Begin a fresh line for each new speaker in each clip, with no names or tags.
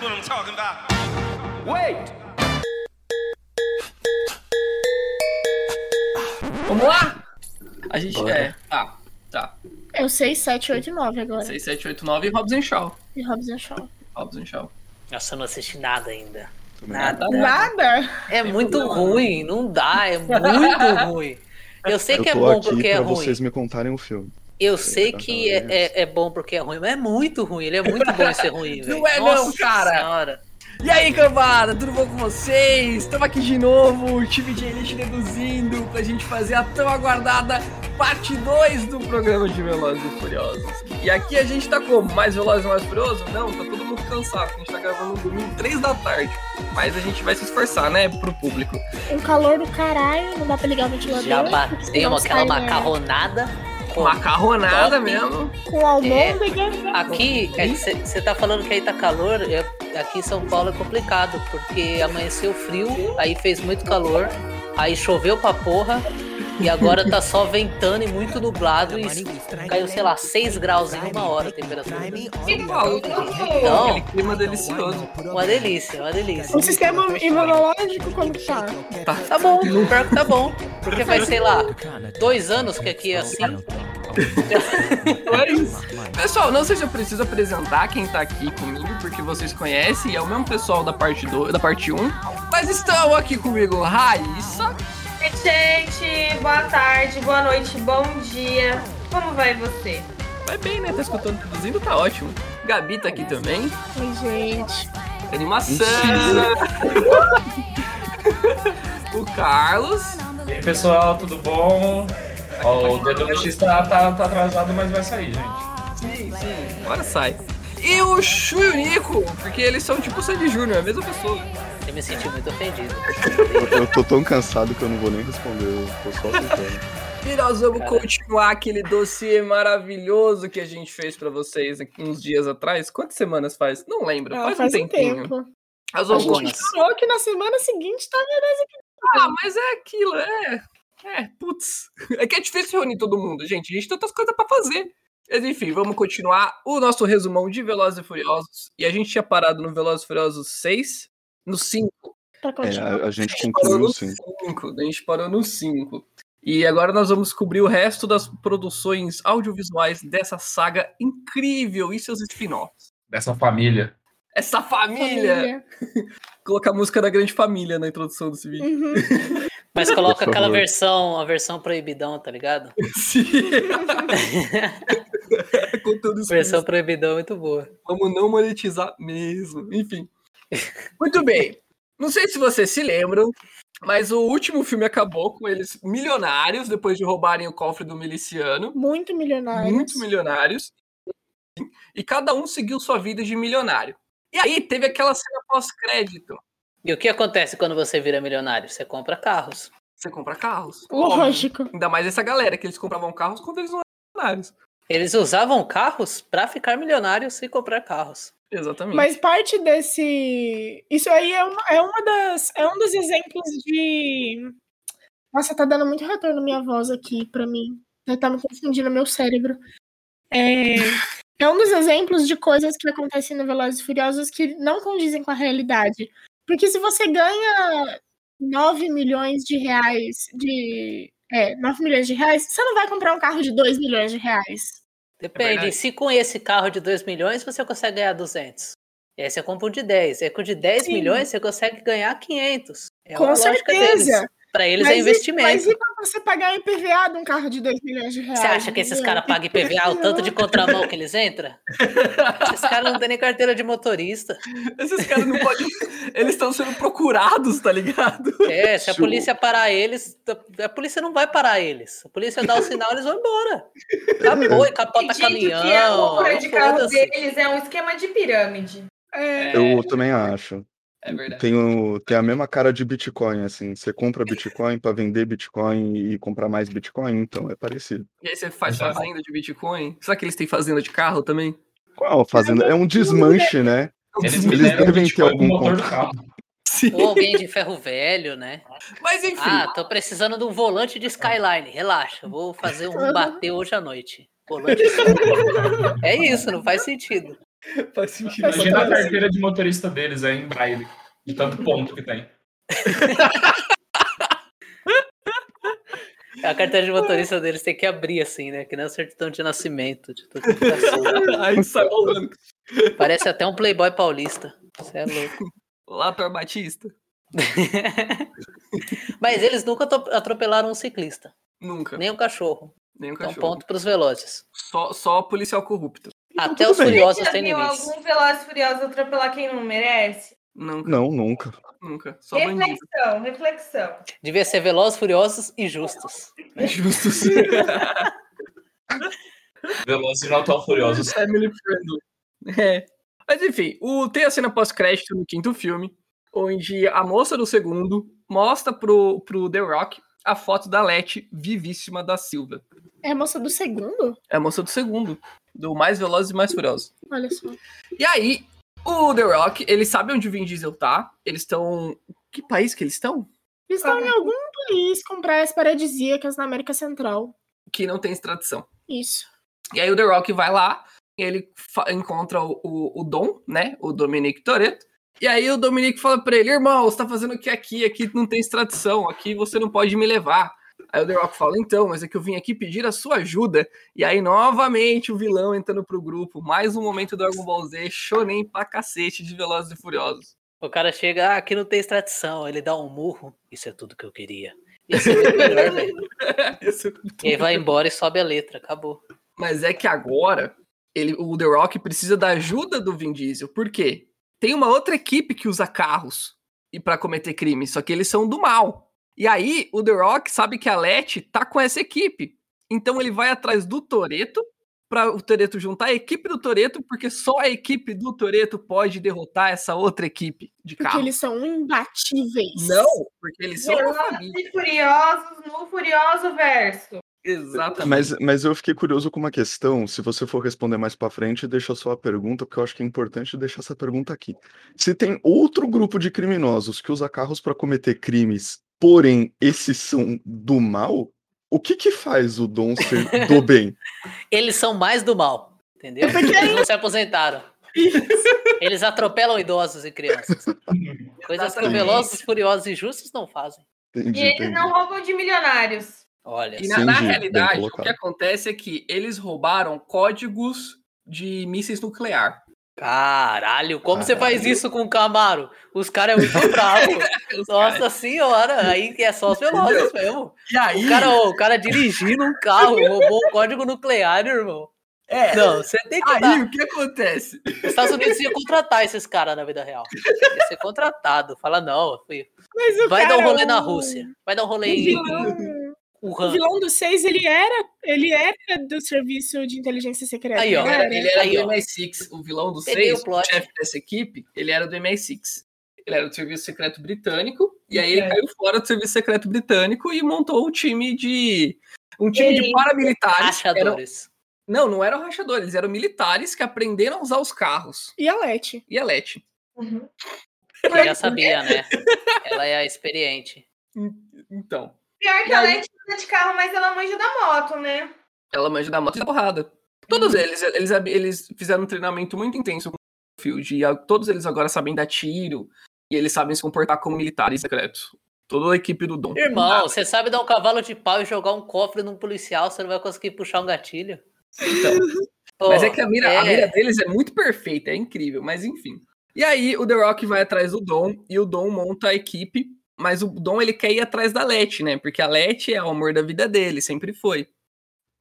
what I'm talking about.
Wait! Vamos lá? A gente
Bora.
é. Tá, tá.
É o 6, 7, 8 e 9 agora.
6, 7, 8, 9 e Robson Shaw.
E Robson Shaw.
Robson Shaw.
Nossa, eu não assisti nada ainda.
Nada.
Nada.
Nada!
É muito ruim, não dá, é muito ruim. Eu sei
Eu
que é
tô
bom
aqui
porque é
pra
ruim.
vocês me tá? contarem o filme.
Eu sei que é,
Caralho.
é- é bom porque é ruim, mas é muito ruim. Ele é muito bom em ser ruim, velho.
Não é não,
Nossa
cara.
Senhora.
E aí, cambada, tudo bom com vocês? Estamos aqui de novo, o time de elite deduzindo pra gente fazer a tão aguardada parte 2 do programa de Velozes e Furiosos. E aqui a gente tá como? Mais Velozes e Mais Furioso? Não, tá todo mundo cansado, a gente tá gravando no domingo 3 da tarde. Mas a gente vai se esforçar, né, pro público.
Um calor do caralho, não dá pra ligar o ventilador.
Já bateu uma, aquela
Não sai, né?
macarronada. Pô,
Macarronada
top.
mesmo.
Com almôndega.
aqui, você tá falando que aí tá calor. é- aqui em São Paulo é complicado, porque amanheceu frio, aí fez muito calor, aí choveu pra porra. E agora tá só ventando e muito nublado e caiu, sei lá, 6 graus em uma hora a temperatura.
Que maluco.
Não.
Aquele clima Então, delicioso.
Uma delícia, uma delícia.
O Um sistema imunológico como que tá?
Tá bom, pior que tá bom. Porque vai, sei lá, dois anos que aqui é assim.
Mas, pessoal, não sei se eu preciso apresentar quem tá aqui comigo, porque vocês conhecem, é o mesmo pessoal da parte 2, da parte 1. Mas estão aqui comigo Raíssa,
Oi, gente, boa tarde, boa noite, bom dia. Como vai você?
vai bem, né? Tá escutando produzindo, tá ótimo. Gabi tá aqui também,
Ai, gente.
animação. o Carlos,
E aí, pessoal, tudo bom? Ó, o dedo do X tá, tá, tá atrasado, mas vai sair, gente.
agora sai. E o Chu e o Nico, porque eles são tipo o Sandy Júnior, é a mesma pessoa.
Eu me senti muito ofendido.
Eu, eu tô tão cansado que eu não vou nem responder, eu tô só tentando.
E nós vamos
Cara.
continuar aquele dossiê maravilhoso que a gente fez pra vocês aqui uns dias atrás. Quantas semanas faz? Não lembro.
Não,
faz,
faz
um
um
tempinho. um
tempo.
As
A gente
Ogonas.
falou que na semana seguinte tá
Ah, mas é aquilo, é. É, putz. É que é difícil reunir todo mundo, gente. A gente tem outras coisas pra fazer. Mas enfim, vamos continuar o nosso resumão de Velozes e Furiosos. E a gente tinha parado no Velozes e Furiosos 6, no 5.
pra
É,
continuar.
a, a gente assim.
parou
concluiu
no
sim.
5. A gente parou no 5. E agora nós vamos cobrir o resto das produções audiovisuais dessa saga incrível e seus spin-offs.
Dessa família.
Essa família. Colocar a música da grande família na introdução desse vídeo.
Uhum.
Mas coloca
Por
aquela
favor.
versão, a versão proibidão, tá ligado?
Sim. é conteúdo
Versão
exclusivo.
proibidão é muito boa.
Vamos não monetizar mesmo. Enfim. Muito bem. Não sei se vocês se lembram, mas o último filme acabou com eles milionários depois de roubarem o cofre do miliciano.
Muito milionário.
muito milionários. E cada um seguiu sua vida de milionário. E aí teve aquela cena pós-crédito.
E o que acontece quando você vira milionário? Você compra carros.
Você compra carros. Óbvio.
Lógico.
Ainda mais essa galera, que eles compravam carros quando eles não eram milionários.
Eles usavam carros pra ficar milionários e comprar carros.
Exatamente.
Mas parte desse. Isso aí é uma, é uma das. É um dos exemplos de. Nossa, tá dando muito retorno minha voz aqui pra mim. Já tá me confundindo meu cérebro. É, é um dos exemplos de coisas que acontecem no Velozes e Furiosos que não condizem com a realidade. Porque se você ganha 9 milhões de reais de. É, 9 milhões de reais, você não vai comprar um carro de 2 milhões de reais.
Depende.
É
verdade.
se com esse carro de 2 milhões você consegue ganhar 200. E aí você compra um de 10. E aí com o de 10
Sim.
milhões você consegue ganhar 500. É
Com
a lógica
certeza.
Deles. Pra eles é
e-
investimento.
Mas e quando você pagar IPVA de um carro de 2 milhões de reais? né?
Você acha que esses
entendeu?
caras pagam IPVA o tanto de contramão que eles entram? Esses caras não têm nem carteira de motorista.
Esses caras não podem. eles estão sendo procurados, tá ligado?
É, se a
Show.
polícia parar eles, a- a polícia não vai parar eles. A polícia dá o sinal, eles vão embora. Acabou, e capota
que é a
caminhão.
compra de carro
foda-se.
deles é um esquema de pirâmide.
É,
Eu também acho.
É verdade.
Tem, o- tem a mesma cara de Bitcoin, assim. Você compra Bitcoin pra vender Bitcoin e comprar mais Bitcoin, então é parecido.
E aí você faz fazenda de Bitcoin? Será que eles têm fazenda de carro também?
Qual fazenda? É um desmanche, né?
Eles,
Eles
mineram
devem ter
Bitcoin no
algum
tipo, é motor do
contato.
carro.
Ou alguém de ferro velho, né?
Mas enfim.
Ah, tô precisando de um volante de Skyline. Relaxa, vou fazer um bater hoje à noite. Volante de Skyline. É isso, não faz sentido.
Faz sentido.
Faz
Imagina a
sentido.
carteira de motorista deles aí em braille, de tanto ponto que tem.
A carteira de motorista deles tem que abrir assim, né? Que nem a certidão de nascimento. de tudo que tá solto.
Aí sai rolando.
Parece até um playboy paulista. Você é louco.
Lá pra Batista.
Mas eles nunca ato- atropelaram um ciclista,
Nunca.
nem um cachorro.
Nem o
Então,
cachorro.
ponto pros velozes.
Só, só policial corrupto.
Até os
bem.
curiosos
já
têm
viu
limites.
algum Veloz e Furioso atropelar quem não merece?
Nunca,
Não, nunca.
nunca. Só bandido.
reflexão, reflexão.
Devia ser velozes, furiosos e justos.
É Justos.
Velozes e não tão furiosos.
Family friendly. É. Mas enfim, o, tem a cena pós-crédito no quinto filme, onde a moça do segundo mostra pro, pro The Rock a foto da Leti vivíssima da Silva.
É a moça do segundo?
É a moça do segundo, do mais veloz e mais furioso.
Olha só.
E aí, o The Rock, ele sabe onde o Vin Diesel tá. Eles estão. Que país que eles estão?
Eles estão em algum país com praias paradisíacas na América Central.
Que não tem extradição.
Isso.
E aí o The Rock vai lá, e ele fa- encontra o, o, o Dom, né? O Dominic Toretto. E aí o Dominic fala pra ele, irmão, você tá fazendo o que aqui? Aqui não tem extradição, aqui você não pode me levar. Aí o The Rock fala, então, mas é que eu vim aqui pedir a sua ajuda. E aí, novamente, o vilão entrando pro grupo. Mais um momento do Dragon Ball Z, shonen pra cacete de Velozes e Furiosos.
O cara chega, ah, aqui não tem extradição. Ele dá um murro. Isso é tudo que eu queria. Ia ser muito melhor, velho.
Esse-
E aí vai embora e sobe a letra. Acabou.
Mas é que agora ele, o The Rock precisa da ajuda do Vin Diesel. Por quê? Tem uma outra equipe que usa carros e para cometer crimes, só que eles são do mal. E aí o The Rock sabe que a Letty tá com essa equipe. Então ele vai atrás do Toreto para o Toreto juntar a equipe do Toreto, porque só a equipe do Toreto pode derrotar essa outra equipe de
Porque
carro.
eles são imbatíveis.
Não, porque eles são uma
Velozes
família.
e Furiosos no Furioso Verso.
Exatamente.
Mas, mas eu fiquei curioso com uma questão. Se você for responder mais pra frente, deixa só a pergunta, porque eu acho que é importante deixar essa pergunta aqui. Se tem outro grupo de criminosos que usa carros pra cometer crimes, porém esses são do mal, o que que faz o Dom ser do bem?
Eles são mais do mal. Entendeu? Eles não se aposentaram. Eles atropelam idosos e crianças. Coisas que
Exatamente.
velozes, furiosos e justos não fazem.
Entendi,
E eles
entendi.
não roubam de milionários.
Olha,
E
só.
na, na
Entendi, bem
realidade, o
colocado.
que acontece é que eles roubaram códigos de mísseis nuclear.
caralho, como você faz
Caralho.
isso com o Camaro? Os caras é muito bravo. Nossa senhora, aí é só os velozes mesmo.
E aí,
O cara, o cara dirigindo um carro, roubou o código nuclear, né, irmão.
é,
Não, você tem que
aí
dar.
o que acontece?
Os Estados Unidos ia contratar esses caras na vida real. Ia ser contratado. Fala, não, filho.
Mas o
vai dar um
cara,
rolê na
o-
Rússia. Vai dar um rolê
O
em
vilão, o
Wuhan.
vilão do 6, ele era, ele era do serviço de inteligência secreta. né?
Aí, ó.
não
Ele era,
era?
ele era
Então, é, Aí, ó.
do MI6, o vilão do
Peguei
6,
o
o,
plot.
chefe dessa equipe, ele era do MI6. Ele era do Serviço Secreto Britânico, e aí ele
É.
caiu fora do Serviço Secreto Britânico e montou um time de. Um time de
Ele-
paramilitares. que Eram,
Rachadores.
não, não eram rachadores, eles eram militares que aprenderam a usar os carros.
E a Leti.
E a Leti.
Uhum.
Eu já sabia, né? Ela é a experiente.
Então.
Pior que
E
a
aí-
Leti anda de carro, mas ela manja da moto, né?
Ela manja da moto e da porrada. Todos eles, eles, eles fizeram um treinamento muito intenso com o Field. E a- todos eles agora sabem dar tiro. E eles sabem se comportar como militares secretos. Toda a equipe do Dom.
Irmão, você sabe dar um cavalo de pau e jogar um cofre num policial, você não vai conseguir puxar um gatilho. Pô,
Mas é que a mira, a
é.
mira deles é muito perfeita, é incrível, mas enfim. E aí o The Rock vai atrás do Dom e o Dom monta a equipe, mas o Dom ele quer ir atrás da Leti, né? Porque a Leti é o amor da vida dele, sempre foi.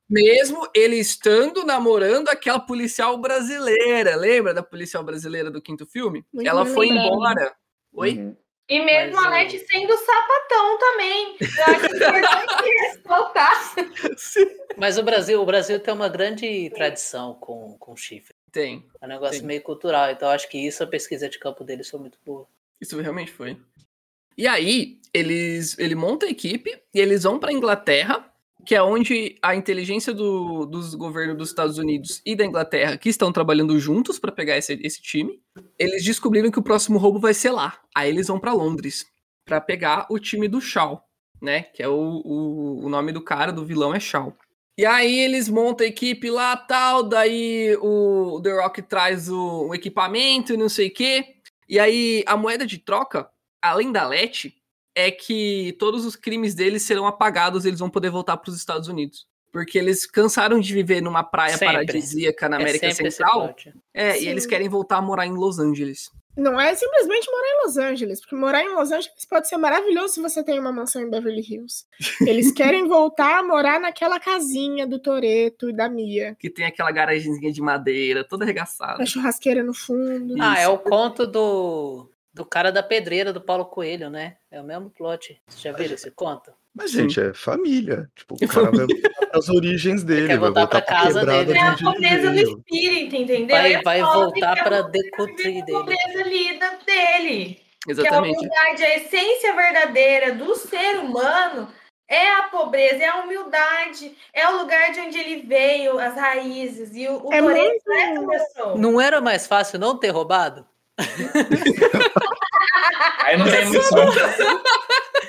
Mesmo ele estando namorando aquela policial brasileira, lembra da policial brasileira do quinto filme?
Muito
Ela
bem
foi
lembrado.
embora. Oi?
Uhum.
E mesmo
Mas
a
o-
Leti sendo sapatão também. Eu acho que é importante ressaltar.
é-
Mas o Brasil, o Brasil tem uma grande tradição com, com chifre.
Tem.
É um negócio
Sim.
meio cultural. Então acho que isso a pesquisa de campo deles foi muito boa.
Isso realmente foi. E aí, eles, ele monta a equipe e eles vão pra Inglaterra, que é onde a inteligência do- dos governos dos Estados Unidos e da Inglaterra, que estão trabalhando juntos pra pegar esse, esse time, eles descobriram que o próximo roubo vai ser lá. Aí eles vão pra Londres pra pegar o time do Shaw, né? Que é o, o, o nome do cara, do vilão é Shaw. E aí eles montam a equipe lá, tal, daí o The Rock traz o, o equipamento e não sei o quê. E aí a moeda de troca, além da LET, é que todos os crimes deles serão apagados, eles vão poder voltar para os Estados Unidos. Porque eles cansaram de viver numa praia
Sempre.
paradisíaca na América
é sempre esse
Central.
plot.
É, e
Sim.
eles querem voltar a morar em Los Angeles.
Não é simplesmente morar em Los Angeles, porque morar em Los Angeles pode ser maravilhoso se você tem uma mansão em Beverly Hills. Eles querem voltar a morar naquela casinha do Toreto e da Mia,
Que tem aquela garagenzinha de madeira, toda arregaçada.
a churrasqueira no fundo.
Ah, é
Isso.
o conto do, do cara da pedreira do Paulo Coelho, né? É o mesmo plot. Vocês já viram esse conto?
Mas,
Sim.
gente, é família. Tipo, o cara vai voltar pras origens dele, vai
voltar
voltar pra,
pra casa
quebrada
dele.
É
de
a
onde ele
pobreza do
veio.
espírito, entendeu?
Vai,
É
vai
só
voltar
ficar
pra
vivendo
decutrir
é a
dele.
pobreza lida dele.
é
Exatamente.
né?
Que é a humildade, a essência verdadeira do ser humano é a pobreza, é a humildade, é o lugar de onde ele veio, as raízes. E o, o
É
Toretto é essa pessoa.
Não era mais fácil não ter roubado?
Aí não tem emoção.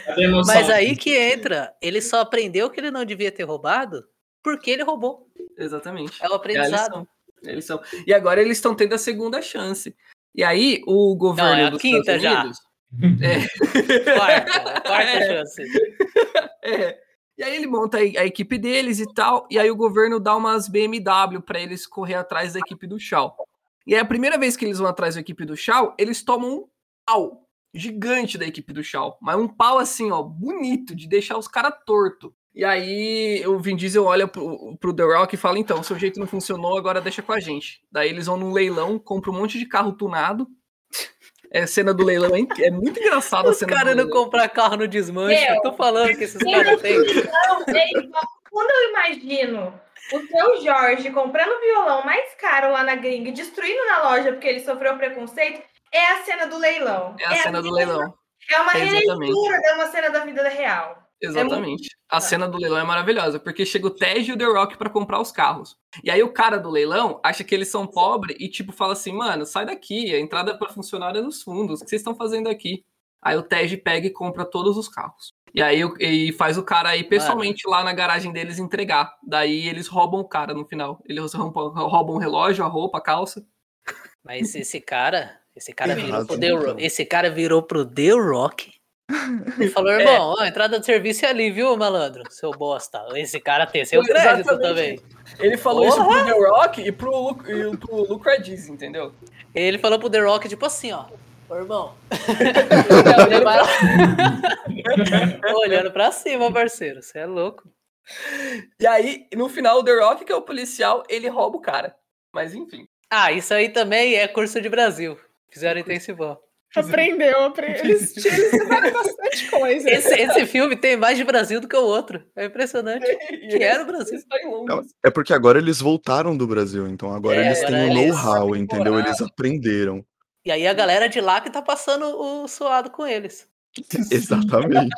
Não tem emoção.
Mas aí que entra. Ele só aprendeu que ele não devia ter roubado porque ele roubou.
Exatamente.
É o
É a
aprendizado.
lição. É a lição. E agora eles estão tendo a segunda chance. E aí o governo
Não, é a
dos
quinta
Estados
já.
Unidos.
Quarta, é a quarta
É.
chance.
É. E aí ele monta a a equipe deles e tal, e aí o governo dá umas BMW pra eles correr atrás da equipe do Shaw. E aí a primeira vez que eles vão atrás da equipe do Shaw, eles tomam um pau gigante da equipe do Shaw, mas um pau assim, ó, bonito, de deixar os caras torto. E aí o Vin Diesel olha pro, pro The Rock e fala: "Então, seu jeito não funcionou, agora deixa com a gente". Daí eles vão num leilão, compram um monte de carro tunado. É a cena do leilão, hein? É muito engraçada a
Os
cena. do
caras não
leilão.
comprar carro no desmanche.
Meu.
Eu tô falando que esses
Quem
caras têm.
Não, gente, é quando eu imagino o seu Jorge comprando o violão mais caro lá na gringa e destruindo na loja porque ele sofreu preconceito, é a cena do leilão.
É a cena do leilão.
É uma
Exatamente.
releitura de uma cena da vida real.
Exatamente. A cena do leilão é maravilhosa, porque chega o Tej e o The Rock pra comprar os carros. E aí o cara do leilão acha que eles são pobres e tipo fala assim: "Mano, sai daqui, a entrada pra funcionário é nos fundos. O que vocês estão fazendo aqui?" Aí o Tej pega e compra todos os carros. E aí o- e faz o cara aí pessoalmente lá na garagem deles entregar. Daí eles roubam o cara no final. Eles roubam, roubam o relógio, a roupa, a calça.
Mas esse cara, esse cara
Ele
virou pro
arrasa,
The
então.
Rock. Esse cara virou pro The Rock. E falou, irmão, ó, a entrada do serviço é ali, viu, malandro? Seu bosta. Esse cara tem seu crédito
Exatamente.
também.
Ele falou
isso
pro The Rock e pro, Lu- e pro Lucradiz, entendeu?
Ele falou pro The Rock, tipo assim, ó. Ô, irmão. Olhando pra- Olhando pra cima, parceiro. Você é louco.
E aí, no final, o The Rock, que é o policial, ele rouba o cara. Mas enfim.
Ah, isso aí também é curso de Brasil. Fizeram intensivão.
Aprendeu, aprendeu. Eles tiveram bastante coisa.
Esse, esse filme tem mais de Brasil do que o outro. É impressionante.
E
Que
ele
era o Brasil.
está em Londres.
Não, é porque agora eles voltaram do Brasil, então agora
É,
eles
agora
têm o
eles
know-how,
sabem
entendeu?
morar.
Eles aprenderam.
E aí a galera de lá que tá passando o suado com eles.
Exatamente.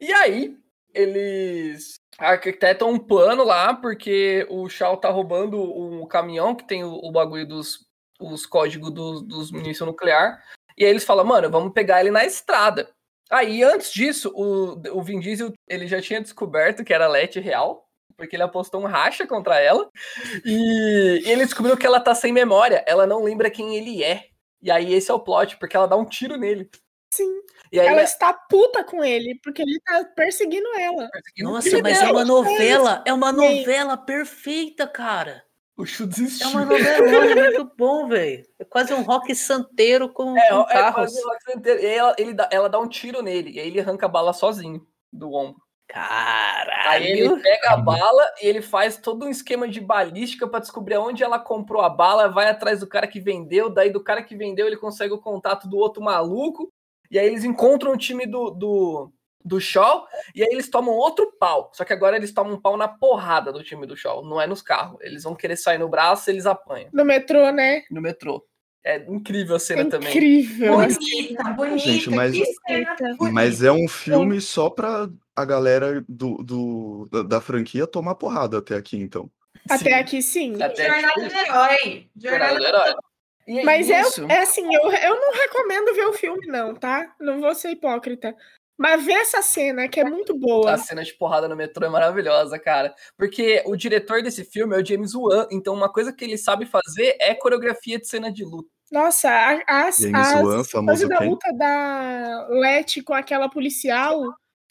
E aí, eles arquitetam um plano lá, porque o Shaw tá roubando um caminhão que tem o, o bagulho dos os códigos dos, dos munição nuclear. E aí eles falam, mano, vamos pegar ele na estrada. Aí, antes disso, o, o Vin Diesel ele já tinha descoberto que era a Letty real, porque ele apostou um racha contra ela. E ele descobriu que ela tá sem memória, ela não lembra quem ele é. E aí esse é o plot, porque ela dá um tiro nele.
Sim.
E aí
Ela está puta com ele, porque ele tá perseguindo ela.
ele-
Nossa, mas é
dela.
uma novela, é uma
Gente.
novela perfeita, cara.
O Chu
É
desistiu.
uma novela muito bom, velho. É quase um rock santeiro com,
É,
com
é
carros.
quase o Rock Santeiro. E ela, ele dá, ela dá um tiro nele, e aí ele arranca a bala sozinho do ombro. Aí ele
Caralho.
pega a bala e ele faz todo um esquema de balística pra descobrir onde ela comprou a bala, vai atrás do cara que vendeu, daí do cara que vendeu ele consegue o contato do outro maluco, e aí eles encontram o time do, do, do Shaw, e aí eles tomam outro pau. Só que agora eles tomam um pau na porrada do time do Shaw, não é nos carros. Eles vão querer sair no braço, eles apanham
No metrô, né?
no metrô. É incrível a
É
cena também.
incrível.
Bonita, bonita.
É. Gente, mas-
que cena
Bonita.
bonita.
Mas é um filme só pra a galera do, do- da, da franquia tomar porrada até aqui, então.
Até
Sim. é
aqui, sim.
Até tipo,
Jornada do herói. Jornada do herói.
E
Mas é,
isso.
é assim, eu, eu não recomendo ver o filme, não, tá? Não vou ser hipócrita. Mas vê essa cena, que é muito boa.
A cena de porrada no metrô é maravilhosa, cara. Porque o diretor desse filme é o James Wan, então uma coisa que ele sabe fazer é coreografia de cena de luta.
Nossa, a- as,
James
as
Wan,
coisas
famoso
da
quem?
luta da Letty com aquela policial.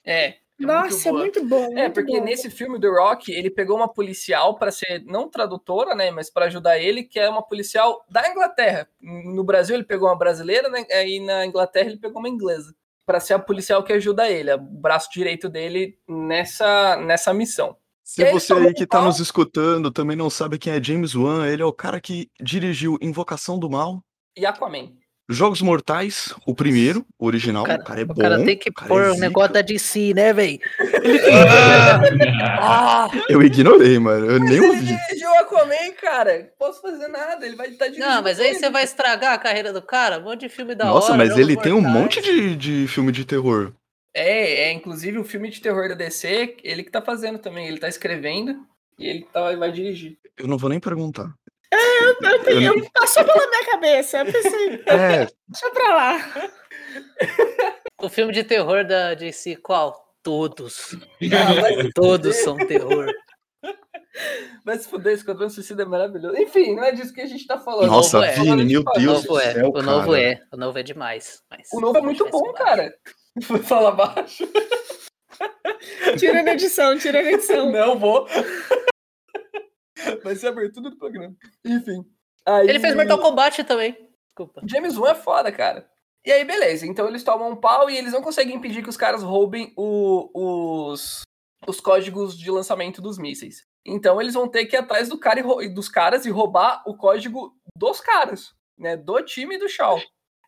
É. é
Nossa,
boa.
é muito bom.
É,
muito
porque
bom.
nesse filme do Rock, ele pegou uma policial para ser, não tradutora, né, mas para ajudar ele, que é uma policial da Inglaterra. No Brasil ele pegou uma brasileira, né, e na Inglaterra ele pegou uma inglesa. Para ser a policial que ajuda ele, é o braço direito dele nessa, nessa missão.
Se
Ele
você
tomou
aí que tá
um pau.
nos escutando também não sabe quem é James Wan, ele é o cara que dirigiu Invocação do Mal,
E Aquaman.
Jogos Mortais, o primeiro, o original. O cara, é
o
bom.
cara tem que
o cara é
pôr o
zica.
negócio da DC, né, velho? né?
Ah,
Eu ignorei, mano. Eu nem
ele
é
ouvi.
dirigiu Aquaman, cara. Posso fazer nada, ele vai estar dirigindo.
Não, mas aí você vai estragar a carreira do cara? Um monte de filme da
Nossa,
hora.
mas
Jogos
ele tem um
Mortais.
monte de, de filme de terror.
É, é inclusive o filme de terror da DC, ele que tá fazendo também, ele tá escrevendo e ele tá, vai dirigir.
Eu não vou nem perguntar.
Eu tenho-
Eu
Passou pela minha cabeça. Eu pensei,
É,
deixa pra lá.
O filme de terror da DC, qual? Todos.
Ah, vai
Todos são terror.
Vai se fuder, Esquadrão Suicida é maravilhoso. Enfim, não é disso que a gente tá falando.
Nossa,
novo é.
Vini, meu
O
Deus
novo
do
é.
céu,
O novo
cara.
é. O novo é demais. mas-
O novo é muito bom, cara. Vou falar baixo.
Tirando a edição, tirando a edição.
Não vou. Vai ser a abertura do programa. Enfim. Aí...
Ele fez Mortal Kombat também. Desculpa.
James Wan é foda, cara. E aí, beleza. Então eles tomam um pau e eles não conseguem impedir que os caras roubem o- os, os códigos de lançamento dos mísseis. Então eles vão ter que ir atrás do cara e rou- e dos caras e roubar o código dos caras, né? Do time e do Shaw.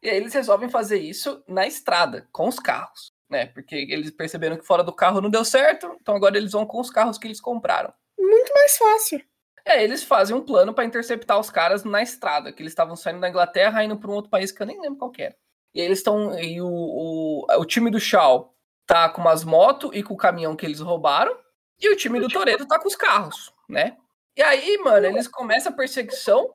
E aí eles resolvem fazer isso na estrada, com os carros, né? Porque eles perceberam que fora do carro não deu certo, então agora eles vão com os carros que eles compraram.
Mais fácil.
É, eles fazem um plano pra interceptar os caras na estrada, que eles estavam saindo da Inglaterra indo pra um outro país que eu nem lembro qual que era. E aí eles estão. E o, o, o time do Shaw tá com umas motos e com o caminhão que eles roubaram. E o time do Toreto tá com os carros, né? E aí, mano, eles começam a perseguição.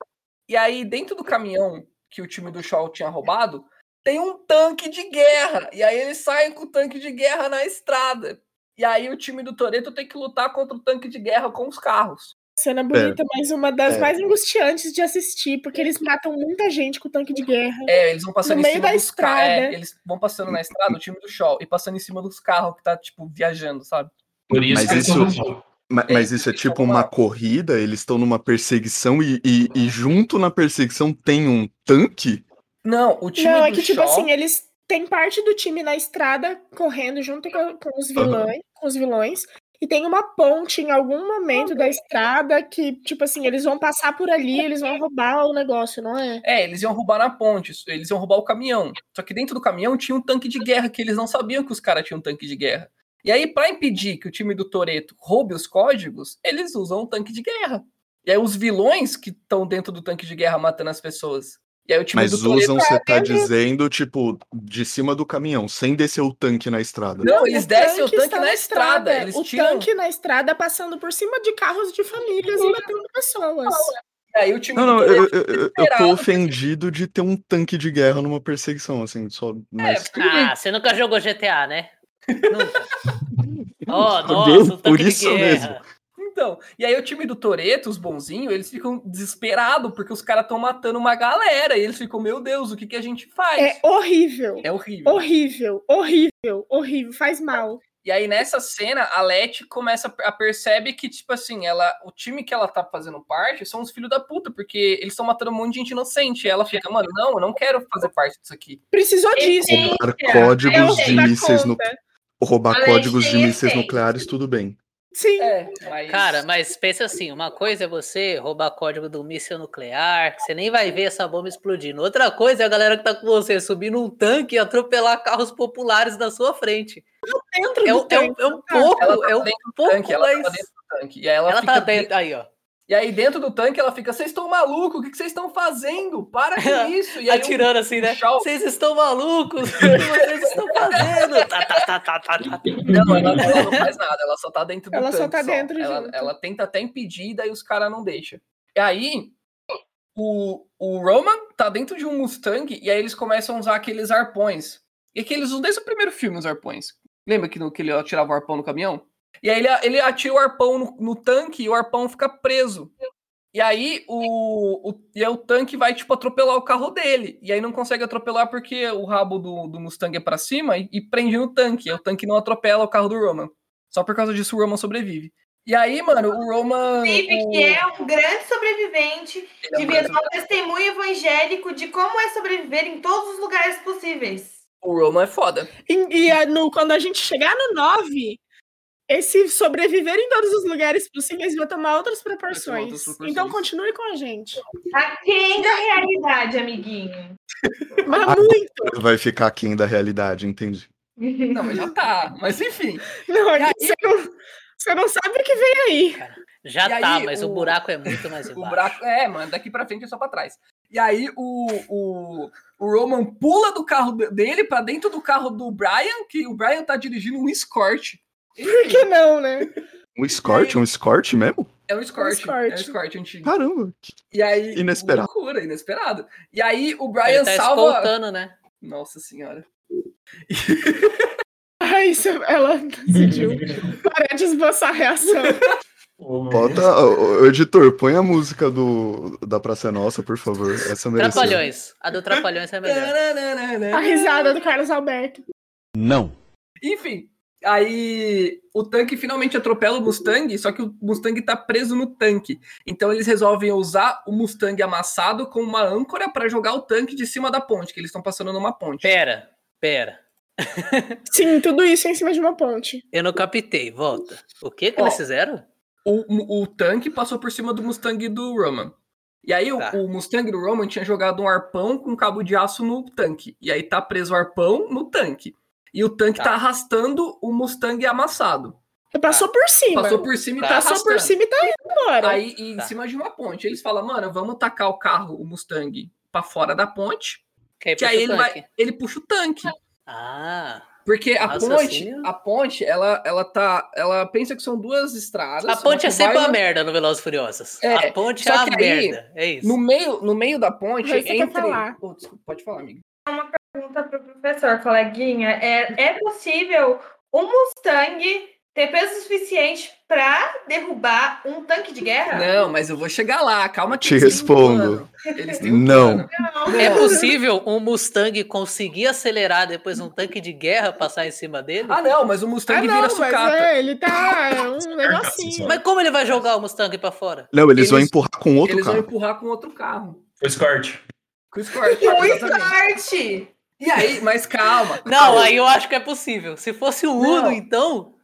E aí, dentro do caminhão que o time do Shaw tinha roubado, tem um tanque de guerra. E aí eles saem com o tanque de guerra na estrada. E aí o time do Toreto tem que lutar contra o tanque de guerra com os carros.
Cena bonita, mas uma das
É.
mais angustiantes de assistir, porque eles matam muita gente com o tanque de guerra.
É, eles vão passando
No
em
meio
cima
da
dos carros. É,
estrada.
eles vão passando na estrada, o time do Shaw, e passando em cima dos carros que tá, tipo, viajando, sabe?
Por isso
Mas
que
isso-
eles são-
Ma-
É,
Mas isso é
eles
tipo
estão
uma
numa-
corrida, eles estão numa perseguição e, e- e junto na perseguição tem um tanque?
Não, o time
Não,
do
é que, tipo
Shaw...
assim, eles têm parte do time na estrada correndo junto com, com os vilões, com os vilões. E tem uma ponte em algum momento da estrada que, tipo assim, eles vão passar por ali, eles vão roubar o negócio, não é?
É, eles iam roubar na ponte, isso- eles iam roubar o caminhão. Só que dentro do caminhão tinha um tanque de guerra, que eles não sabiam que os caras tinham um tanque de guerra. E aí, pra impedir que o time do Toreto roube os códigos, eles usam um tanque de guerra. E aí, os vilões que estão dentro do tanque de guerra matando as pessoas. E aí, o time
Mas
do Toreto.
usam, você tá
né?
dizendo, tipo, de cima do caminhão, sem descer o tanque na estrada.
Não, eles descem o tanque
está
na estrada. Eles
o
tiram.
tanque na estrada passando por cima de carros de famílias e matando pessoas.
E aí, o time
Não,
do
não,
Toretto
eu, eu- eu- eu
é desesperado.
tô ofendido de ter um tanque de guerra numa perseguição, assim,
É,
só. Mas...
Ah, você nunca jogou GTA, né? Nunca. Oh,
Odeio
nossa, o tanque
por
de
isso
guerra.
Então, e aí o time do Toreto, os bonzinhos, eles ficam desesperados porque os caras estão matando uma galera e eles ficam, meu Deus, o que, que a gente faz?
É horrível.
É horrível.
Horrível, horrível, horrível, faz mal.
E aí nessa cena, a Leti começa a percebe que tipo assim, ela, o time que ela tá fazendo parte são os filhos da puta, porque eles estão matando um monte de gente inocente. E ela fica, mano, não, eu não quero fazer parte disso aqui.
Precisou disso.
Sim,
Roubar
é.
É o
códigos de
rei da
mísseis nu-
conta.
roubar
Mas
códigos de
tem
mísseis
efeito.
nucleares, tudo bem.
Sim.
É, mas
Cara, mas pensa assim, uma coisa é você roubar código do míssil nuclear, que você nem vai ver essa bomba explodindo. Outra coisa é a galera que tá com você subir num tanque e atropelar carros populares na sua frente.
Dentro
É,
do
um- é um,
tanque.
é um pouco,
ela tá
é um
dentro do
pouco,
tanque, ela tá
mas-
dentro do tanque. E aí ela,
Ela
fica
tá dentro, aí ó,
E aí dentro do tanque ela fica, vocês estão malucos, o que que vocês estão fazendo? Para com isso. E aí um o-
atirando assim, né?
Shaw-
Vocês estão malucos, o que vocês estão fazendo? Tá, tá, tá, tá, tá, tá.
Não, ela, ela não faz nada, ela só tá dentro do
Ela só
tanque
tá dentro
ela,
junto.
ela tenta até impedir, daí os caras não deixam. E aí, o, o Roman tá dentro de um Mustang e aí eles começam a usar aqueles arpões. E que eles usam desde o primeiro filme os arpões. Lembra que, no- que ele atirava o arpão no caminhão? E aí ele, ele atira o arpão no, no tanque e o arpão fica preso. E aí o, o, e aí o tanque vai, tipo, atropelar o carro dele. E aí não consegue atropelar porque o rabo do, do Mustang é pra cima e, e prende no tanque. E o tanque não atropela o carro do Roman. Só por causa disso o Roman sobrevive. E aí, mano, o Roman.
Inclusive,
o-
que é um grande sobrevivente,
ele é um
devia
grande-
dar um testemunho evangélico de como é sobreviver em todos os lugares possíveis.
O Roman é foda.
E, e a- no, quando a gente chegar no 9, esse sobreviver em todos os lugares possíveis vai tomar outras proporções.
proporções.
Então continue com a gente.
Aquém da Tá realidade, amiguinho.
Mas
Ah,
muito!
Vai ficar aquém da realidade, entendi.
Não, mas já tá. Mas enfim.
Não,
E aí-
você, não, você não sabe o que vem aí.
Já
E
tá,
aí,
mas
o-
o buraco é muito mais embaixo.
O buraco. É, mano, daqui pra frente é só pra trás. E aí o, o, o Roman pula do carro de- dele pra dentro do carro do Brian, que o Brian tá dirigindo um escort.
Por que não, né?
Um escort? Um escort mesmo?
É um escort.
escort.
É um escort antigo.
Caramba.
E aí.
Inesperado.
Loucura, inesperado. E aí o
Ele
Brian
tá
salva.
escoltando, né?
Nossa senhora.
Ai, isso, ela decidiu parar de esboçar a reação.
Bota, ô, ô, editor, põe a música do, da Praça é Nossa, por favor. Essa mereceu.
Trapalhões. A do Trapalhões é melhor.
A risada do Carlos Alberto.
Não.
Enfim, aí o tanque finalmente atropela o Mustang, só que o Mustang tá preso no tanque. Então eles resolvem usar o Mustang amassado com uma âncora pra jogar o tanque de cima da ponte, que eles estão passando numa ponte.
Pera, pera.
Sim, tudo isso é em cima de uma ponte.
Eu não captei, volta. O que que
Ó.
eles fizeram?
O, o tanque passou por cima do Mustang do Roman. E aí o-
Tá.
o, Mustang do Roman tinha jogado um arpão com cabo de aço no tanque. E aí tá preso o arpão no tanque. E o tanque tá,
Tá.
arrastando o Mustang amassado.
Passou por cima.
Ah, Passou por cima e tá,
Tá.
Passou por
arrastando.
cima e tá indo embora.
Aí, e em
Tá.
cima de uma ponte, eles falam, mano, vamos tacar o carro, o Mustang, pra fora da ponte.
Que aí,
Que
puxa
aí
o
ele
tanque.
vai, ele puxa o tanque.
Ah,
Porque a
Nossa,
ponte,
assim, ó.
a ponte, ela, ela tá, ela pensa que são duas estradas.
a ponte é
uma que vai
sempre uma
na-
merda no Velozes e Furiosos.
É,
a ponte é
só
uma
que aí,
merda. É isso.
No meio, no meio da ponte,
Mas você quer
entre...
falar.
Pô, desculpa, pode falar, amigo.
Pergunta para o professor, coleguinha. É, é possível um Mustang ter peso suficiente para derrubar um tanque de
É.
guerra?
Não, mas eu vou chegar lá, calma que
Te
eles têm um
respondo.
plano. Eles têm um
Não.
plano.
Não.
É possível um Mustang conseguir acelerar depois um tanque de guerra passar em cima dele?
Ah, não, mas o Mustang
ah, não,
vira
mas
sucata.
é, ele tá é um negocinho.
Mas como ele vai jogar o Mustang pra fora?
Não, eles, vão
Eles-
empurrar com outro
Eles
carro.
vão empurrar com outro carro.
O escort.
Com o Escort.
Muito
exatamente.
forte!
E aí, mas calma.
Não, aí eu acho que é possível. Se fosse o Uno,
Não.
então.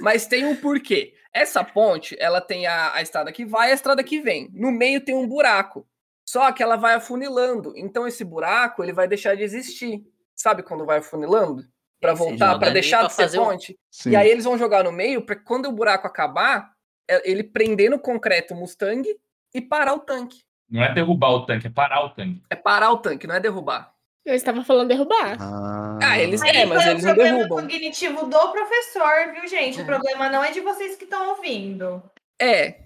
Mas tem um porquê. Essa ponte, ela tem a, a estrada que vai e a estrada que vem. No meio tem um buraco. Só que ela vai afunilando. Então esse buraco, ele vai deixar de existir. Sabe quando vai afunilando? Pra
Esse
voltar, pra
joga
deixar
ali pra
de ser
fazer um-
ponte.
Sim.
E aí eles vão jogar no meio, pra que quando o buraco acabar, é- ele prender no concreto o Mustang e parar o tanque.
Não é derrubar o tanque, é parar o tanque.
É parar o tanque, não é derrubar.
Eu estava falando derrubar.
Ah,
Ah, eles-
Aí
É, mas
foi
eles
o
não
problema
derrubam.
cognitivo do professor, viu, gente?
É.
O problema não é de vocês que estão ouvindo.
É,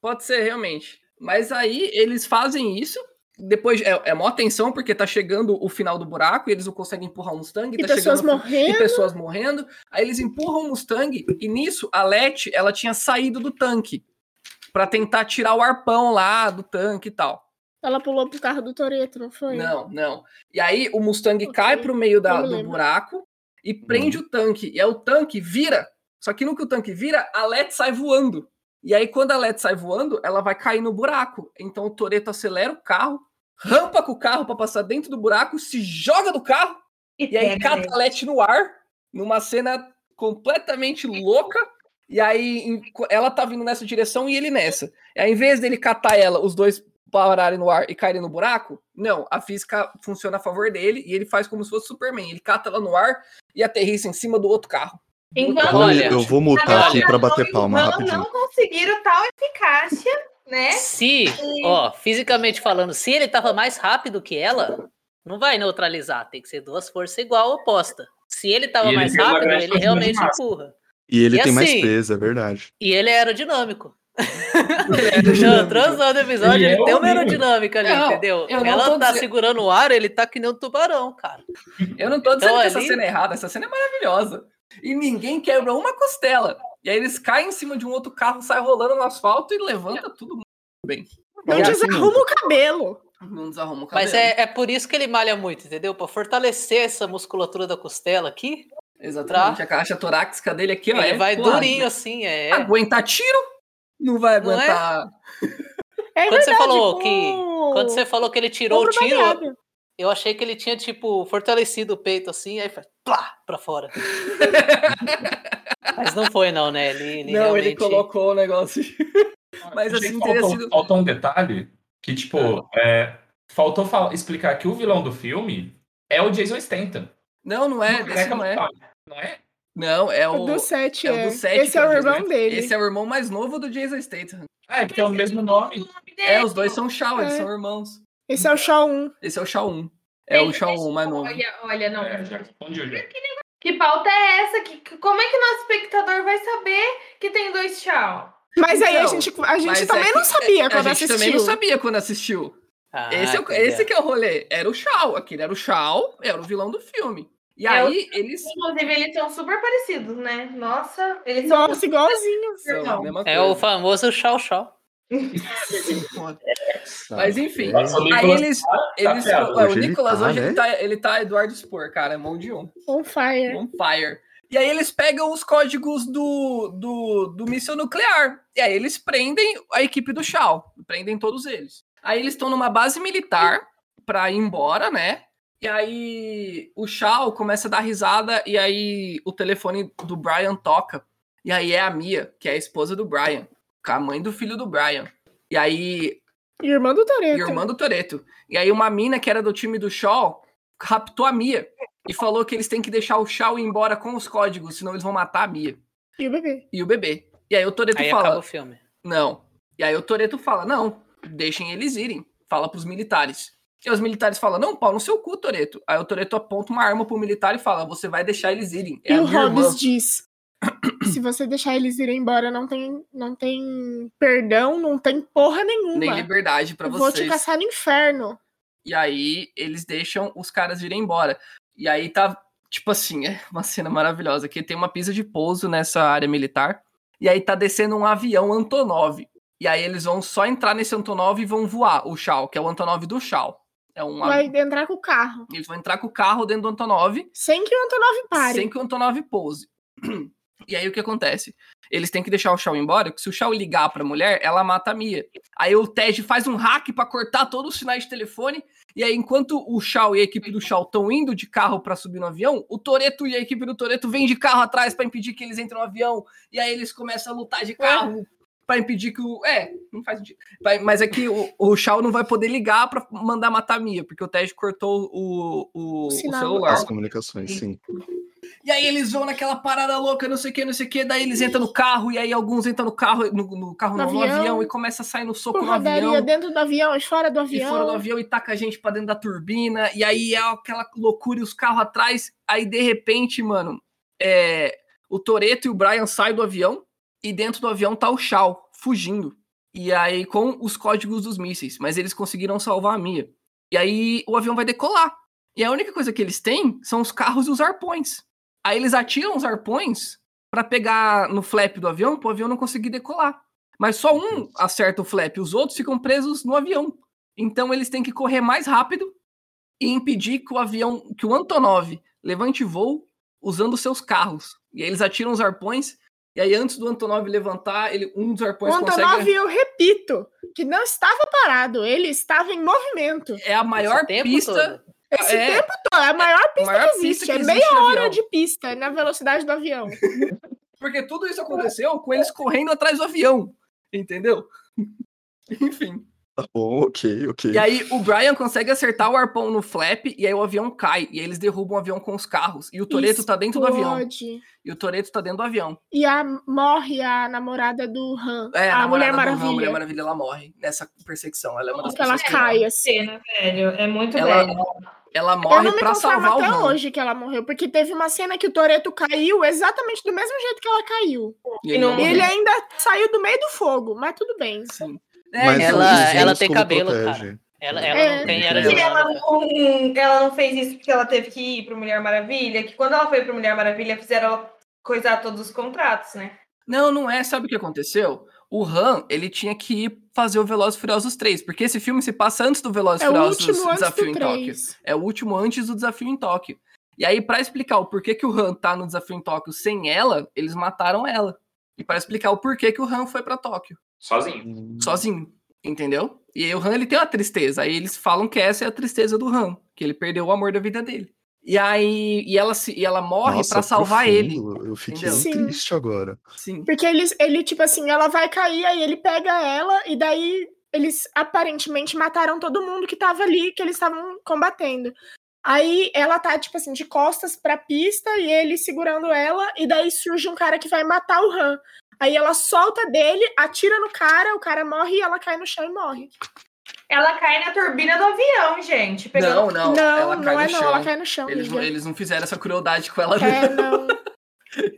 pode ser realmente. Mas aí eles fazem isso. Depois é, é mó tensão, porque tá chegando o final do buraco e eles não conseguem empurrar o Mustang.
E
tá
pessoas
chegando, o fi- E
morrendo.
pessoas morrendo. Aí eles empurram o Mustang e nisso a Let ela tinha saído do tanque Pra tentar tirar o arpão lá do tanque e tal.
Ela pulou pro carro do Toreto, não foi?
Não, não. E aí o Mustang
Ok,
cai pro meio da-
eu me
do
lembro.
buraco e prende o tanque. E aí o tanque vira. Só que no que o tanque vira, a Let sai voando. E aí, quando a Let sai voando, ela vai cair no buraco. Então o Toreto acelera o carro, rampa com o carro pra passar dentro do buraco, se joga do carro e né? aí
pega
cata
mesmo.
a Let no ar, numa cena completamente louca. E aí em- ela tá vindo nessa direção e ele nessa. E aí, em vez dele catar ela, os dois pararem no ar e caírem no buraco, não, a física funciona a favor dele e ele faz como se fosse Superman. Ele cata ela no ar e aterrissa em cima do outro carro.
Enquanto
Então, Olha,
eu vou mutar aqui pra bater palma
não,
rapidinho.
não conseguiram tal eficácia, né?
Se, ó, fisicamente falando, se ele tava mais rápido que ela, não vai neutralizar. Tem que ser duas forças igual oposta. Se ele tava
E ele
mais
pegou a
rápido,
grande
ele
quantidade de
realmente
massa.
empurra.
E ele
E
tem mais
assim-
peso, é verdade.
E ele é aerodinâmico. Não, transando o episódio,
E
ele
é
tem uma
horrível.
aerodinâmica ali,
Não,
entendeu?
eu não
Ela
tô
tá
dizendo-
segurando o ar, ele tá que nem um tubarão, cara.
Eu não tô dizendo
Então,
que essa
ali-
cena é errada, essa cena é maravilhosa. E ninguém quebra uma costela. E aí eles caem em cima de um outro carro, sai rolando no asfalto e
É.
levanta tudo muito bem.
Não
E assim
desarruma o cabelo.
Não desarruma o cabelo.
Mas é, é por isso que ele malha muito, entendeu? Pra fortalecer essa musculatura da costela aqui,
Exatamente, a caixa torácica dele aqui, ó.
ele
Tá. é
vai
porrada.
durinho assim, é.
Aguenta tiro, não vai
Não é?
aguentar.
É
Quando você
verdade,
falou
com-
que- Quando você falou que ele tirou o
ombro
tiro,
baleado.
eu achei que ele tinha, tipo, fortalecido o peito assim, aí faz plá, pra fora. Mas não foi, não, né? Ele, ele
não,
realmente...
ele colocou o negócio. Mas,
Achei
assim,
que
teria
faltou,
sido-
faltou um detalhe que, tipo, é, faltou fal- explicar que o vilão do filme é o Jason Statham.
Não, não é,
Não,
esse não é.
Não é?
Não, é
O
o.
do 7
é o
é.
do sete,
Esse
que
é o
Jason
irmão
Statham.
dele.
Esse é o irmão mais novo do Jason Statham.
Ah, é porque é o mesmo nome.
É, os dois são Shao, eles
É.
são irmãos.
Esse é o Shaw 1.
Esse é o Shao 1. É o Shao 1 mais novo.
Olha, olha, não.
É, já confundiu, já.
Que pauta é essa? Que, que- como é que nosso espectador vai saber que tem dois tchau?
Mas aí a
Então,
gente, a gente
mas
também
é
não
que-
sabia
A
quando
gente também
assistiu.
não sabia quando assistiu.
Ah,
Esse, é o-
entendeu.
esse que é o rolê. Era o Shao. Aquele era o Shao, era o vilão do filme. E
É,
aí, eles
Inclusive, eles são super parecidos, né? Nossa, eles são
Nossa, igualzinho.
são a
irmãos.
mesma
É o
coisa.
famoso chau chau.
Mas enfim.
Nossa, o
Aí
Nicolas
eles.
tá
eles
ferrado.
ué, o
Hoje ele
Nicolas
tá,
hoje ele
né?
tá, ele tá Eduardo Spor, cara. É mão de um.
On fire.
É.
On fire. E aí eles pegam os códigos do, do, do míssil nuclear. E aí eles prendem a equipe do Shao. Prendem todos eles. Aí eles estão numa base militar pra ir embora, né? E aí o Shao começa a dar risada e aí o telefone do Brian toca. E aí é a Mia, que é a esposa do Brian. com A mãe do filho do Brian. E aí
E irmã do Toreto.
e irmã do Toreto. E aí uma mina que era do time do Shaw raptou a Mia e falou que eles têm que deixar o Shaw ir embora com os códigos, senão eles vão matar a Mia
E o bebê.
e o bebê. E aí o Toreto
Aí acaba
fala:
o filme.
"Não". E aí o Toreto fala: "Não, deixem eles irem". Fala pros militares. E os militares falam: "Não, pau no seu cu, Toreto". Aí o Toreto aponta uma arma pro militar e fala: "Você vai deixar eles irem". É
e
a
o
minha
Hobbes
irmã.
diz: se você deixar eles irem embora, não tem, não tem perdão, não tem porra nenhuma.
Nem liberdade pra
Eu Vou te
vocês.
caçar no inferno.
E aí eles deixam os caras irem embora. E aí tá, tipo assim, é uma cena maravilhosa, que tem uma pista de pouso nessa área militar. E aí tá descendo um avião Antonov. E aí eles vão só entrar nesse Antonov e vão voar o Shao, que é o Antonov do Shao. É um
Vai entrar com o carro.
Eles vão entrar com o carro dentro do Antonov
Sem que o Antonov pare.
sem que o Antonov pouse. E aí o que acontece? Eles têm que deixar o Shao embora, porque se o Shao ligar pra mulher, ela mata a Mia. Aí o Tej faz um hack pra cortar todos os sinais de telefone, e aí enquanto o Shao e a equipe do Shao estão indo de carro pra subir no avião, o Toreto e a equipe do Toreto vêm de carro atrás pra impedir que eles entrem no avião, e aí eles começam a lutar
É.
de carro. Pra impedir que o. É, não faz sentido. Vai- Mas é que o, o Shao não vai poder ligar pra mandar matar a Mia, porque o Tej cortou o, o, o
Sinal.
celular.
As comunicações, sim.
E aí eles vão naquela parada louca, não sei o que, não sei o que. Daí eles entram no carro, e aí alguns entram no carro, no, no carro
No
não, no
avião.
avião, e começa a sair no soco no
Porradaria
avião.
dentro do avião e fora do
E
avião.
fora do avião e taca a gente pra dentro da turbina. E aí é aquela loucura e os carros atrás. Aí de repente, mano, é, o Toreto e o Brian saem do avião. E dentro do avião tá o Shao, fugindo. E aí com os códigos dos mísseis. Mas eles conseguiram salvar a Mia. E aí o avião vai decolar. E a única coisa que eles têm são os carros e os arpões. Aí eles atiram os arpões pra pegar no flap do avião, pro avião não conseguir decolar. Mas só um acerta o flap, os outros ficam presos no avião. Então eles têm que correr mais rápido e impedir que o avião, que o Antonov levante voo usando seus carros. E aí eles atiram os arpões. E aí antes do Antonov levantar, ele, um dos
O
arpões
Antonov,
consegue.
eu repito, que não estava parado, ele estava em movimento.
É a maior
Esse tempo
pista.
todo.
Esse
é,
tempo todo, é a maior pista
maior
que existe.
pista
é
que
meia
existe no
hora
avião.
de pista é na velocidade do avião.
Porque tudo isso aconteceu com eles correndo atrás do avião. Entendeu? Enfim.
Tá bom, ok, ok.
E aí o Brian consegue acertar o arpão no flap e aí o avião cai. E aí eles derrubam o avião com os carros. E o Toreto tá dentro do avião.
Explode.
E o Toreto tá dentro do avião.
E a, morre a namorada do Han.
É, namorada do
a, Mulher
Han, A Mulher
Maravilha.
Maravilha, ela morre nessa perseguição. Ela é uma das
Porque ela
pessoas que morre.
cai, assim.
Cena, velho. É muito
Ela-
velho.
Ela
Eu
morre
não me
pra
conformo
salvar o
até
Han.
hoje que ela morreu, porque teve uma cena que o Toreto caiu exatamente do mesmo jeito que ela caiu.
E ele não
E
E
morreu.
ele é ainda saiu do meio do fogo, mas tudo bem.
Sim. É,
Mas
ela-
os
ela
gêmeos
tem
como
cabelo,
protege.
Ela, ela
É.
não tem
Ela-
era
Que
de
ela,
ouro,
não- hum, ela não fez isso porque ela teve que ir pro Mulher Maravilha, que quando ela foi pro Mulher Maravilha, fizeram ela coisar todos os contratos, né?
Não, não é. Sabe o que aconteceu? O Han, ele tinha que ir fazer o Velozes e Furiosos 3, porque esse filme se passa antes do Velozes e
É o
Furiosos
último antes
Desafio
do
em Tóquio.
3.
É o último antes do Desafio em Tóquio. E aí, pra explicar o porquê que o Han tá no Desafio em Tóquio sem ela, eles mataram ela. E pra explicar o porquê que o Han foi pra Tóquio,
Sozinho.
Hum,
sozinho, entendeu? E aí o Han, ele tem uma tristeza. Aí eles falam que essa é a tristeza do Han, que ele perdeu o amor da vida dele. E aí, e ela, se, e ela morre
nossa,
pra salvar ele.
profundo. Eu fiquei
entendeu?
Sim.
triste agora.
Sim.
Porque ele, ele, tipo assim, ela vai cair, aí ele pega ela, e daí eles aparentemente mataram todo mundo que tava ali, que eles estavam combatendo. Aí ela tá, tipo assim, de costas pra pista e ele segurando ela, e daí surge um cara que vai matar o Han. Aí ela solta dele, atira no cara, o cara morre e ela cai no chão e morre.
Ela cai na turbina do avião, gente. Pegando...
Não, não, ela cai
é
no
não,
chão.
ela cai no chão.
Eles, não-
amiga.
eles não fizeram essa crueldade com ela, não.
É, não.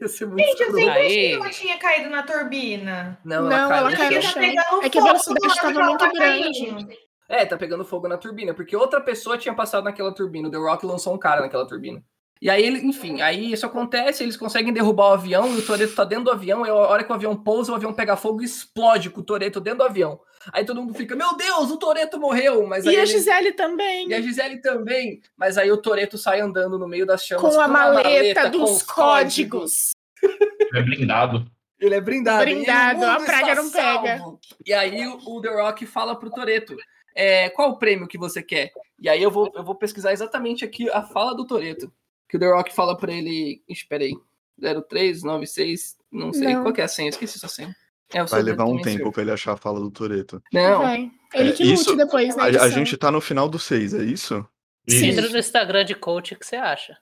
Ia ser muito
Gente, eu
escroto.
sempre achei
Aí.
que ela tinha caído na turbina.
Não,
Não,
ela,
ela
caiu.
caiu
Porque
no
no
tá
chão.
chão.
pegando
É que a
fogo,
velocidade
ela
tava muito
tá
grande.
caindo.
É, tá pegando fogo na turbina, porque outra pessoa tinha passado naquela turbina. O The Rock lançou um cara naquela turbina. E aí, ele, enfim, aí isso acontece, eles conseguem derrubar o avião, e o Toreto tá dentro do avião, e a hora que o avião pousa, o avião pega fogo e explode com o Toreto dentro do avião. Aí todo mundo fica, meu Deus, o Toreto morreu! Mas aí
E assim a
ele-
Gisele também.
e a Gisele também, mas aí o Toreto sai andando no meio das chamas
com a
uma
maleta
com
dos
os códigos.
códigos.
Ele é blindado.
Ele é brindado.
Brindado,
e o mundo
a praga
está
não pega.
salvo. E aí o o The Rock fala pro Toreto: é, qual o prêmio que você quer? E aí eu vou, eu vou pesquisar exatamente aqui a fala do Toreto. Que o The Rock fala pra ele. Espera aí. 0396, não sei.
Não.
Qual que é a senha? Eu Esqueci sua senha. É, o
Vai
seu
levar um
também é seu.
tempo pra ele achar a fala do Toreto.
Não,
Vai. Ele
É,
que lute
isso-
depois, né?
A, a gente tá no final do 6, é isso?
Sim.
Entra no Instagram de coach o que você acha.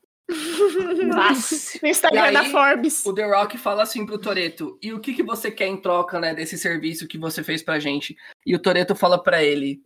No Instagram
E
da
aí-
Forbes.
O The Rock fala assim pro Toreto: "E o que que você quer em troca, né, desse serviço que você fez pra gente?" E o Toreto fala pra ele: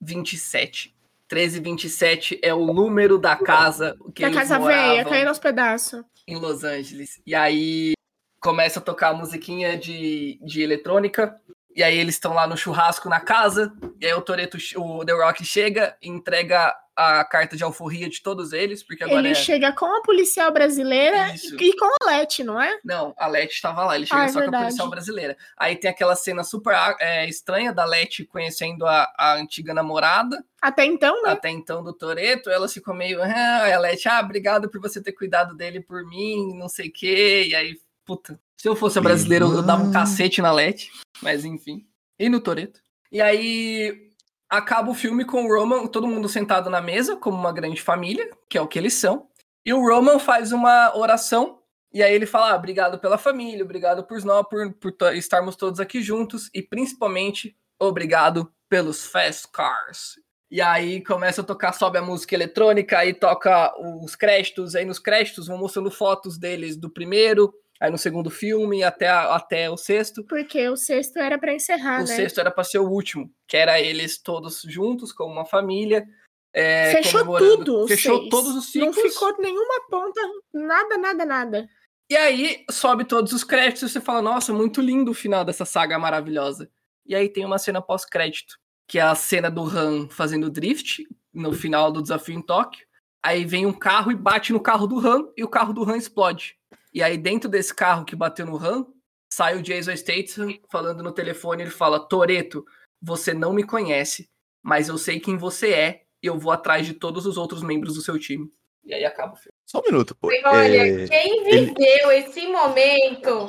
"1327. 1327 é o número da casa que
Da
eles
é casa velha,
moravam
caindo aos pedaços.
em Los Angeles". E aí começa a tocar a musiquinha de, de eletrônica. E aí eles estão lá no churrasco na casa, e aí o Toreto, o The Rock chega e entrega a carta de alforria de todos eles, porque agora
Ele
é
chega com a policial brasileira
Isso.
e com a Leti, não é?
Não, a Leti estava lá, ele chega
Ah, é
só com a
verdade.
policial brasileira. Aí tem aquela cena super ah, é, estranha da Leti conhecendo a, a antiga namorada,
Até então, né?
até então do Toreto, ela ficou meio. Ah, a Leti, ah, obrigado por você ter cuidado dele por mim, não sei o quê. E aí, puta, se eu fosse a brasileira, eu dava um cacete na Leti, mas enfim. E no Toreto. E aí acaba o filme com o Roman, todo mundo sentado na mesa, como uma grande família, que é o que eles são. E o Roman faz uma oração e aí ele fala: ah, obrigado pela família, obrigado por nós, por, por to- estarmos todos aqui juntos e principalmente obrigado pelos fast cars. E aí começa a tocar, sobe a música eletrônica, aí toca os créditos, aí nos créditos vão mostrando fotos deles do primeiro, aí no segundo filme até, a- até o sexto.
Porque o sexto era pra encerrar,
o
né?
sexto era para ser o último, que era eles todos juntos como uma família. é,
Fechou
comemorando-
tudo. o
Fechou
seis.
todos os
Não
ciclos.
ficou nenhuma ponta, nada, nada, nada.
E aí sobe todos os créditos e você fala, nossa, muito lindo o final dessa saga maravilhosa. E aí tem uma cena pós-crédito, que é a cena do Han fazendo drift no final do desafio em Tóquio. Aí vem um carro e bate no carro do Han e o carro do Han explode. E aí dentro desse carro que bateu no Han, sai o Jason Statham falando no telefone, ele fala: "Toreto, você não me conhece, mas eu sei quem você é e eu vou atrás de todos os outros membros do seu time". E aí acaba o filme.
Só um minuto. pô.
Olha,
É,
quem viveu esse momento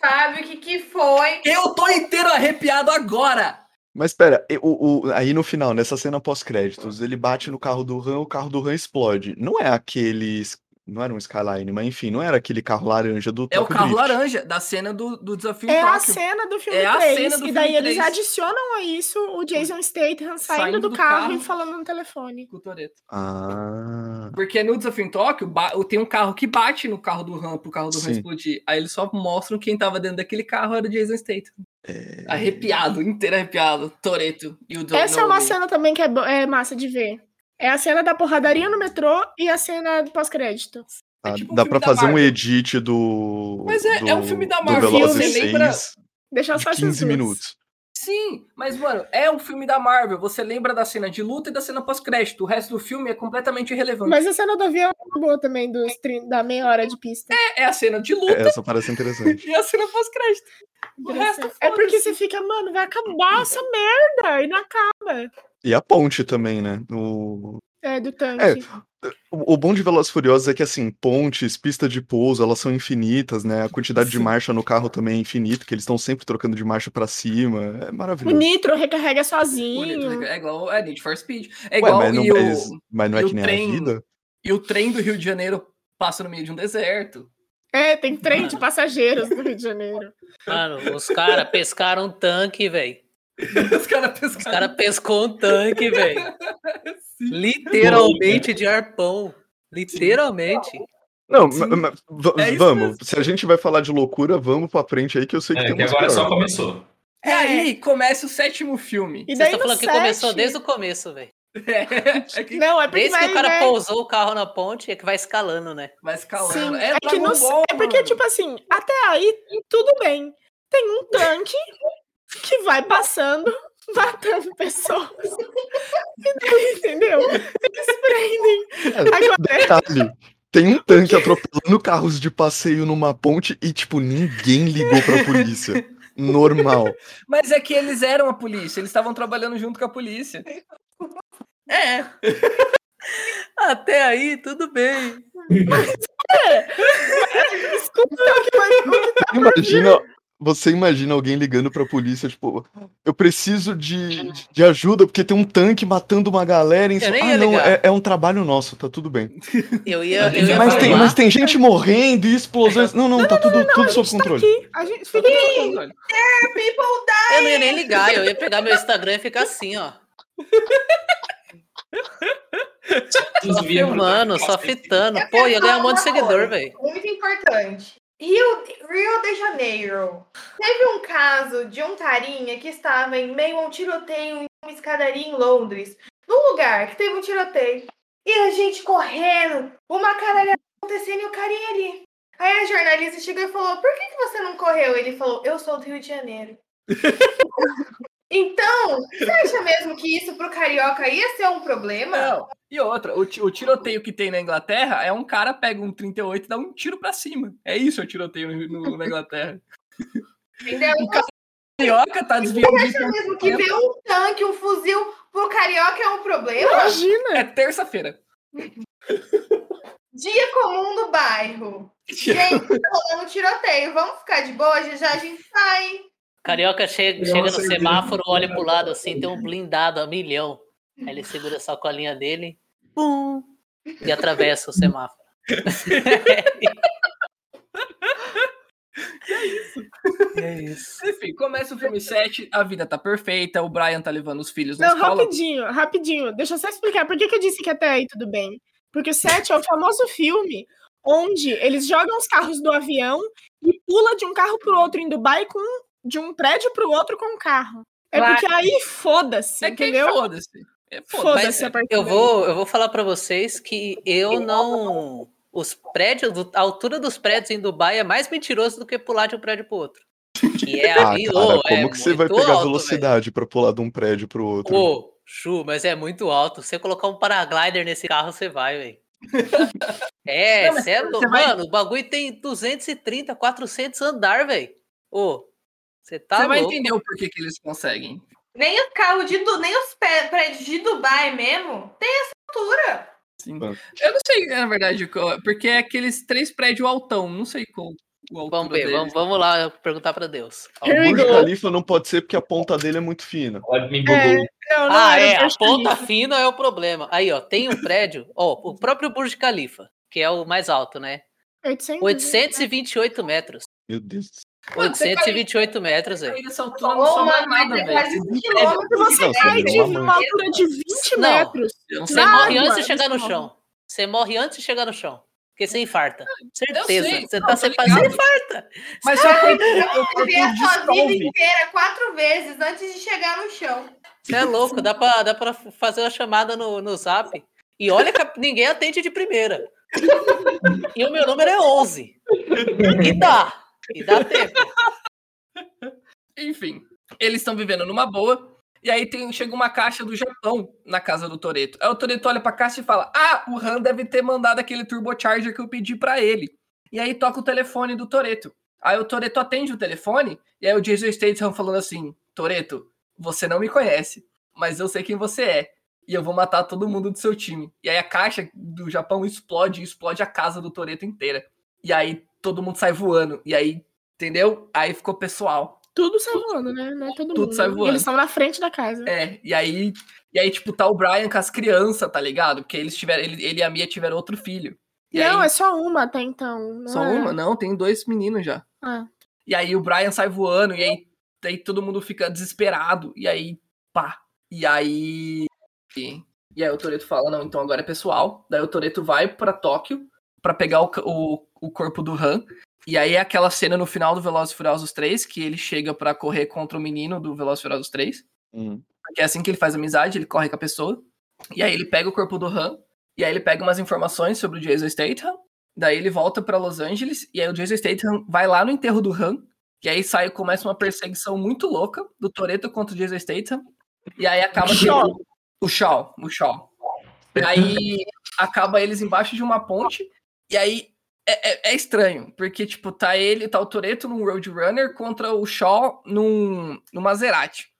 sabe o que, que foi.
Eu tô inteiro arrepiado agora.
Mas pera, e- o, o- aí no final, nessa cena pós-créditos, ele bate no carro do Han, o carro do Han explode. Não é aqueles Não era um Skyline, mas enfim, não era aquele carro laranja do
É o
Tokyo
carro
Drift.
laranja da cena do, do desafio
É a
Tóquio.
cena do filme
É a
3.
cena do
e daí
filme
eles
três.
adicionam a isso o Jason Statham saindo,
Saindo
do,
do
carro,
carro.
e falando no telefone.
com o Toretto.
Ah,
Porque no desafio em Tóquio, ba- tem um carro que bate no carro do Ram, pro carro do Ram
Sim.
explodir. Aí eles só mostram quem tava dentro daquele carro era o Jason Statham.
é...
Arrepiado, inteiro arrepiado. Toreto e o John
Essa é uma
Nolan.
cena também que é, bo- é massa de ver. É a cena da porradaria no metrô e a cena do pós-crédito.
É
Ah,
tipo um
Dá
filme
pra
da
fazer um
Marvel.
edit do.
Mas é-
do,
é um filme da
do
Marvel, né?
Velozes
você
6
lembra-
Deixa eu
de
só essas
15
duas.
minutos.
Sim, mas, mano, é um filme da Marvel. Você lembra da cena de luta e da cena pós-crédito. O resto do filme é completamente irrelevante.
Mas a cena do avião é muito boa também, dos, trin- da meia hora de pista.
É a cena de luta
Essa parece interessante.
e a cena pós-crédito. O resto,
Interessante. é porque
foda-se.
você fica, mano, vai acabar essa merda e não acaba.
E a ponte também, né? O,
É, do tanque.
É, o o bom de Velozes e Furiosos é que, assim, pontes, pista de pouso, elas são infinitas, né? A quantidade de
Sim.
marcha no carro também é infinita, que eles estão sempre trocando de marcha pra cima. É
O
maravilhoso.
nitro recarrega
Bonito,
sozinho.
É igual a Need for Speed. É
Ué,
igual
mas não,
e, o,
mas- mas não é
e o
que nem
trem-
a vida?
e o trem do Rio de Janeiro passa no meio de um deserto.
É, tem trem de passageiros no Rio de Janeiro.
Mano, os caras pescaram um tanque, velho.
Os caras
Os
pescaram.
caras pescou um tanque, velho.
Sim.
né?
Literalmente de arpão. Literalmente.
Não,
Sim.
ma- ma- va-
É isso
vamos.
mesmo.
Se a gente vai falar de loucura, vamos pra frente aí, que eu sei que
É,
tem
que
umas
agora
pior.
só começou.
É.
E aí começa o sétimo filme.
E
Você
daí
tá
no
falando que começou
sete-
desde o começo, velho.
É, é que
Não, é porque
Desde
vai,
que o cara
vai-
pousou o carro na ponte, é que vai escalando, né?
vai escalando.
Sim,
é,
é, que
Dragon
não...
Ball,
é porque,
mano.
tipo assim, até aí tudo bem. Tem um tanque que vai passando, matando pessoas. E daí, entendeu? Eles prendem. Agora,
É, Detalhe, tem um tanque atropelando carros de passeio numa ponte e, tipo, ninguém ligou pra polícia. Normal.
Mas é que eles eram a polícia, eles estavam trabalhando junto com a polícia.
É. Até aí, tudo bem.
Imagina, você imagina alguém ligando pra polícia, tipo, eu preciso de, de ajuda porque tem um tanque matando uma galera. Em...
Eu nem
Ah,
ia
não,
ligar.
é, é um trabalho nosso, tá tudo bem.
Eu ia, eu ia
Mas tem,
falar,
mas tem gente morrendo e explosões. Não, não, tá tudo, tudo sob controle.
aqui, a gente fica
People da
tá
eu não ia nem ligar, eu ia pegar meu Instagram e ficar assim, ó. Só
né?
filmando, só fitando. Pô, ia ganhar um monte de seguidor, velho.
muito importante. Rio, Rio de Janeiro. Teve um caso de um carinha que estava em meio a um tiroteio em uma escadaria em Londres. Num lugar que teve um tiroteio. E a gente correndo, uma caralhada acontecendo e o carinha ali. Aí a jornalista chegou e falou: Por que, que você não correu? Ele falou: Eu sou do Rio de Janeiro. então, você acha mesmo que isso pro carioca ia ser um problema?
Não. E outra, o, ti- o tiroteio que tem na Inglaterra é um cara pega um 38 e dá um tiro pra cima. É isso o tiroteio no, no- na Inglaterra.
Entendeu?
Carioca tá desviando de
mesmo que ver um tanque, um fuzil pro carioca é um problema?
imagina.
É terça-feira.
Dia comum do bairro. Gente, tá rolando tiroteio. Vamos ficar de boa? Já já a gente sai.
Carioca chega, chega no
Nossa, eu vi.
semáforo, olha pro lado assim, tem um blindado a milhão. Aí ele segura só com a linha dele, pum, e atravessa o semáforo. é isso.
Enfim, começa o filme 7, a vida tá perfeita, o Brian tá levando os filhos na
Não,
escola.
rapidinho, rapidinho. Deixa eu só explicar por que, que eu disse que até aí tudo bem. Porque o 7 é o famoso filme onde eles jogam os carros do avião e pula de um carro pro outro em Dubai com de um prédio pro outro com um carro. É
Claro.
porque aí foda-se,
É quem
entendeu?
foda-se. É
Foda-se
foda-se.
a partir
Eu
daí.
vou, eu vou falar pra vocês que eu não. Os prédios, do- a altura dos prédios em Dubai é mais mentiroso do que pular de um prédio pro outro. Que é
Ah,
ali,
cara,
ô,
como
é
que você vai
muito
pegar
alto, velho.
velocidade pra pular de um prédio pro outro?
Ô, Chu, mas é muito alto. Você colocar um paraglider nesse carro, você vai, velho. É,
Não, mas
você é louco.
você vai-
Mano, o bagulho tem 230, 400 andar, velho. Ô, você tá
Você vai
louco.
entender o porquê que eles conseguem.
Nem os carros de Du- nem os pé- prédios de Dubai mesmo tem essa altura.
Sim.
Tá.
Eu não sei, na verdade, qual- porque é aqueles três prédios altão, não sei qual. o altura
Vamos ver,
deles.
vamos, vamos lá perguntar pra Deus.
O
Here we
Burj
go.
Khalifa não pode ser porque a ponta dele é muito fina.
Me bugou.
Não, não
Ah,
era
é, a
Burj
ponta
Khalifa.
Uhum.
fina é o problema. Aí, ó, tem um prédio, ó, o próprio Burj Khalifa. que é o mais alto, né?
800,
828 metros.
Meu Deus. do céu.
Mano, você
828 metros, velho.
Nessa altura não
Ô,
sobra
mano,
nada,
mas é quase
velho.
um quilômetro.
Você
Não, você
cai de
viu a mãe.
uma altura de 20
Não.
metros.
Eu
Você
sei,
Nada,
morre antes de
mano,
chegar no
isso
chão. Você morre antes de chegar no chão. Porque você infarta. Certeza.
sei,
Você
não,
tá
tô
separado. Você
ligado.
infarta.
Mas só que eu
Eu
cortei
vivi a sua vida
dissolve.
inteira quatro vezes antes de chegar no chão.
Você é louco. Dá pra, dá pra fazer uma chamada no, no zap. E olha que a- ninguém atende de primeira. E o meu número é 11. E dá. E dá tempo.
Enfim, eles estão vivendo numa boa. E aí tem, chega uma caixa do Japão na casa do Toreto. Aí o Toreto olha pra caixa e fala: Ah, o Han deve ter mandado aquele turbocharger que eu pedi pra ele. E aí toca o telefone do Toreto. Aí o Toreto atende o telefone. E aí o Jason Statham falando assim: Toreto, você não me conhece, mas eu sei quem você é. E eu vou matar todo mundo do seu time. E aí a caixa do Japão explode e explode a casa do Toreto inteira. E aí todo mundo sai voando. E aí, entendeu? Aí ficou pessoal.
Tudo sai voando, né? Não é todo
Tudo
mundo.
sai
E
voando.
Eles estão na frente da casa.
É, e aí, e aí, tipo, tá o Brian com as crianças, tá ligado? Porque eles tiveram, ele, ele e a Mia tiveram outro filho. E
não,
aí,
é só uma até então. não
só
é?
uma? Não, tem dois meninos já.
Ah.
E aí o Brian sai voando, e aí, aí todo mundo fica desesperado. E aí, pá. E aí. E, e aí o Toreto fala, não, então agora é pessoal. Daí o Toreto vai pra Tóquio pra pegar o, ca- o, o corpo do Han. E aí é aquela cena no final do Velozes e Furiosos 3, que ele chega pra correr contra o menino do Velozes e Furiosos 3.
Hum.
Porque é assim que ele faz amizade, ele corre com a pessoa. E aí ele pega o corpo do Han. E aí ele pega umas informações sobre o Jason Statham. Daí ele volta pra Los Angeles. E aí o Jason Statham vai lá no enterro do Han. E aí sai, começa uma perseguição muito louca do Toreto contra o Jason Statham. E aí acaba que.
Shaw.
O Shaw, o Shaw. E É, aí acaba eles embaixo de uma ponte. E aí é, é- é estranho, porque, tipo, tá ele, tá o Toreto num Roadrunner contra o Shaw num, num Maserati.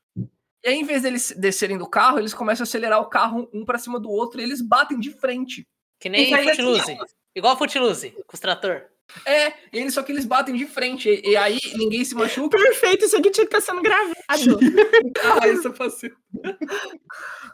E aí, em vez deles descerem do carro, eles começam a acelerar o carro um pra cima do outro e eles batem de frente.
Que nem
Isso aí é
Footloose. Igual Footloose, com os trator.
É, e eles só que eles batem de frente. E, e aí ninguém se machuca.
Perfeito, isso aqui tinha que estar sendo gravado.
ah, isso eu faço.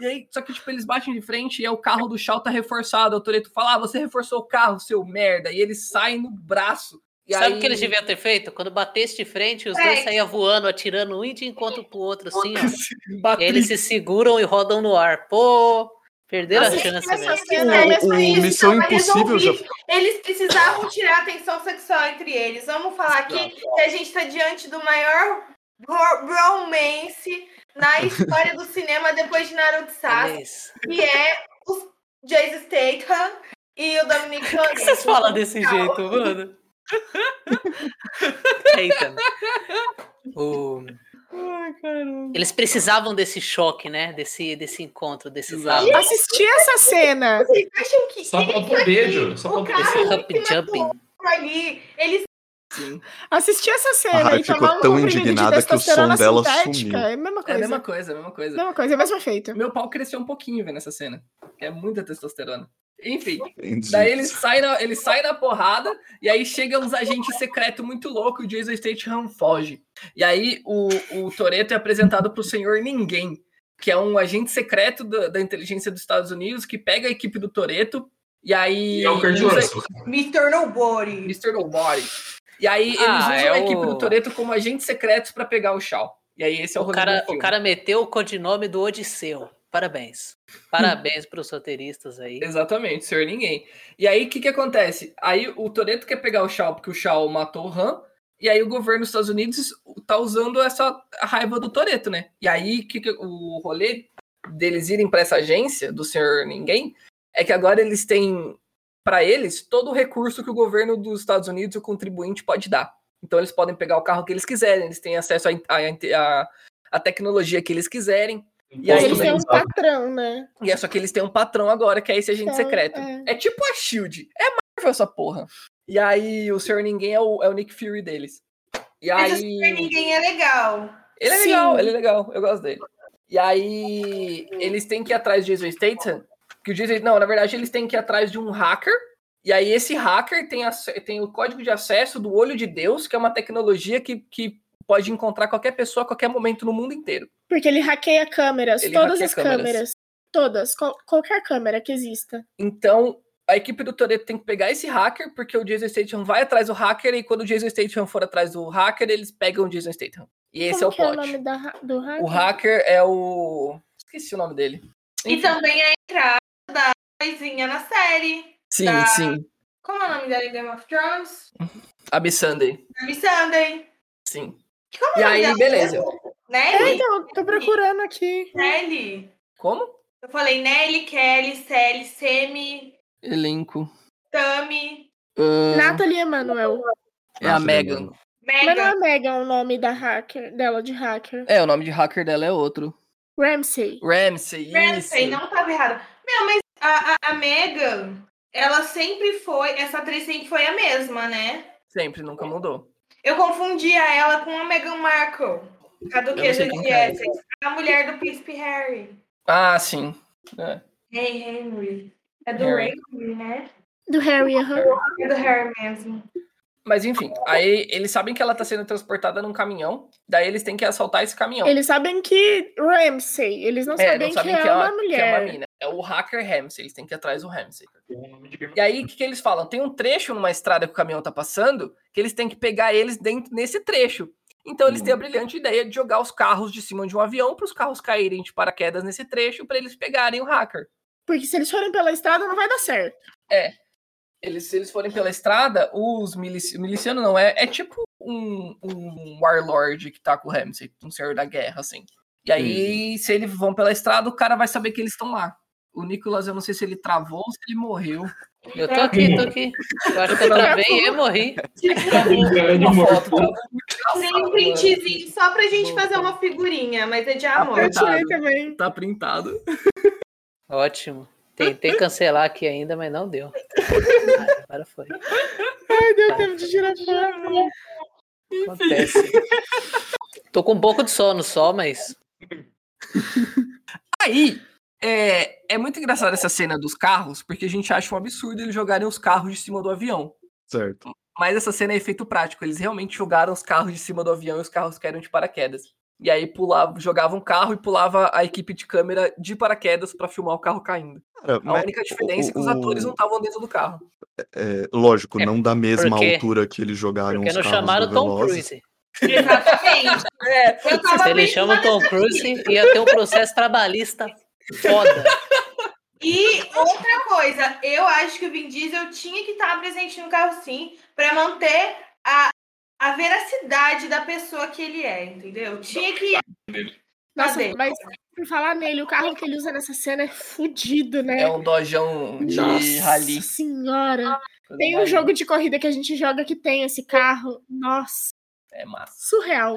E aí, só que, tipo, eles batem de frente e aí o carro do Shaw tá reforçado. O Toreto fala: Ah, você reforçou o carro, seu merda. E eles saem no braço. E
Sabe
aí...
o que eles deviam ter feito? Quando batesse de frente, os
É.
dois saíam voando, atirando um de encontro pro outro, assim, ó. E aí
batem?
eles se seguram e rodam no ar. Pô,
Tá
perderam
Nossa,
a chance,
essa
assim
velho.
cena,
né?
O-
um
essa
o
aí,
Missão
tava
Impossível já-
resolvido. Eles precisavam tirar a tensão sexual entre eles. Vamos falar aqui que a gente está diante do maior bro- bromance na história do cinema depois de Naruto Sasuke,
Mas-
que é o Jason Statham e o Dominic
Por é que vocês falam desse jeito, mano? Eita. O- Eles precisavam desse choque, né? Desse, desse encontro, desse
Exato.
salto.
Assistir essa cena.
Vocês acham que
Só
ele
falta um
foi
beijo, só
o
falta um
cara-
beijo.
Hop jumping.
ali, eles
É
Assistir essa
A
cena
Rai
e
ficou
tomar um
tão
comprimido
indignada
de
que o som
testosterona
dela
sintética.
sumiu.
É a mesma
É
coisa.
a mesma coisa, a mesma coisa.
mesma coisa, é o mesmo efeito.
Meu pau cresceu um pouquinho, velho, nessa cena. É muita testosterona. Enfim.
Entendi.
Daí ele sai, na, ele sai na porrada, e aí chega uns agentes secretos muito loucos, e o Jason Statham foge. E aí o, o Toreto é apresentado pro senhor Ninguém, que é um agente secreto da, da inteligência dos Estados Unidos, que pega a equipe do Toreto, e aí...
E é o Kurt
usa-
Russell.
Mr. Nobody.
Mr. Nobody. E aí eles
Ah,
usam
é
a equipe
o-
do Toreto como agentes secretos pra pegar o Shaw. E aí esse é o,
O
rolê do
cara, o
filme.
cara meteu o codinome do Odisseu. Parabéns. Parabéns pros roteiristas aí.
Exatamente, senhor ninguém. E aí, o que que acontece? Aí o Toreto quer pegar o Shaw, porque o Shaw matou o Han, e aí o governo dos Estados Unidos tá usando essa raiva do Toreto, né? E aí, que que- o rolê deles irem pra essa agência, do senhor ninguém, é que agora eles têm, pra eles, todo o recurso que o governo dos Estados Unidos, o contribuinte, pode dar. Então eles podem pegar o carro que eles quiserem, eles têm acesso à in- à inte- à- à tecnologia que eles quiserem, E aí
Eles
tudo
têm
bem,
um patrão, né?
e é só que eles têm um patrão agora, que é esse agente
Então,
secreto.
é.
É tipo a Shield. É Marvel essa porra. E aí, o Senhor Ninguém é o, é o Nick Fury deles. E
Mas o
aí.
Super Ninguém é legal.
Ele é
Sim.
legal, ele é legal. Eu gosto dele. E aí, eles têm que ir atrás de Jason Statham. Que o Jason, não, na verdade, eles têm que ir atrás de um hacker. E aí, esse hacker tem, ace- tem o código de acesso do Olho de Deus, que é uma tecnologia que, que pode encontrar qualquer pessoa a qualquer momento no mundo inteiro.
Porque ele hackeia câmeras,
Ele
todas
hackeia
as
câmeras.
câmeras. Todas, qual- qualquer câmera que exista.
Então, a equipe do Toreto tem que pegar esse hacker, porque o Jason Statham vai atrás do hacker, e quando o Jason Statham for atrás do hacker, eles pegam o Jason Statham. E esse
Como
é o
que é o
plot.
nome da, ra- do hacker?
O hacker é o. Esqueci o nome dele.
E também a entrada da coisinha na série.
Sim,
da-
sim.
Como é o nome dela em Game of Thrones?
A Miss Sunday.
Nami Sunday.
Sim.
Como é o
E
nome
aí,
dela
beleza.
mesmo?
É,
Nelly?
então, tô procurando aqui.
Nelly.
Como?
Eu falei Nelly, Kelly, Sally, Semi,
Elenco.
Tami,
Ahn,
Natalie Emanuel.
é a
Nossa,
Megan.
Leonardo.
Mas não
Megan.
é Megan o nome da hacker, dela de hacker.
É, o nome de hacker dela é outro.
Ramsey.
Ramsey, isso.
Ramsey, não tava errado. Meu, mas a, a, a Megan, ela sempre foi, essa atriz sempre foi a mesma, né?
Sempre, nunca mudou.
Eu confundia ela com a Megan Markle, a duquesa
sei quem
de
que é.
Essex, a mulher do príncipe Harry.
Ah, sim.
Hey, Henry. É do
Harry.
Henry, né?
Do Harry aham.
É do Harry mesmo.
Mas enfim, aí eles sabem que ela tá sendo transportada num caminhão, daí eles têm que assaltar esse caminhão.
Eles sabem que Ramsey. Eles não
Então. É,
sabem
não sabem
que, é uma mulher.
é uma mina. É o hacker Ramsey, eles têm que ir atrás do Ramsey.
O nome de Game
E aí, o que, que eles falam? Tem um trecho numa estrada que o caminhão tá passando, que eles têm que pegar eles dentro nesse trecho. Então eles têm a brilhante ideia de jogar os carros de cima de um avião para os carros caírem de paraquedas nesse trecho para eles pegarem o hacker.
Porque se eles forem pela estrada, não vai dar certo.
Eles, se eles forem pela estrada, os milici milicianos não, é, é tipo um, um warlord que tá com o Ramsey, um senhor da guerra, assim. E aí, se eles vão pela estrada, o cara vai saber que eles estão lá. O Nicolas, eu não sei se ele travou ou se ele morreu.
Eu tô aqui, tô aqui. Eu acho que eu travei e morri.
Grande
Uma
morto.
foto, travou.
Tem um printzinho só pra gente
Boa.
fazer uma figurinha, mas é de
Eu
amor.
Apertado.
tirei também.
tá printado.
Ótimo. Tentei cancelar aqui ainda, mas não deu. Agora foi.
Ai, deu tempo de tirar fora.
Acontece. Tô com um pouco de sono só, mas.
Aí, é, é muito engraçada essa cena dos carros, porque a gente acha um absurdo eles jogarem os carros de cima do avião.
Certo.
Mas essa cena é efeito prático. Eles realmente jogaram os carros de cima do avião e os carros caíram de paraquedas. E aí pulava, jogava um carro e pulava a equipe de câmera de paraquedas pra filmar o carro caindo.
Cara,
A
mas-
única diferença é que os
o-
atores não estavam dentro do carro.
é, lógico, não da mesma
porque-
altura que eles jogaram
Porque
os
não
carros
chamaram
do
Tom
Velozes.
Cruise.
Exatamente.
É.
Eu tava
Se eles
pensando
chamam Tom Cruise, ia ter um processo trabalhista foda.
E outra coisa, eu acho que o Vin Diesel tinha que estar presente no carro sim, pra manter a, a veracidade da pessoa que ele é, entendeu? Tinha que.
Nossa,
Cadê?
mas por falar nele, o carro que ele usa nessa cena é fudido, né?
É um dojão de rally.
Nossa senhora. Tem um jogo de corrida que a gente joga que tem esse carro. Nossa,
É massa.
surreal.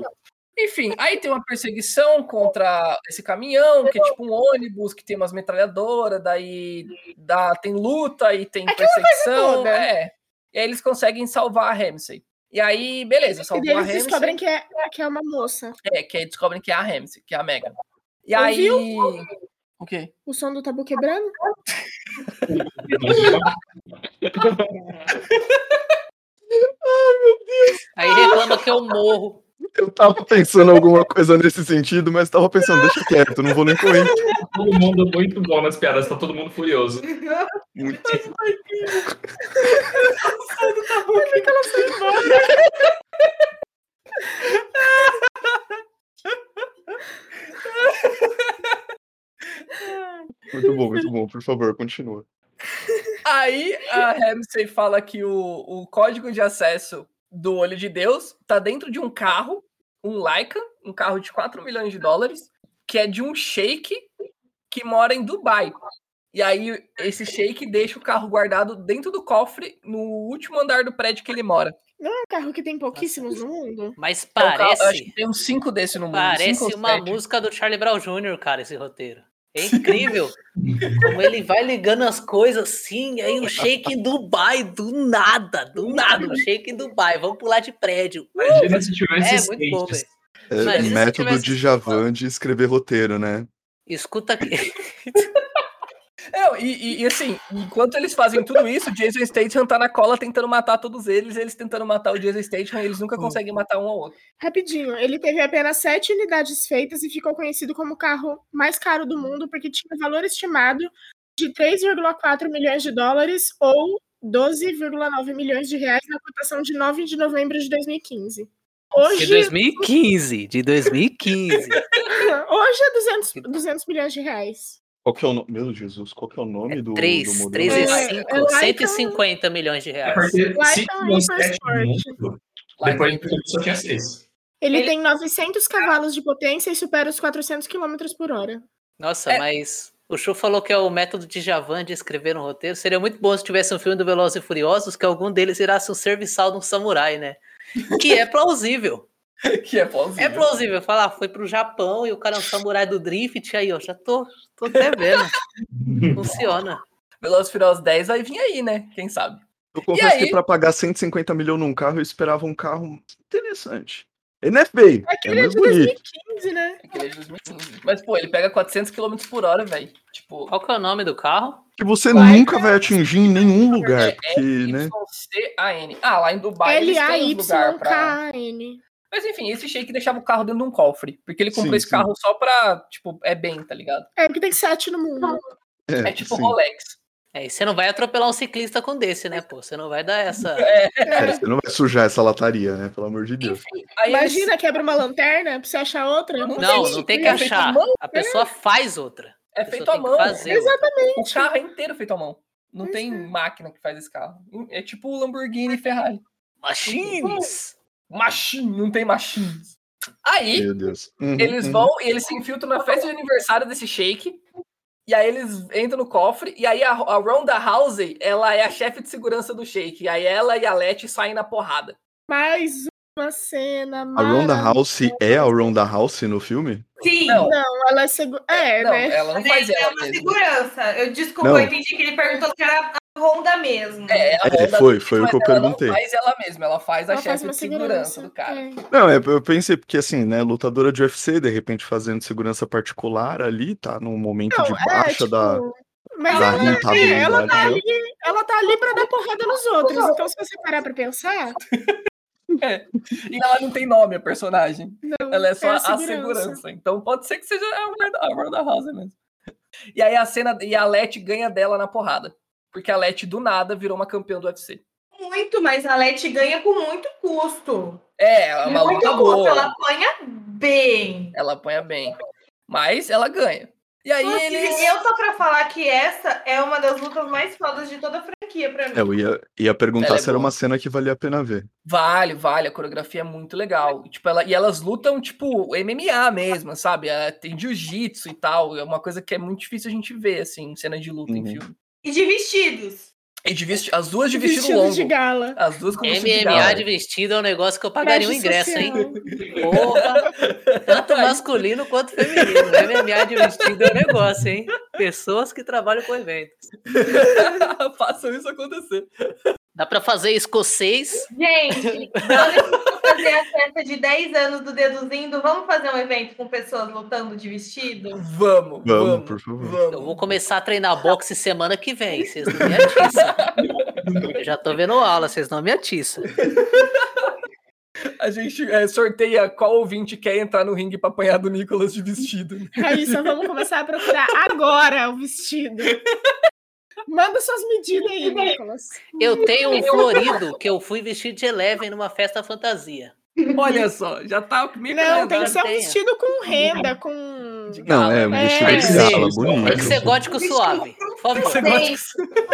Enfim, aí tem uma perseguição contra esse caminhão, que é tipo um ônibus, que tem umas metralhadoras, daí dá, tem luta e tem
Aquela
perseguição.
toda.
É. E aí eles conseguem salvar a Ramsey. E aí, beleza,
E daí
salvou a
eles
Ramsey.
descobrem que é, que é uma moça.
É, que aí descobrem que é a Ramsey, que é a Megan. E
Ouviu?
aí. O quê?
O som do tabu quebrando?
Aí reclama que eu morro.
Eu tava pensando alguma coisa nesse sentido, mas tava pensando, deixa quieto, não vou nem correr.
Tá Todo mundo muito bom nas piadas, tá todo mundo furioso.
Muito muito bom, muito bom, por favor, continua.
Aí a Ramsey fala que o, o código de acesso do Olho de Deus tá dentro de um carro, um Laika, um carro de 4 milhões de dólares, que é de um sheik que mora em Dubai. E aí esse sheik deixa o carro guardado dentro do cofre no último andar do prédio que ele mora.
Não é um carro que tem pouquíssimos no mundo?
Mas
É um carro- eu acho
parece.
que tem uns 5 desse no mundo. cinco
Parece
ou
uma
sete.
música do Charlie Brown Jr., cara, esse roteiro. É incrível como ele vai ligando as coisas assim, aí o shake em Dubai, do nada, do nada, o shake em Dubai, vamos pular de prédio.
Imagina se tivesse
É
esses
muito bom,
skates.
velho.
É,
Mas se
método
tivesse-
de Javan de escrever roteiro, né?
Escuta aqui.
Não, e, e- e assim, enquanto eles fazem tudo isso, o Jason Statham tá na cola tentando matar todos eles, eles tentando matar o Jason Statham, e eles nunca conseguem matar um ao outro.
Rapidinho, ele teve apenas sete unidades feitas e ficou conhecido como o carro mais caro do mundo porque tinha valor um estimado de 3,4 milhões de dólares ou 12,9 milhões de reais na cotação de 9 de novembro de 2015.
De
Hoje,
2015, de 2015.
hoje é 200, 200 milhões de reais.
Qual que é o nome? Meu Jesus, qual que é o nome do, do
3,
modelo?
3 e
É,
5,
é lá, então-
150 milhões de
É
reais.
porque
Lá
se
tá
não
o
sete
Hypersport.
muito,
Lá
depois
tem-
de tudo só tinha seis.
Ele,
Ele-
tem 900 cavalos de potência e supera os 400 km por hora.
Nossa,
É.
mas o Chu falou que é o método de Javan de escrever um roteiro. Seria muito bom se tivesse um filme do Velozes e Furiosos que algum deles virasse um serviçal de um samurai, né? Que é plausível.
Que é plausível.
É plausível. Falar, foi pro Japão e o cara é um samurai do drift. Aí, ó, já tô, tô até vendo. Funciona.
Velozes e Furiosos 10 vai vir aí, né? Quem sabe?
Eu confesso
aí?
que pra pagar 150 milhões num carro, eu esperava um carro interessante. Ele não é feio, é
Aquele é
mais
de
assim.
bonito.
2015, né?
Aquele é de 2015. Mas, pô, ele pega 400 km por hora, velho. Tipo,
Qual que é o nome do carro?
Que você
Vai,
nunca vai atingir em nenhum
assim.
lugar,
é,
porque, né?
YCAN. Ah, lá em Dubai eles têm uns lugar pra...
L-A-Y-K-N.
Mas enfim, esse shake deixava o carro dentro de um cofre. Porque ele comprou
Sim,
esse
sim.
carro só pra, tipo, é bem, tá ligado?
É, porque tem sete no mundo.
É, tipo
sim.
Rolex.
É, e você não vai atropelar um ciclista com desse, né, pô? Você não vai dar essa.
É, você não vai sujar essa lataria, né? Pelo amor de Deus.
Aí eles-
Imagina, quebra uma lanterna pra você achar outra.
Não,
Sim,
não
né?
tem que
é feito à
achar.
mão,
A pessoa faz outra.
é
A
feito
pessoa
à
tem que
mão.
fazer outra.
O carro é inteiro feito à mão. Não
Pois é.
tem máquina que faz esse carro. É tipo o Lamborghini e Ferrari.
Machines!
Machine, não tem machines. Aí,
Meu Deus. Uhum,
eles
uhum.
vão e eles se infiltram na festa de aniversário desse shake. E aí eles entram no cofre. E aí a, a Ronda Housey, ela é a chefe de segurança do shake. E aí ela e a Letty saem na porrada.
Mais uma cena.
A Ronda
maravilhosa.
House é a Ronda House no filme?
Sim.
Não,
Não, ela é segura. É,
não,
né?
ela não faz
Mas é
ela
uma
mesma.
segurança. Eu desculpa,
Não.
eu entendi que ele perguntou se era a Honda mesmo.
É, a
É,
Ronda-
foi, foi o
mas
que eu
ela
perguntei.
Não faz ela mesma, ela faz a
Ela faz
chefe
uma
de segurança do cara.
é.
Não, é, eu pensei, porque assim, né, lutadora de UFC, de repente fazendo segurança particular ali, tá num momento de
Não, é,
baixa
tipo,
da,
Mas
da
ela,
rentabilidade.
é, ela tá
dela.
ali, ela tá ali pra dar porrada nos outros. Então, se você parar pra pensar,
E ela não tem nome, a personagem.
não,
Ela é só a segurança.
segurança.
Então pode ser que seja a Ronda- a Ronda House mesmo. E aí a cena. E a Letty ganha dela na porrada. Porque a Letty do nada virou uma campeã do UFC.
Muito, mas a Leti ganha com muito custo.
É, ela é uma
muito
luta boa.
Ela apanha bem.
Ela apanha bem. Mas ela ganha. E aí
Putz,
eles.
Eu tô pra falar que essa é uma das lutas mais fodas de toda a franquia pra mim.
É, Eu ia, ia perguntar
Ela é
se era
boa.
uma cena que valia a pena ver.
Vale, vale, a coreografia é muito legal. E, Tipo, ela, e elas lutam, tipo, MMA mesmo, sabe? É, Tem jiu-jitsu e tal. É uma coisa que é muito difícil a gente ver, assim, em cena de luta em
Uhum.
filme.
E de vestidos.
E de vesti- as duas de vestido,
Vestido
longo.
de gala.
As duas com vestido de
MMA
gala.
de vestido é um negócio que eu pagaria
Traje
um ingresso, hein?
social.
Porra! Tanto masculino quanto feminino. MMA de vestido é um negócio, hein? Pessoas que trabalham com eventos.
Façam isso acontecer.
Dá pra fazer escocês?
Gente, nós vamos fazer a festa de 10 anos do Deduzindo. Vamos fazer um evento com pessoas lutando de vestido?
Vamos, vamos.
Vamos, por favor.
Eu
Vamos.
vou começar a treinar boxe semana que vem. Vocês não me atiçam. Eu já tô vendo aula, vocês não me atiçam.
A gente é, sorteia qual ouvinte quer entrar no ringue pra apanhar do Nicolas de vestido.
Raíssa, vamos começar a procurar agora o vestido. Manda suas medidas aí, Nicolas.
Eu tenho um florido que eu fui vestido de Eleven numa festa fantasia.
Olha só, já tá meio
Não, tem que
calendário.
ser um
tenho.
vestido com renda, com.
De
Não,
gala,
é, um
né?
vestido
É.
de gala,
Tem que ser
bonito.
gótico suave. Por favor,
Tem.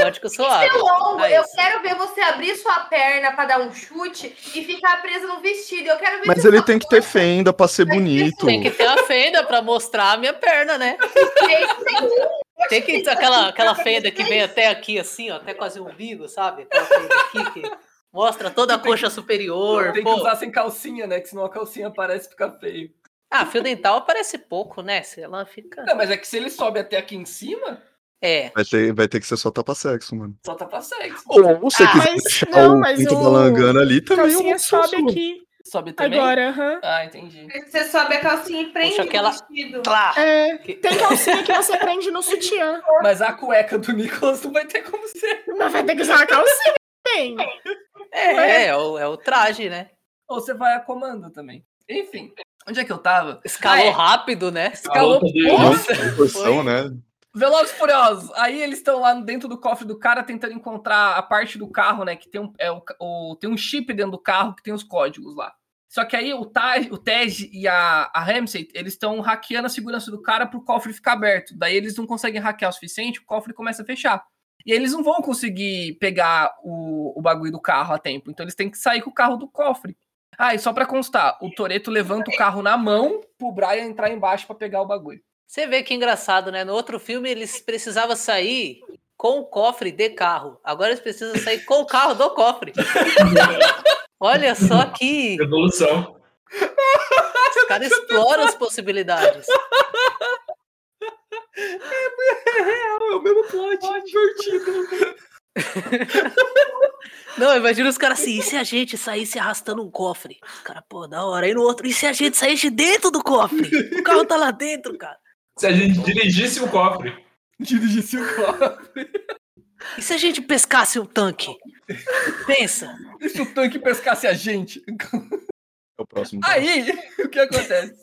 gótico suave.
Isso é longo.
Aí,
Eu quero ver você abrir sua perna pra dar um chute e ficar preso no vestido. Eu quero ver
Mas
você
ele
só
tem que ter fenda pra ser bonito.
Tem que ter a fenda pra mostrar a minha perna, né?
jeito, sem
Tem que ter aquela, aquela fenda que vem até aqui, assim, ó, até quase o umbigo, sabe? Aquela fenda aqui que mostra toda a coxa superior.
Tem que
pô.
usar sem calcinha, né? Que senão a calcinha aparece e fica feio.
Ah, fio dental aparece pouco, né? Se ela fica.
Não, mas é que se ele sobe até aqui em cima,
É.
Vai ter, vai ter que ser só tapa-sexo, mano.
só tá pra sexo.
Ou você
Ah,
quiser
mas-
deixar
não,
o
mas
pinto
o-
da langana ali
A
também. é uma
calcinha
opção
sobe
sua.
aqui
Sobe também?
agora, aham.
Ah, entendi.
Você sobe a calcinha e prende
Puxa aquela-
o vestido.
Clá.
É,
Que-
tem calcinha que você prende no sutiã.
Mas a cueca do Nicolas não vai ter como ser.
Mas vai ter que usar uma calcinha. Tem.
É, é o, é o traje, né?
Ou você vai a comando também. Enfim, onde é que eu tava?
Escalou
Ah, é.
rápido, né?
A
Escalou.
luta do-
Não
Nossa,
tem proporção, né?
Velozes e Furiosos. Aí eles estão lá dentro do cofre do cara tentando encontrar a parte do carro, né? Que tem um, é, o, o- tem um chip dentro do carro que tem os códigos lá. Só que aí o, Taj, o Tej e a, a Ramsey, eles estão hackeando a segurança do cara pro cofre ficar aberto. Daí eles não conseguem hackear o suficiente, o cofre começa a fechar. E eles não vão conseguir pegar o, o bagulho do carro a tempo. Então eles têm que sair com o carro do cofre. Ah, e só pra constar, o Toreto levanta o carro na mão pro Brian entrar embaixo pra pegar o bagulho.
Você vê que engraçado, né? No outro filme eles precisavam sair com o cofre de carro. Agora eles precisam sair com o carro do cofre. Olha só que
Evolução.
os caras exploram as possibilidades.
É o mesmo plot, divertido.
Não, imagina os caras assim, e se a gente saísse arrastando um cofre? Os caras, pô, da hora. E no outro, e se a gente saísse dentro do cofre? O carro tá lá dentro, cara.
Se a gente dirigisse o cofre.
Dirigisse o carro.
E se a gente pescasse um tanque? Pensa.
E se o tanque pescasse a gente?
É o próximo.
Aí, o que acontece?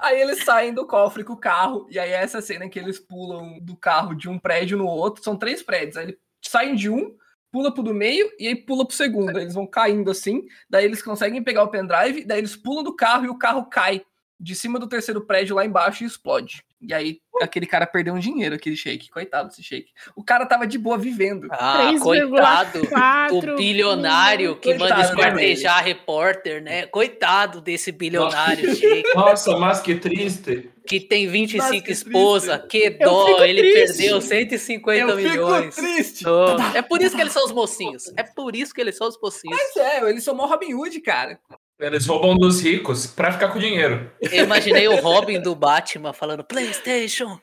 Aí eles saem do cofre com o carro, e aí é essa cena que eles pulam do carro de um prédio no outro, são três prédios, aí eles saem de um, pula pro do meio, e aí pula pro segundo, eles vão caindo assim, daí eles conseguem pegar o pendrive, daí eles pulam do carro e o carro cai de cima do terceiro prédio lá embaixo e explode. E aí aquele cara perdeu um dinheiro, aquele shake, coitado desse shake. O cara tava de boa vivendo.
Ah, coitado.
4
O
um,
bilionário que manda
Coitado, né,
esquartejar repórter, né? Coitado desse bilionário, gente,
Nossa, mas que triste.
que tem
Nossa, que
25
triste.
esposas, que
Eu
dó,
fico
ele
triste.
perdeu 150
Eu
milhões.
fico triste. Tá,
Dó. É por isso que eles são os mocinhos. É por isso que eles são os mocinhos.
Mas é, eles são mó Robin Hood, cara.
Eles roubam dos ricos pra ficar com dinheiro.
é.
Eu imaginei o Robin do Batman falando PlayStation.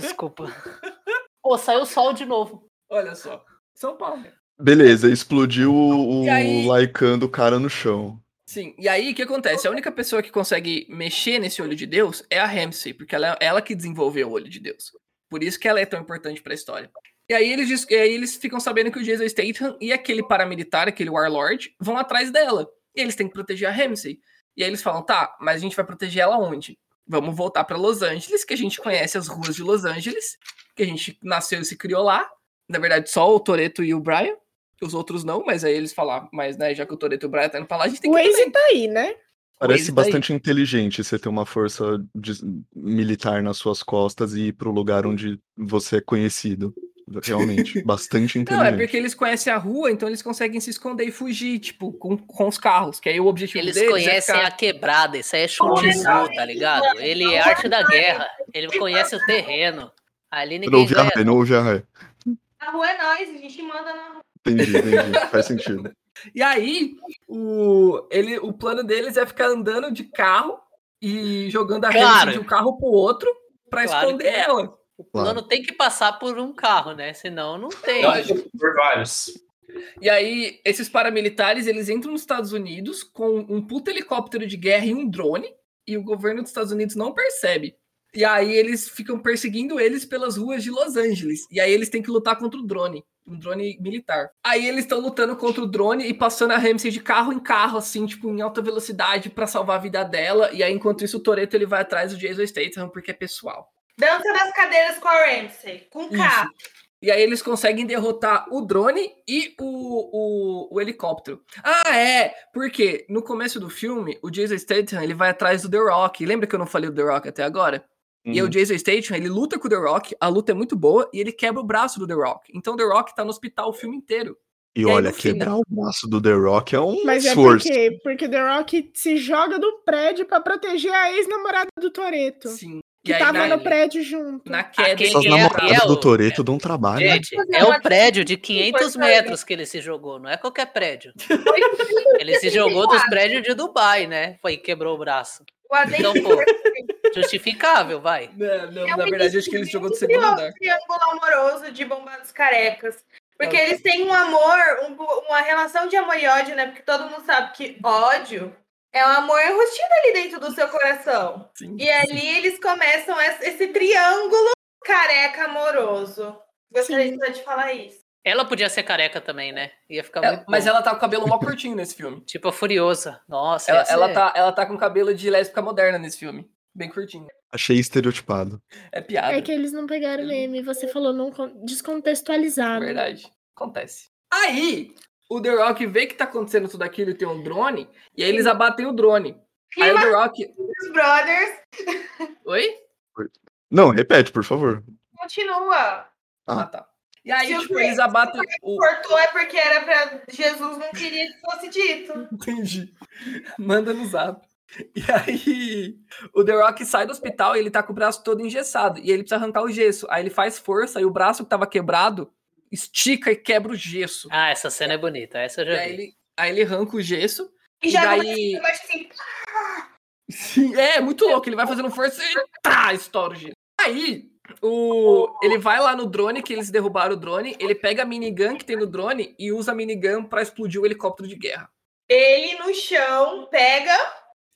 Desculpa. Pô, saiu o sol de novo.
Olha só. São Paulo.
Beleza, explodiu o,
E aí?
o Lycan do cara no chão.
Sim, e aí o que acontece? A única pessoa que consegue mexer nesse olho de Deus é a Ramsey, porque ela é ela que desenvolveu o olho de Deus. Por isso que ela é tão importante pra história. E aí eles, dis- e aí eles ficam sabendo que o Jason Statham e aquele paramilitar, aquele warlord, vão atrás dela. E eles têm que proteger a Ramsey. E aí eles falam, tá, mas a gente vai proteger ela onde? Vamos voltar pra Los Angeles, que a gente conhece as ruas de Los Angeles, que a gente nasceu e se criou lá. Na verdade, só o Toreto e o Brian. Os outros não, mas aí eles falam, mas né, já que o Toreto e o Brian tá indo pra lá, a gente tem
O
que ir também."
Waze tá aí, né?
Waze
Parece
tá aí.
bastante inteligente você ter uma força de- militar nas suas costas e ir pro lugar onde você é conhecido. Realmente, bastante
Não, é
inteligente.
porque eles conhecem a rua, então eles conseguem se esconder e fugir, tipo, com, com os carros. Que aí o objetivo
Eles
deles
conhecem
é
a quebrada, isso aí é chutismo, tá ligado? Ele é arte da guerra, ele conhece o terreno. Ali
Não
ninguém
ouvi a
ganha.
ré, não ouvi a ré.
A rua é nós, a gente manda na rua.
Entendi, entendi. Faz sentido.
E aí, o, ele, o plano deles é ficar andando de carro e jogando a
Claro.
rede de um carro pro outro pra
Claro
esconder
que- é.
ela.
O plano tem que passar por um carro, né? Senão não tem.
Não, por vários.
E aí, esses paramilitares, eles entram nos Estados Unidos com um puta helicóptero de guerra e um drone, e o governo dos Estados Unidos não percebe. E aí eles ficam perseguindo eles pelas ruas de Los Angeles. E aí eles têm que lutar contra o drone. Um drone militar. Aí eles estão lutando contra o drone e passando a Ramsey de carro em carro, assim, tipo, em alta velocidade pra salvar a vida dela. E aí, enquanto isso, o Toreto ele vai atrás do Jason Statham porque é pessoal.
Dança das cadeiras com a Ramsey, com
Isso.
K.
E aí eles conseguem derrotar o drone e o, o, o helicóptero. Ah, é! Porque no começo do filme, o Jason Statham ele vai atrás do The Rock. Lembra que eu não falei do The Rock até agora? E aí
Hum.
Uhum.
o Jason Statham, ele luta com o The Rock, a luta é muito boa, e ele quebra o braço do The Rock. Então o The Rock tá no hospital o filme inteiro.
E
E aí,
olha,
no final-
quebrar o braço do The Rock é um
Mas é
esforço.
porque, porque The Rock se joga do prédio pra proteger a ex-namorada do Toreto.
Sim.
Que
e aí
tava
na,
no prédio junto.
na queda...
Aquele
ele
Essas
é-
quebra-
namoradas
é o-
do Toreto dão trabalho. né?
Gente, é um prédio de 500 metros que ele se jogou, não é qualquer prédio. Ele
assim,
se jogou dos prédios de Dubai, né? Foi e quebrou o braço.
O adendo
Então, pô, justificável, vai.
Não, não,
É um
na verdade, acho que ele
início
jogou do
de
segundo
triângulo-
andar.
triângulo amoroso de bombados carecas. Porque
Ah.
eles têm um amor, um- uma relação de amor e ódio, né? Porque todo mundo sabe que ódio é um amor enrustido ali dentro do seu coração.
Sim.
E ali eles começam es- esse triângulo careca amoroso. Gostaria
Sim.
só de falar isso.
Ela podia ser careca também, né? Ia ficar
Ela-
muito. bom.
mas ela tá com o cabelo mó curtinho nesse filme.
Tipo, a Furiosa. Nossa,
Ela, tá
ia ser-
ela tá, ela tá com cabelo de lésbica moderna nesse filme. Bem curtinho.
Achei estereotipado.
É piada.
É que eles não pegaram o meme. Você falou não con- descontextualizado.
Hum. é Verdade. Acontece. Aí, o The Rock vê que tá acontecendo tudo aquilo e tem um drone, e aí eles abatem o drone. Aí o
Rima
The Rock.
dos Brothers
Oi?
Não, repete, por favor.
continua.
Ah.
Ah, tá. E aí,
Se
tipo,
o-
eles abatem o.
Cortou é porque era pra Jesus não queria que fosse dito.
Entendi. Manda no zap. E aí, o The Rock sai do hospital e ele tá com o braço todo engessado. E ele precisa arrancar o gesso. Aí ele faz força e o braço que tava quebrado estica e quebra o gesso.
Ah, essa cena é bonita. Essa eu
E
já
aí
vi.
ele, aí ele arranca o gesso.
E já
daí-
começa, mas assim,
Sim, é, muito louco. Ele vai fazendo força e tá, estoura o gelo. Aí, o, ele vai lá no drone, que eles derrubaram o drone. Ele pega a minigun que tem no drone e usa a minigun pra explodir o helicóptero de guerra.
ele no chão pega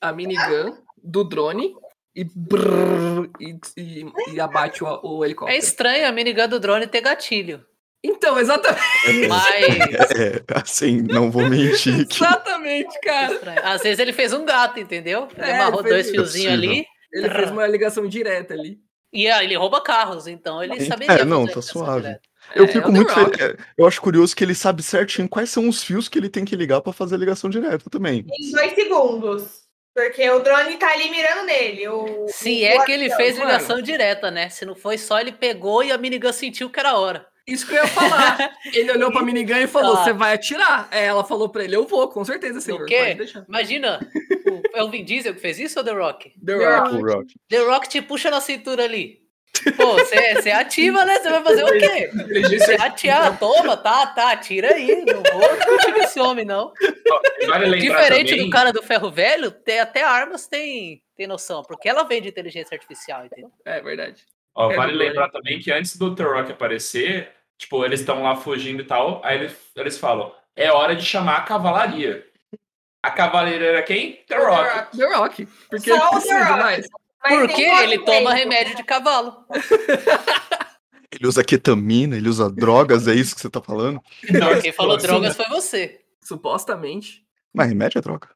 A minigun do drone e, brrr, e, e- e abate o, o
É
helicóptero.
estranho a minigun do drone ter gatilho.
Então, exatamente,
Mas.
É, assim, não vou mentir que
exatamente, cara.
é estranho. Às vezes ele fez um gato, entendeu? Ele
É,
amarrou
ele fez
dois
um-
fiozinhos ali.
Ele fez uma ligação direta ali.
E ah, ele rouba carros, então ele
É,
saberia.
não,
fazer
tá
ligação
suave.
direta.
Eu
É, é
fico
o The
muito
Rock.
feliz. Eu acho curioso que ele sabe certinho quais são os fios que ele tem que ligar pra fazer a ligação direta também.
em dois segundos. Porque o drone tá ali mirando nele. O...
Se é que ele fez
mano.
ligação direta, né? Se não foi só, ele pegou e a minigun sentiu que era a hora.
Isso que eu ia falar. Ele olhou pra minigun e falou:
Tá.
Você vai atirar? Aí ela falou pra ele: Eu vou, com certeza, senhor.
quê?
Pode deixar.
Imagina, o- é o Vin Diesel que fez isso ou The Rock?
The
The
Rock.
Rock.
O Rock.
The Rock te puxa na cintura ali. Pô, você ativa, né? Você vai fazer o quê? Você
Inteligência
vai atirar, toma, tá, tá, atira aí. Não vou discutir com esse homem, não.
vale lembrar
Diferente
também,
do cara do ferro velho, tem, até armas tem, tem noção, porque ela vem de inteligência artificial, entendeu?
É verdade.
ó,
É
vale
do
lembrar também que antes do The Rock aparecer, tipo, eles estão lá fugindo e tal, aí eles, eles falam, é hora de chamar a cavalaria. A cavalaria era quem? The
The
Rock.
Rock.
The Rock. Porque assim, ele
Só o The
precisa
Rock.
mais.
Mas tem
porque
um outro
ele toma
meio.
remédio de cavalo.
Ele usa ketamina, ele usa drogas, é isso que você tá falando?
Não,
Quem falou
assim,
drogas foi você.
Supostamente.
Mas remédio é droga.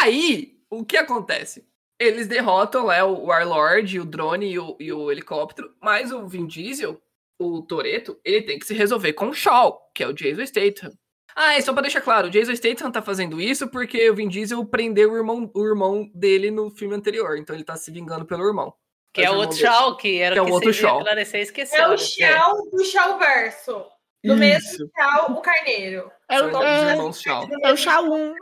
Aí, o que acontece? Eles derrotam né, o Warlord, o drone e o, e o helicóptero, mas o Vin Diesel, o Toreto, ele tem que se resolver com o Shaw, que é o Jason Statham. Ah, e só pra deixar claro, o Jason Statham tá fazendo isso porque o Vin Diesel prendeu o irmão, o irmão dele no filme anterior, então ele tá se vingando pelo irmão.
Que é
Mas o
o
irmão
outro
dele.
Shaw, que era
Que é
o
o
que
outro
vocês
Shaw.
iam esclarecer, esqueci.
É o
olha.
chão do chão verso. Do mesmo chão, o carneiro.
É
São
o,
tá os
é,
irmãos Shaw.
é o Shaun.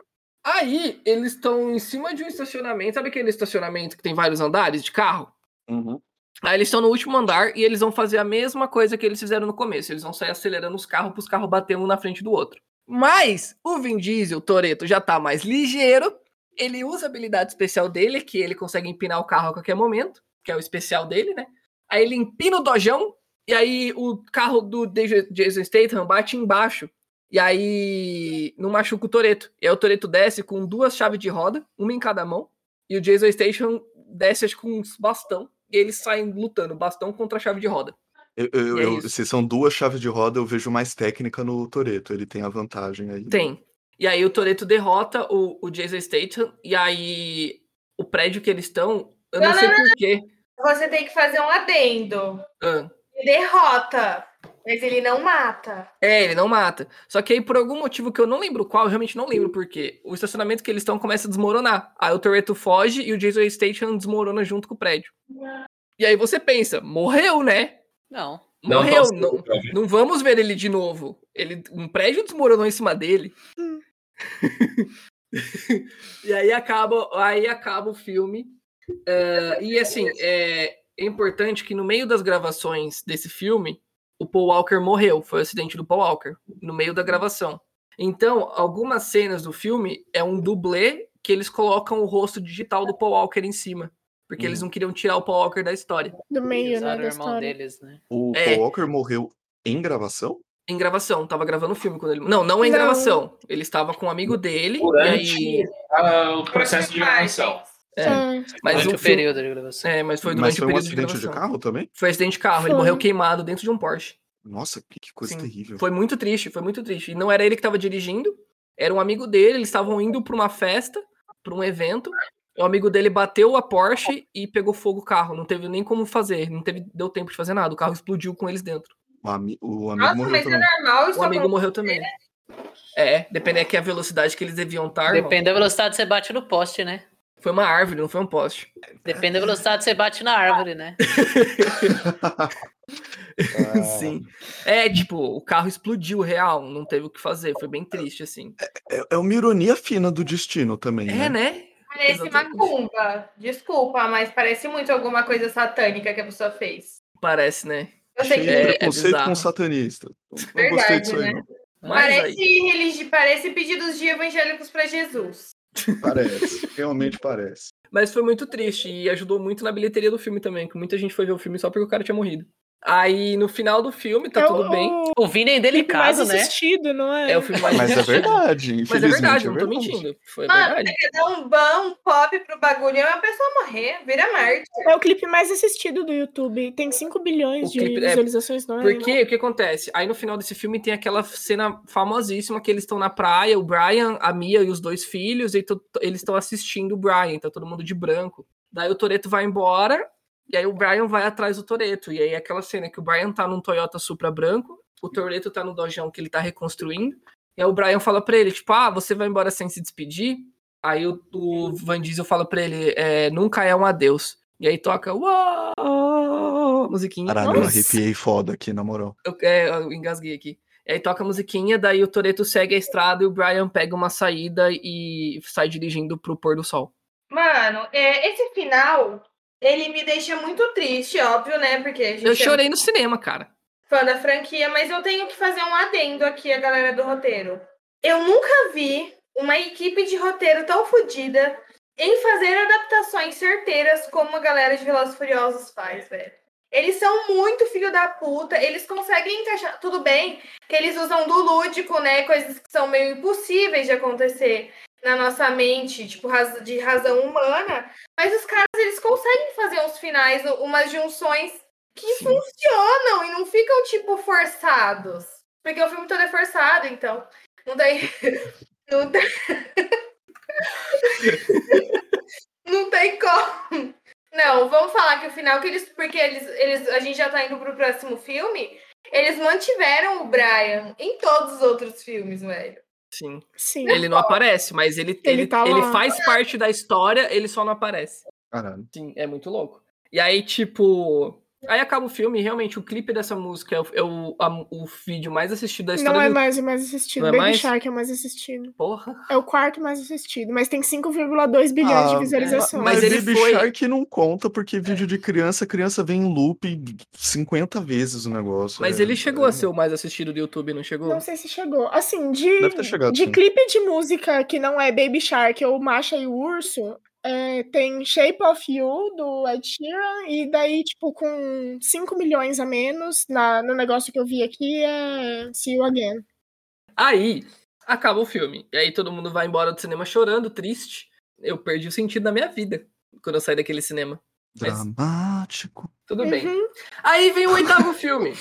Aí, eles estão em cima de um estacionamento, sabe aquele estacionamento que tem vários andares de carro? Uhum. Aí eles estão no último andar e eles vão fazer a mesma coisa que eles fizeram no começo. Eles vão sair acelerando os carros para os carros bater um na frente do outro. Mas o Vin Diesel, o Toreto, já tá mais ligeiro. Ele usa a habilidade especial dele, que ele consegue empinar o carro a qualquer momento, que é o especial dele, né? Aí ele empina o dojão e aí o carro do DJ Jason Statham bate embaixo. E aí não machuca o Toreto. E aí o Toreto desce com duas chaves de roda, uma em cada mão. E o Jason Station desce acho, que, com uns bastão. E eles saem lutando, bastão contra a chave de roda.
Eu, eu-
E é
eu-
isso.
se são duas chaves de roda, eu vejo mais técnica no Toreto. Ele tem a vantagem aí.
Tem. E aí o Toreto derrota o, o Jason Statham. E aí o prédio que eles estão, eu não
Não,
sei
não,
porquê.
Você tem que fazer um adendo.
Ah,
Ele derrota, mas ele não mata.
É, ele não mata. Só que aí, por algum motivo que eu não lembro qual, eu realmente não lembro porquê. O estacionamento que eles estão começa a desmoronar. Aí o Toreto foge e o Jason Statham desmorona junto com o prédio. E aí você pensa, morreu, né?
Não.
não
Morreu,
tão
não,
cedo, jovem.
Não vamos ver ele de novo. Ele, um prédio desmoronou em cima dele. e aí acaba, aí acaba o filme. Eh, e assim, é, é importante que no meio das gravações desse filme, o Paul Walker morreu. Foi o acidente do Paul Walker, no meio da gravação. Então, algumas cenas do filme é um dublê que eles colocam o rosto digital do Paul Walker em cima. Porque eles não queriam tirar o Paul Walker da história.
Do meio, né,
Usaram
da
o irmão
história.
deles, né?
O
É.
Paul Walker morreu em gravação?
Em gravação, tava gravando o filme quando ele. Não, não em
Não.
gravação. Ele estava com um amigo dele. E
Durante
aí...
ah, o processo de gravação.
É.
É.
Mas
Durante
o
o
filme...
período de gravação.
É, mas foi durante
Mas foi
o
um
período de
acidente de,
gravação.
carro também?
Foi acidente de carro, ele
Foi.
morreu queimado dentro de um Porsche.
Nossa, que, que coisa
Sim.
terrível.
Foi muito triste, foi muito triste. E não era ele que estava dirigindo, era um amigo dele, eles estavam indo para uma festa, para um evento, O amigo dele bateu a Porsche e pegou fogo o carro. Não teve nem como fazer. Não teve, deu tempo de fazer nada. O carro explodiu com eles dentro.
O, ami- o amigo
Nossa,
morreu
mas
também.
é normal isso
O Um amigo
acontecer.
morreu também. É, dependendo aqui a velocidade que eles deviam estar. irmão.
Depende da velocidade que você bate no poste, né?
Foi uma árvore, não foi um poste.
Depende da velocidade que você bate na árvore, né?
Ah,
Sim. É, tipo, o carro explodiu real. Não teve o que fazer. Foi bem triste, assim.
É, é uma ironia fina do destino também,
É,
né?
né?
Parece
Exatamente.
macumba. Desculpa, mas parece muito alguma coisa satânica que a pessoa fez.
Parece, né?
Eu sei
Cheio
que
de
É, é
um preconceito com
bizarro.
satanista. Não
Verdade,
gostei disso aí,
né?
não.
Mas aí-
parece, religi... parece pedidos de evangélicos pra Jesus.
Parece, realmente parece.
Mas foi muito triste e ajudou muito na bilheteria do filme também, que muita gente foi ver o filme só porque o cara tinha morrido. Aí no final do filme, tá
é
tudo
o,
bem.
o
O Vini é
clipe mais
indelicado, né?
assistido, não é?
É o filme mais
Mas é
divertido.
verdade,
Mas
infelizmente.
é verdade,
é
não tô
verdade.
mentindo. Foi
Mano,
verdade.
Quer dar um ban, um pop pro bagulho, é uma pessoa morrer, vira mártir.
É o clipe mais assistido do YouTube. Tem 5 bilhões
O
de
clipe- é,
visualizações, não é?
Porque o que acontece? Aí no final desse filme tem aquela cena famosíssima que eles estão na praia, o Brian, a Mia e os dois filhos, e to- eles estão assistindo o Brian, tá todo mundo de branco. Daí o Toreto vai embora, e aí o Brian vai atrás do Toreto. E aí é aquela cena que o Brian tá num Toyota Supra branco, o Toreto tá no dojão que ele tá reconstruindo, e aí o Brian fala pra ele, tipo, ah, você vai embora sem se despedir? Aí o, o Van Diesel fala pra ele, é, nunca é um adeus. E aí toca, uau, musiquinha.
Caralho, eu
Nossa!
arrepiei foda aqui, na moral.
Eu, é, eu engasguei aqui. Aí toca a musiquinha, daí o Toreto segue a estrada e o Brian pega uma saída e sai dirigindo pro pôr do sol.
Mano, é, esse final, ele me deixa muito triste, óbvio, né? Porque a gente
Eu chorei no cinema, cara.
é fã da franquia, mas eu tenho que fazer um adendo aqui, a galera do roteiro. Eu nunca vi uma equipe de roteiro tão fodida em fazer adaptações certeiras como a galera de Velozes e Furiosos faz, velho. Eles são muito filho da puta, eles conseguem encaixar. Tudo bem que eles usam do lúdico, né? Coisas que são meio impossíveis de acontecer na nossa mente, tipo, raz- de razão humana. Mas os caras, eles conseguem fazer uns finais, u- umas junções que
Sim.
funcionam e não ficam, tipo, forçados. Porque o filme todo é forçado, então. Não tem. não tem. não tem como. Não, vamos falar que o final que eles. Porque eles, eles. A gente já tá indo pro próximo filme. Eles mantiveram o Brian em todos os outros filmes, velho.
Sim.
Sim.
Ele não aparece, mas ele, ele,
Ele
ele,
tá lá.
faz parte da história, ele só não aparece.
Caralho.
Sim, é muito louco. E aí, tipo. Aí acaba o filme e realmente o clipe dessa música é o, é o, a- o vídeo mais assistido da história
Não é
do.
mais o mais assistido.
Não é
Baby
mais?
Shark é o mais assistido.
Porra.
É o quarto mais assistido, mas tem 5,2 bilhões
Ah,
de visualizações.
Mas
Mas,
ele
Baby
foi-
Shark não conta, porque vídeo de criança, a criança vem em loop 50 vezes o negócio.
Mas
é-
ele chegou
é-
a ser o mais assistido do YouTube, não chegou?
Não sei se chegou. Assim, de,
Deve ter chegado,
de
sim.
clipe de música que não é Baby Shark ou Masha e o Urso, é, tem Shape of You, do Ed Sheeran, e daí, tipo, com 5 milhões a menos, na, no negócio que eu vi aqui, é See You Again.
Aí, acaba o filme. E aí todo mundo vai embora do cinema chorando, triste. Eu perdi o sentido da minha vida quando eu saí daquele cinema.
Dramático.
Tudo bem.
Uhum.
Aí vem o oitavo filme.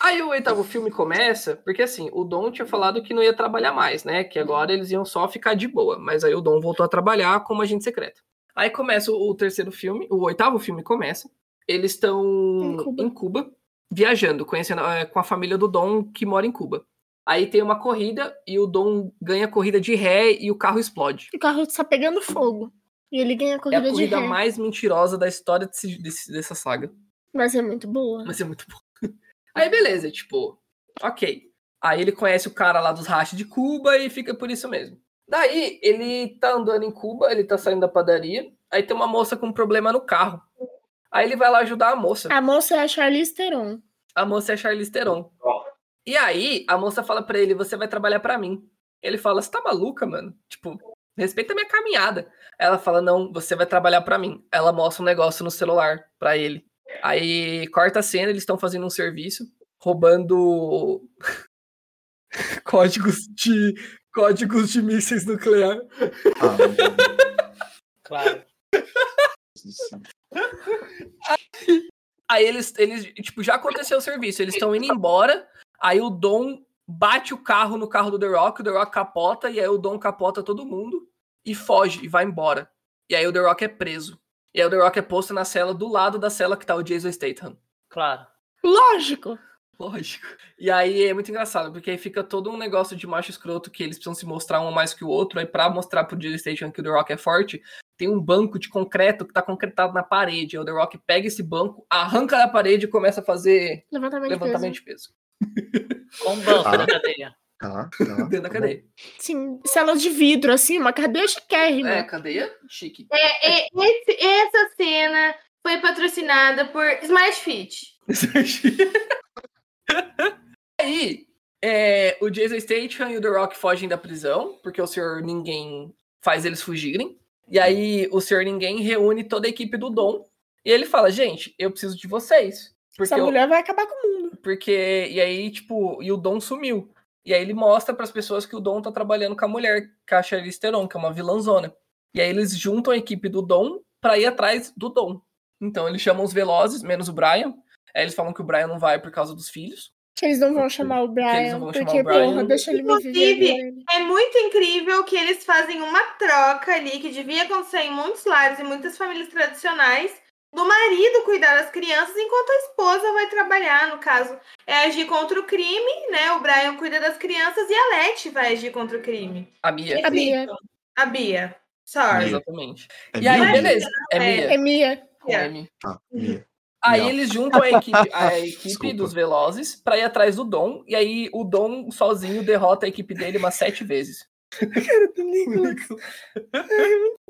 Aí o oitavo filme começa, porque assim, o Dom tinha falado que não ia trabalhar mais, né? Que agora eles iam só ficar de boa. Mas aí o Dom voltou a trabalhar como agente secreto. Aí começa o o terceiro filme, o oitavo filme começa. Eles estão
Em Cuba.
em Cuba, viajando, conhecendo eh, com a família do Dom que mora em Cuba. Aí tem uma corrida e o Dom ganha a corrida de ré e o carro explode.
O carro está pegando fogo. E ele ganha a
É
corrida,
a corrida
de ré.
mais mentirosa da história desse- desse- dessa saga.
Mas é muito boa.
Mas é muito bom. Aí beleza, tipo, ok. Aí ele conhece o cara lá dos rachas de Cuba e fica por isso mesmo. Daí ele tá andando em Cuba, ele tá saindo da padaria, aí tem uma moça com um problema no carro. Aí ele vai lá ajudar a moça.
A moça é a Charlize Theron.
A moça é a Charlize Theron. E aí a moça fala pra ele, você vai trabalhar pra mim. Ele fala, você tá maluca, mano? Tipo, respeita a minha caminhada. Ela fala, não, você vai trabalhar pra mim. Ela mostra um negócio no celular pra ele. Aí corta a cena, eles estão fazendo um serviço, roubando códigos de códigos de mísseis nucleares.
Ah, meu Deus
Claro.
do céu.
Aí eles, eles, tipo, já aconteceu o serviço, eles estão indo embora, aí o Dom bate o carro no carro do The Rock, o The Rock capota, e aí o Dom capota todo mundo e foge e vai embora. E aí o The Rock é preso. E aí o The Rock é posto na cela do lado da cela que tá o Jason Statham.
Claro.
Lógico.
Lógico. E aí é muito engraçado, porque aí fica todo um negócio de macho escroto que eles precisam se mostrar um mais que o outro. Aí pra mostrar pro Jason Statham que o The Rock é forte, tem um banco de concreto que tá concretado na parede. Aí o The Rock pega esse banco, arranca da parede e começa a fazer
Levantamento, de peso.
levantamento de peso.
Com um banco
Ah.
na cadeia.
Tá, tá.
Dentro da
tá bom.
cadeia.
Sim, cela de vidro, assim, uma cadeia chiquérrima.
É, cadeia? Chique.
É, é, esse- essa cena foi patrocinada por Smart Fit.
é Aí, é, o Jason Statham e o The Rock fogem da prisão, porque o Senhor Ninguém faz eles fugirem. E aí, o Senhor Ninguém reúne toda a equipe do Dom. E ele fala, gente, eu preciso de vocês. Porque
Essa
eu-
mulher vai acabar com o mundo.
porque e aí tipo e o Dom sumiu e aí ele mostra para as pessoas que o Dom tá trabalhando com a mulher com a Charlize Theron, que é uma vilãzona e aí eles juntam a equipe do Dom para ir atrás do Dom então eles chamam os velozes menos o Brian aí eles falam que o Brian não vai por causa dos filhos
Que eles não vão
Ok.
chamar o
eles
Brian,
não vão chamar
porque,
o Brian.
porra, deixa ele me
Inclusive,
viver. né?
É muito incrível que eles fazem uma troca ali que devia acontecer em muitos lares e muitas famílias tradicionais do marido cuidar das crianças enquanto a esposa vai trabalhar, no caso, é agir contra o crime, né? O Brian cuida das crianças e a Leti vai agir contra o crime.
a Mia
A Bia.
A Bia. Sorry.
É Mia.
exatamente
É
e aí
minha?
beleza é
É
Mia
minha.
com M.
Tá, minha.
Aí
Não.
eles juntam a equipe, a equipe
Desculpa.
dos Velozes pra ir atrás do Dom. E aí o Dom sozinho derrota a equipe dele umas sete vezes.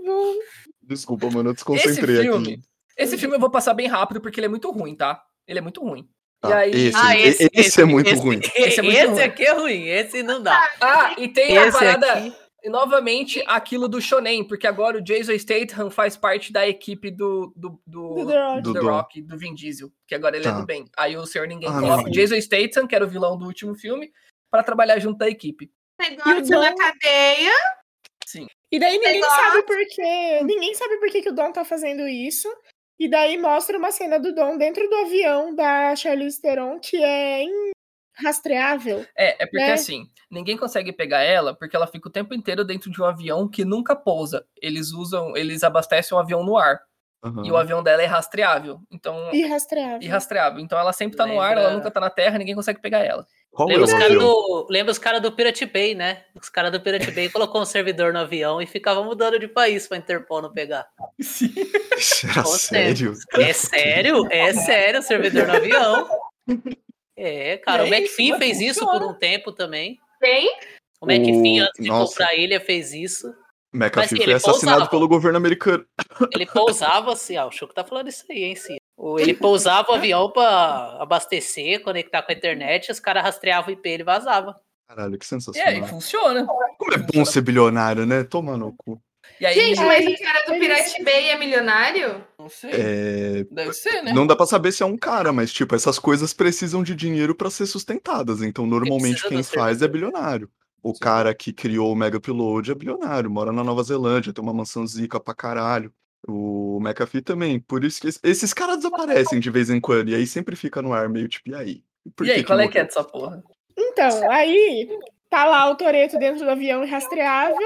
Bom,
Desculpa, mano, eu
Esse
desconcentrei
filme,
aqui.
esse filme eu vou passar bem rápido porque ele é muito ruim, tá? Ele é muito ruim.
Tá,
E aí-
esse,
Ah,
e-
esse-
esse é
esse-
muito
esse-
ruim.
Esse
Esse,
é muito ruim.
aqui é ruim, esse não dá.
Ah, e tem a
Esse
parada,
aqui.
e novamente, aquilo do Shonen, porque agora o Jason Statham faz parte da equipe do, do, do,
do The Rock.
do
Do
The
Dom.
Rock, do Vin Diesel, que agora ele é
Tá.
do bem. Aí o Senhor Ninguém
Ah,
coloca
não.
o Jason Statham, que era o vilão do último filme, pra trabalhar junto da equipe.
Negócio na
Dom?
cadeia.
E daí ninguém
Negócio.
sabe por quê. Ninguém sabe por que, que o Dom tá fazendo isso. E daí mostra uma cena do Dom dentro do avião da Charlize Theron, que é rastreável.
É, é porque
Né?
assim, ninguém consegue pegar ela porque ela fica o tempo inteiro dentro de um avião que nunca pousa. Eles usam, eles abastecem o avião no ar. E o
Aham.
avião dela é rastreável. Então,
Irrastreável.
irrastreável. Então ela sempre tá no ar, ela
Lembra-
nunca tá na terra, ninguém consegue pegar ela.
Qual é
Lembra os
o
caras
avião?
do, lembra os cara do Pirate Bay, né? Os caras do Pirate Bay colocou um servidor no avião e ficava mudando de país pra Interpol não pegar.
Isso era
Com
sério?
É sério? É sério, servidor no avião. É, cara,
E
o
é isso,
McFee
mas
fez isso
funciona.
por um tempo também.
Tem?
O McFee,
O-
antes de
nossa.
comprar a ilha, fez isso. Mas, assim,
McAfee foi
ele
assassinado
pousava.
pelo governo americano.
Ele pousava assim, ah, o Chuco tá falando isso aí, hein, Cia? O- Ele pousava o avião pra abastecer, conectar com a internet, os caras rastreavam o IP e ele vazava.
Caralho, que
É, E aí,
sensacional.
funciona.
Como é bom ser bilionário, né? Toma no cu.
E aí,
Gente, mas o cara do
Ai,
Pirate Bay é milionário?
não sei.
É,
Deve ser, né?
Não dá pra saber se é um cara, mas tipo, essas coisas precisam de dinheiro pra ser sustentadas. Então, normalmente
precisa
quem
do
faz é
servidor.
bilionário. O cara que criou o Mega Upload é bilionário, mora na Nova Zelândia, tem uma mansão zica pra caralho. O McAfee também. Por isso que es- esses caras desaparecem de vez em quando. E aí sempre fica no ar meio tipo, e aí? Por
e aí, qual é que é
morreu?
dessa porra?
Então, aí tá lá o Toreto dentro do avião irrastreável.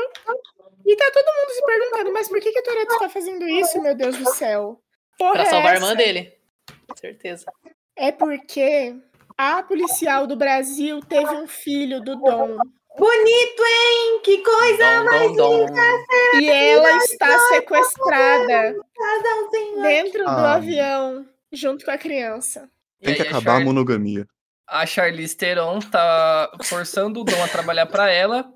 E tá todo mundo se perguntando, mas por que, que o Toreto está fazendo isso, meu Deus do céu? Porra
Pra
é
salvar a irmã
essa?
dele. Com certeza.
É porque a policial do Brasil teve um filho do Dom.
Bonito, hein? Que coisa!
é
Dom, dom, dom.
E ela está sequestrada
Casalzinho.
dentro do
Ah.
avião, junto com a criança.
E
Tem que
aí,
acabar a
Char-
monogamia.
a Charlize Theron tá forçando o Dom a trabalhar pra ela.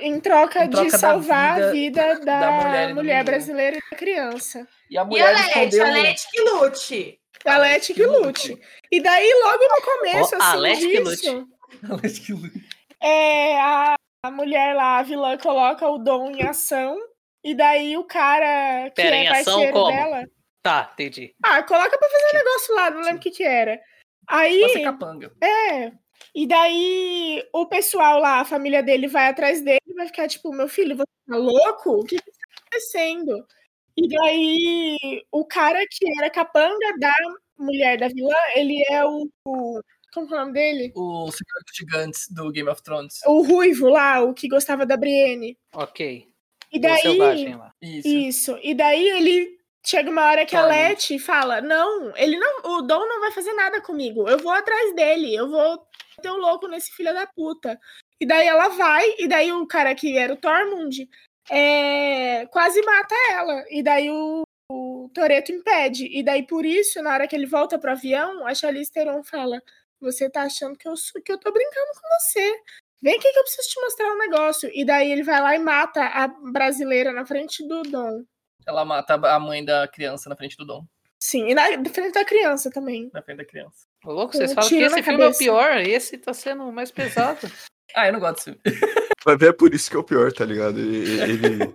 Em troca,
Em troca da
de salvar a
vida
vida da,
mulher e do menino.
mulher, brasileira e da criança.
E a
E a
mulher
Leti?
escondeu...
A Leti que lute.
Da Leti que lute. E daí, logo no começo,
Ó, a
assim,
Leti que lute.
disso,
Leti que lute.
É, a, a mulher lá, a vilã, coloca o dom em ação. E daí o cara que
Pera,
é
em ação
parceiro
como?
dela.
Tá, entendi.
Ah, coloca pra fazer um negócio lá, não lembro o que que era. Aí.
Pode ser capanga.
É. E daí o pessoal lá, a família dele vai atrás dele e vai ficar tipo, meu filho, você tá louco? O que que tá acontecendo? E daí o cara que era capanga da mulher da vilã, ele é o. o- Como que é o nome dele?
O Senhor dos Gigantes do Game of Thrones.
O ruivo lá, o que gostava da Brienne.
Ok.
E
o selvagem né?
daí.
lá.
Isso.
Isso. E daí ele chega uma hora que a
Toma.
Leti fala: Não, ele não. O Dom não vai fazer nada comigo. Eu vou atrás dele. Eu vou ter um louco nesse filho da puta. E daí ela vai, e daí o cara que era o Tormund é, quase mata ela. E daí o, o Toreto impede. E daí, por isso, na hora que ele volta pro avião, a Charlize Theron fala: Você tá achando que eu, sou- que eu tô brincando com você. Vem aqui que eu preciso te mostrar um negócio. E daí ele vai lá e mata a brasileira na frente do Dom.
Ela mata a mãe da criança na frente do Dom.
Sim, e na na frente da criança também.
Na frente da criança.
Ô, louco,
Com
vocês
um
falam que
tiro
esse
na
filme é o
cabeça.
pior, esse tá sendo o mais pesado.
Ah, eu não gosto desse filme.
Vai ver, é por isso que é o pior, tá ligado? Ele. ele, ele tá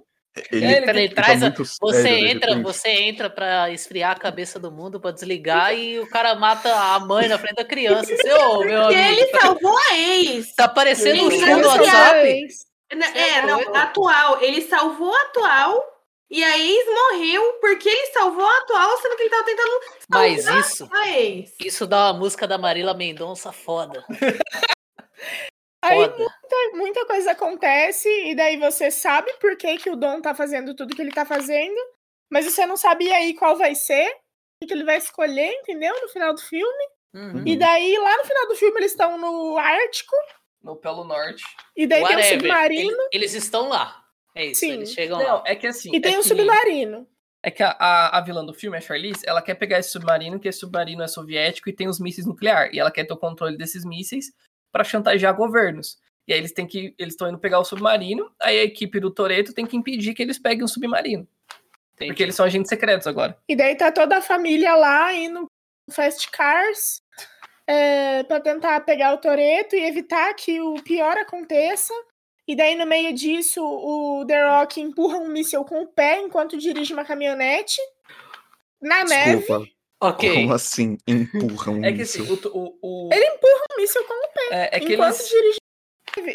Ele,
tem-
ele traz a-
muito
Você
sério, né, tipo, de
entra,
repente.
você entra pra esfriar a cabeça do mundo, pra desligar, e o cara mata a mãe na frente da criança. Você, ô, meu
Porque
amigo,
ele
tá,
salvou a ex.
tá aparecendo no
Ele
fundo do
salvou a
WhatsApp.
ex.
Na-
Você
É,
é
não,
doido?
a atual. Ele salvou a atual e a ex morreu porque ele salvou a atual, sendo que ele tava tentando
Mas isso,
a ex.
isso dá uma música da Marília Mendonça foda.
Aí
Foda.
muita, muita coisa acontece, e daí você sabe por que, que o Dom tá fazendo tudo que ele tá fazendo, mas você não sabe e aí qual vai ser, o que que ele vai escolher, entendeu? No final do filme.
Uhum.
E daí, lá no final do filme, eles estão no Ártico,
No Pelo Norte.
e daí tem
Whatever.
um submarino,
Eles, eles estão lá. É isso,
Sim.
eles chegam lá.
Não, é que assim.
e tem
é
um
que-
submarino.
É que a, a, a vilã do filme, a Charlize, ela quer pegar esse submarino, que esse submarino é soviético e tem os mísseis nuclear. E ela quer ter o controle desses mísseis pra chantagear governos. E aí eles têm que. Eles estão indo pegar o submarino, aí a equipe do Toreto tem que impedir que eles peguem o submarino.
Entendi.
Porque eles são agentes secretos agora.
E daí tá toda a família lá indo no Fast Cars é, para tentar pegar o Toreto e evitar que o pior aconteça. E daí, no meio disso, o The Rock empurra um míssil com o pé enquanto dirige uma caminhonete na neve.
Desculpa,
Ok.
como assim? Empurra um
É que assim,
míssil?
o. to- o, o-
Ele empurra um míssil com o pé
é, é que
enquanto
eles-
dirige.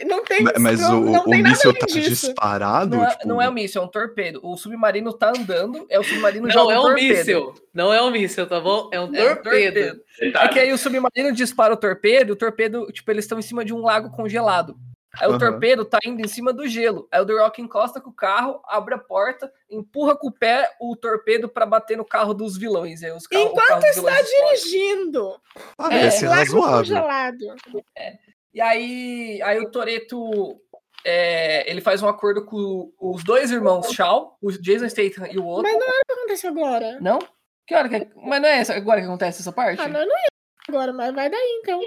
Não tem,
Ma- Mas
não,
o,
não
o
tem nada
míssil
além
tá
disso.
disparado?
Não é,
tipo,
não é um míssil, é um torpedo. O submarino tá andando, é o
assim?
submarino
Não
joga
é um
torpedo.
míssil. Não é um míssil, tá bom? É
É
um
um
torpedo.
torpedo.
tá
É que aí o submarino dispara o torpedo, o torpedo, tipo, eles estão em cima de um lago congelado. Aí o
Aham.
torpedo tá indo em cima do gelo. Aí o The Rock encosta com o carro, abre a porta, empurra com o pé o torpedo pra bater no carro dos vilões. Aí os carro, o carro
Enquanto
dos
está
vilões explode.
dirigindo,
Parece
é,
lago
razoável.
congelado.
E aí, aí o Toreto ele faz um acordo com os dois irmãos Shaw, o Jason Statham e o outro.
Mas não era o que aconteceu agora.
Não? Que hora que é- Mas não é essa- agora que acontece essa parte?
Ah, não, eu não ia agora, mas vai daí então.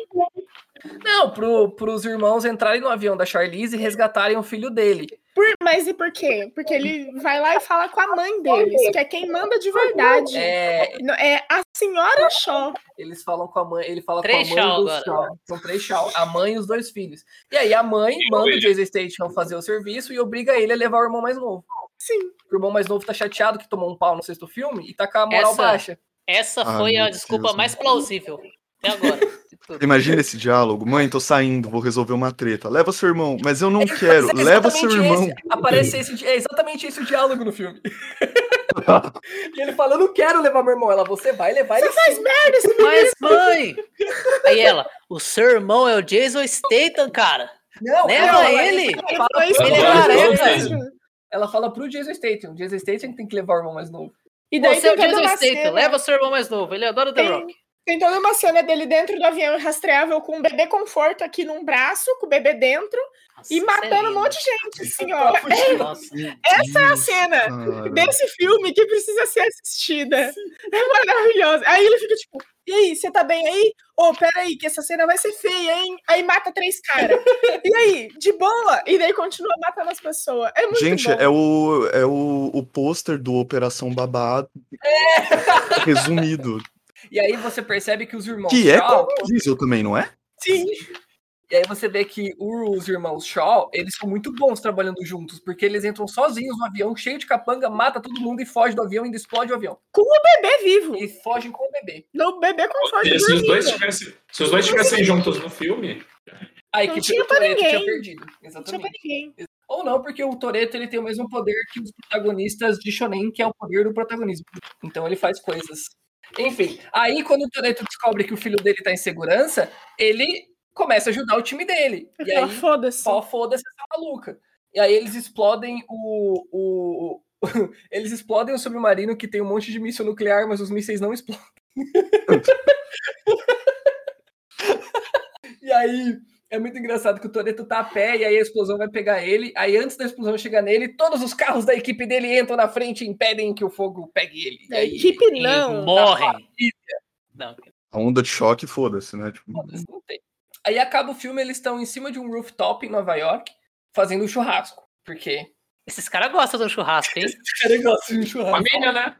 Não, pro, pros irmãos entrarem no avião da Charlize e resgatarem o filho dele.
Por- mas e por quê? Porque ele vai lá e fala com a mãe deles, que é quem manda de verdade.
É,
Não, É, a senhora Shaw.
Eles falam com a mãe, ele fala
Três
com a mãe
chau
do
agora.
chau. São três chau, a mãe e os dois filhos. E aí a mãe manda o Jason Statham fazer o serviço e obriga ele a levar o irmão mais novo.
Sim.
Porque O irmão mais novo tá chateado que tomou um pau no sexto filme e tá com a moral
Essa-
baixa.
Essa
Ah,
foi
meu
a desculpa
Deus,
mais plausível. Até agora. de tudo.
Imagina esse diálogo. Mãe, tô saindo, vou resolver uma treta. Leva seu irmão, mas eu não quero.
Mas é
Leva seu
exatamente
irmão.
esse- aparece esse, di- é exatamente esse o diálogo no filme. e ele fala: Eu não quero levar meu irmão. Ela, você vai levar ele. sim."
Mas, mãe! Aí ela, o seu irmão é o Jason Statham, cara.
Não,
Leva
não,
ele.
Ela
Ele
fala,
foi
Ele é
careca.
mesmo.
ela fala pro Jason Statham: o Jason Statham tem que levar o irmão mais novo.
E daí
Você
tem
é o
toda,
Jason
uma
Statham,
cena,
leva seu irmão mais novo. Ele adora o The
Tem-
Rock.
tem toda uma cena dele dentro do avião rastreável com um bebê conforto aqui num braço, com o bebê dentro,
Nossa,
e
isso é
matando um
lindo.
monte de gente, assim, ó.
Nossa,
Essa é a cena
Cara.
desse filme que precisa ser assistida. É maravilhosa. Aí ele fica tipo, e aí, você tá bem aí? Ô, peraí, que essa cena vai ser feia, hein? Aí mata três caras. E aí, de boa? E daí continua matando as pessoas. É muito
Gente,
bom.
é o, é o, o pôster do Operação Babado. Resumido.
E aí você percebe que os irmãos.
Que é
Shaw-
como diesel também, não é?
Sim,
E aí você vê que os irmãos Shaw, eles são muito bons trabalhando juntos, porque eles entram sozinhos no avião, cheio de capanga, mata todo mundo e foge do avião, ainda explode o avião.
bebê vivo.
E fogem com o bebê.
No bebê conforto
É, Se os dois
dormindo.
tivessem, se os dois tivessem juntos no filme,
A
Não
equipe
tinha
do
pra
Toreto tinha
ninguém.
perdido.
Não tinha pra
Exatamente.
ninguém.
Ou não, porque o Toreto ele tem o mesmo poder que os protagonistas de Shonen, que é o poder do protagonismo. Então ele faz coisas. Enfim, aí quando o Toreto descobre que o filho dele tá em segurança, ele começa a ajudar o time dele.
Eu
E
falo,
aí
foda-se.
Só foda-se essa maluca. E aí eles explodem o. o- o- eles explodem o submarino que tem um monte de míssil nuclear, mas os mísseis não explodem. e aí. É muito engraçado que o Toreto tá a pé e aí a explosão vai pegar ele. Aí antes da explosão chegar nele, todos os carros da equipe dele entram na frente e impedem que o fogo pegue ele. E
Da
aí-
equipe É,
Eles
não.
morrem. Não,
A onda de choque, foda-se, né? Tipo,
Foda-se, não tem. Aí acaba o filme, eles estão em cima de um rooftop em Nova York, fazendo um churrasco. Porque.
esses caras gostam do churrasco, hein?
Cara, gosta de um churrasco.
Família, né?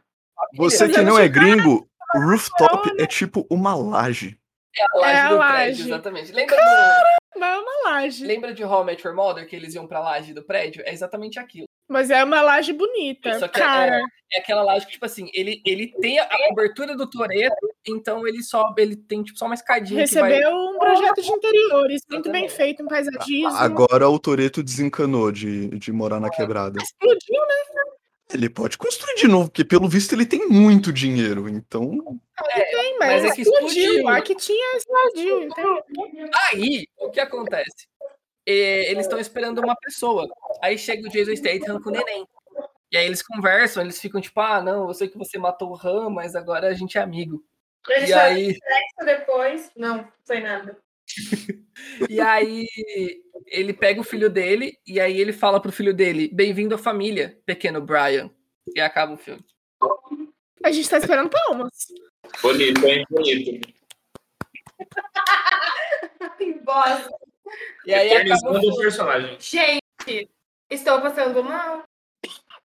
você
Mas
que
eu
não
não
é gringo, o rooftop é tipo uma laje.
É a laje
É a
do
laje.
prédio, exatamente. Lembra, do-
Mas é uma laje.
lembra de How I Met Your Mother, que eles iam pra laje do prédio? É exatamente aquilo.
Mas é uma laje bonita.
Só que é-
Cara,
É aquela laje que, tipo assim, ele, ele tem a cobertura do Toreto, então ele sobe, ele tem tipo, só uma escadinha que vai.
recebeu um projeto de interiores. Muito bem
Exatamente.
feito, um paisagismo.
Agora o Toreto desencanou de, de morar na quebrada.
Explodiu, né?
Ele pode construir de novo, porque pelo visto ele tem muito dinheiro. Então,
Tem,
mas
mas,
é que
explodiu.
explodiu.
A que tinha explodiu. Então,
Aí, o que acontece? É, eles estão esperando uma pessoa. Aí chega o Jason Statham com o neném. E aí eles conversam, eles ficam tipo, ah, não, eu sei que você matou o Ram, mas agora a gente é amigo.
Ele
E
só
aí,
isso depois. Não, foi nada.
e aí ele pega o filho dele e aí ele fala pro filho dele, bem-vindo à família, pequeno Brian. E acaba o filme.
a gente tá esperando palmas.
Bonito, hein? Bonito.
Que bosta.
E aí acaba o
Eternizando o
filme.
personagem.
Gente, estou passando mal.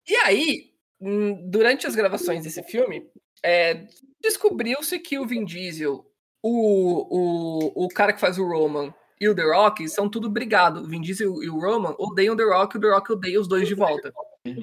E aí, hum, durante as gravações desse filme, é, descobriu-se que o Vin Diesel, o, o, o cara que faz o Roman e o The Rock são tudo brigado. O Vin Diesel e o Roman odeiam o The Rock, o The Rock odeia os dois de volta.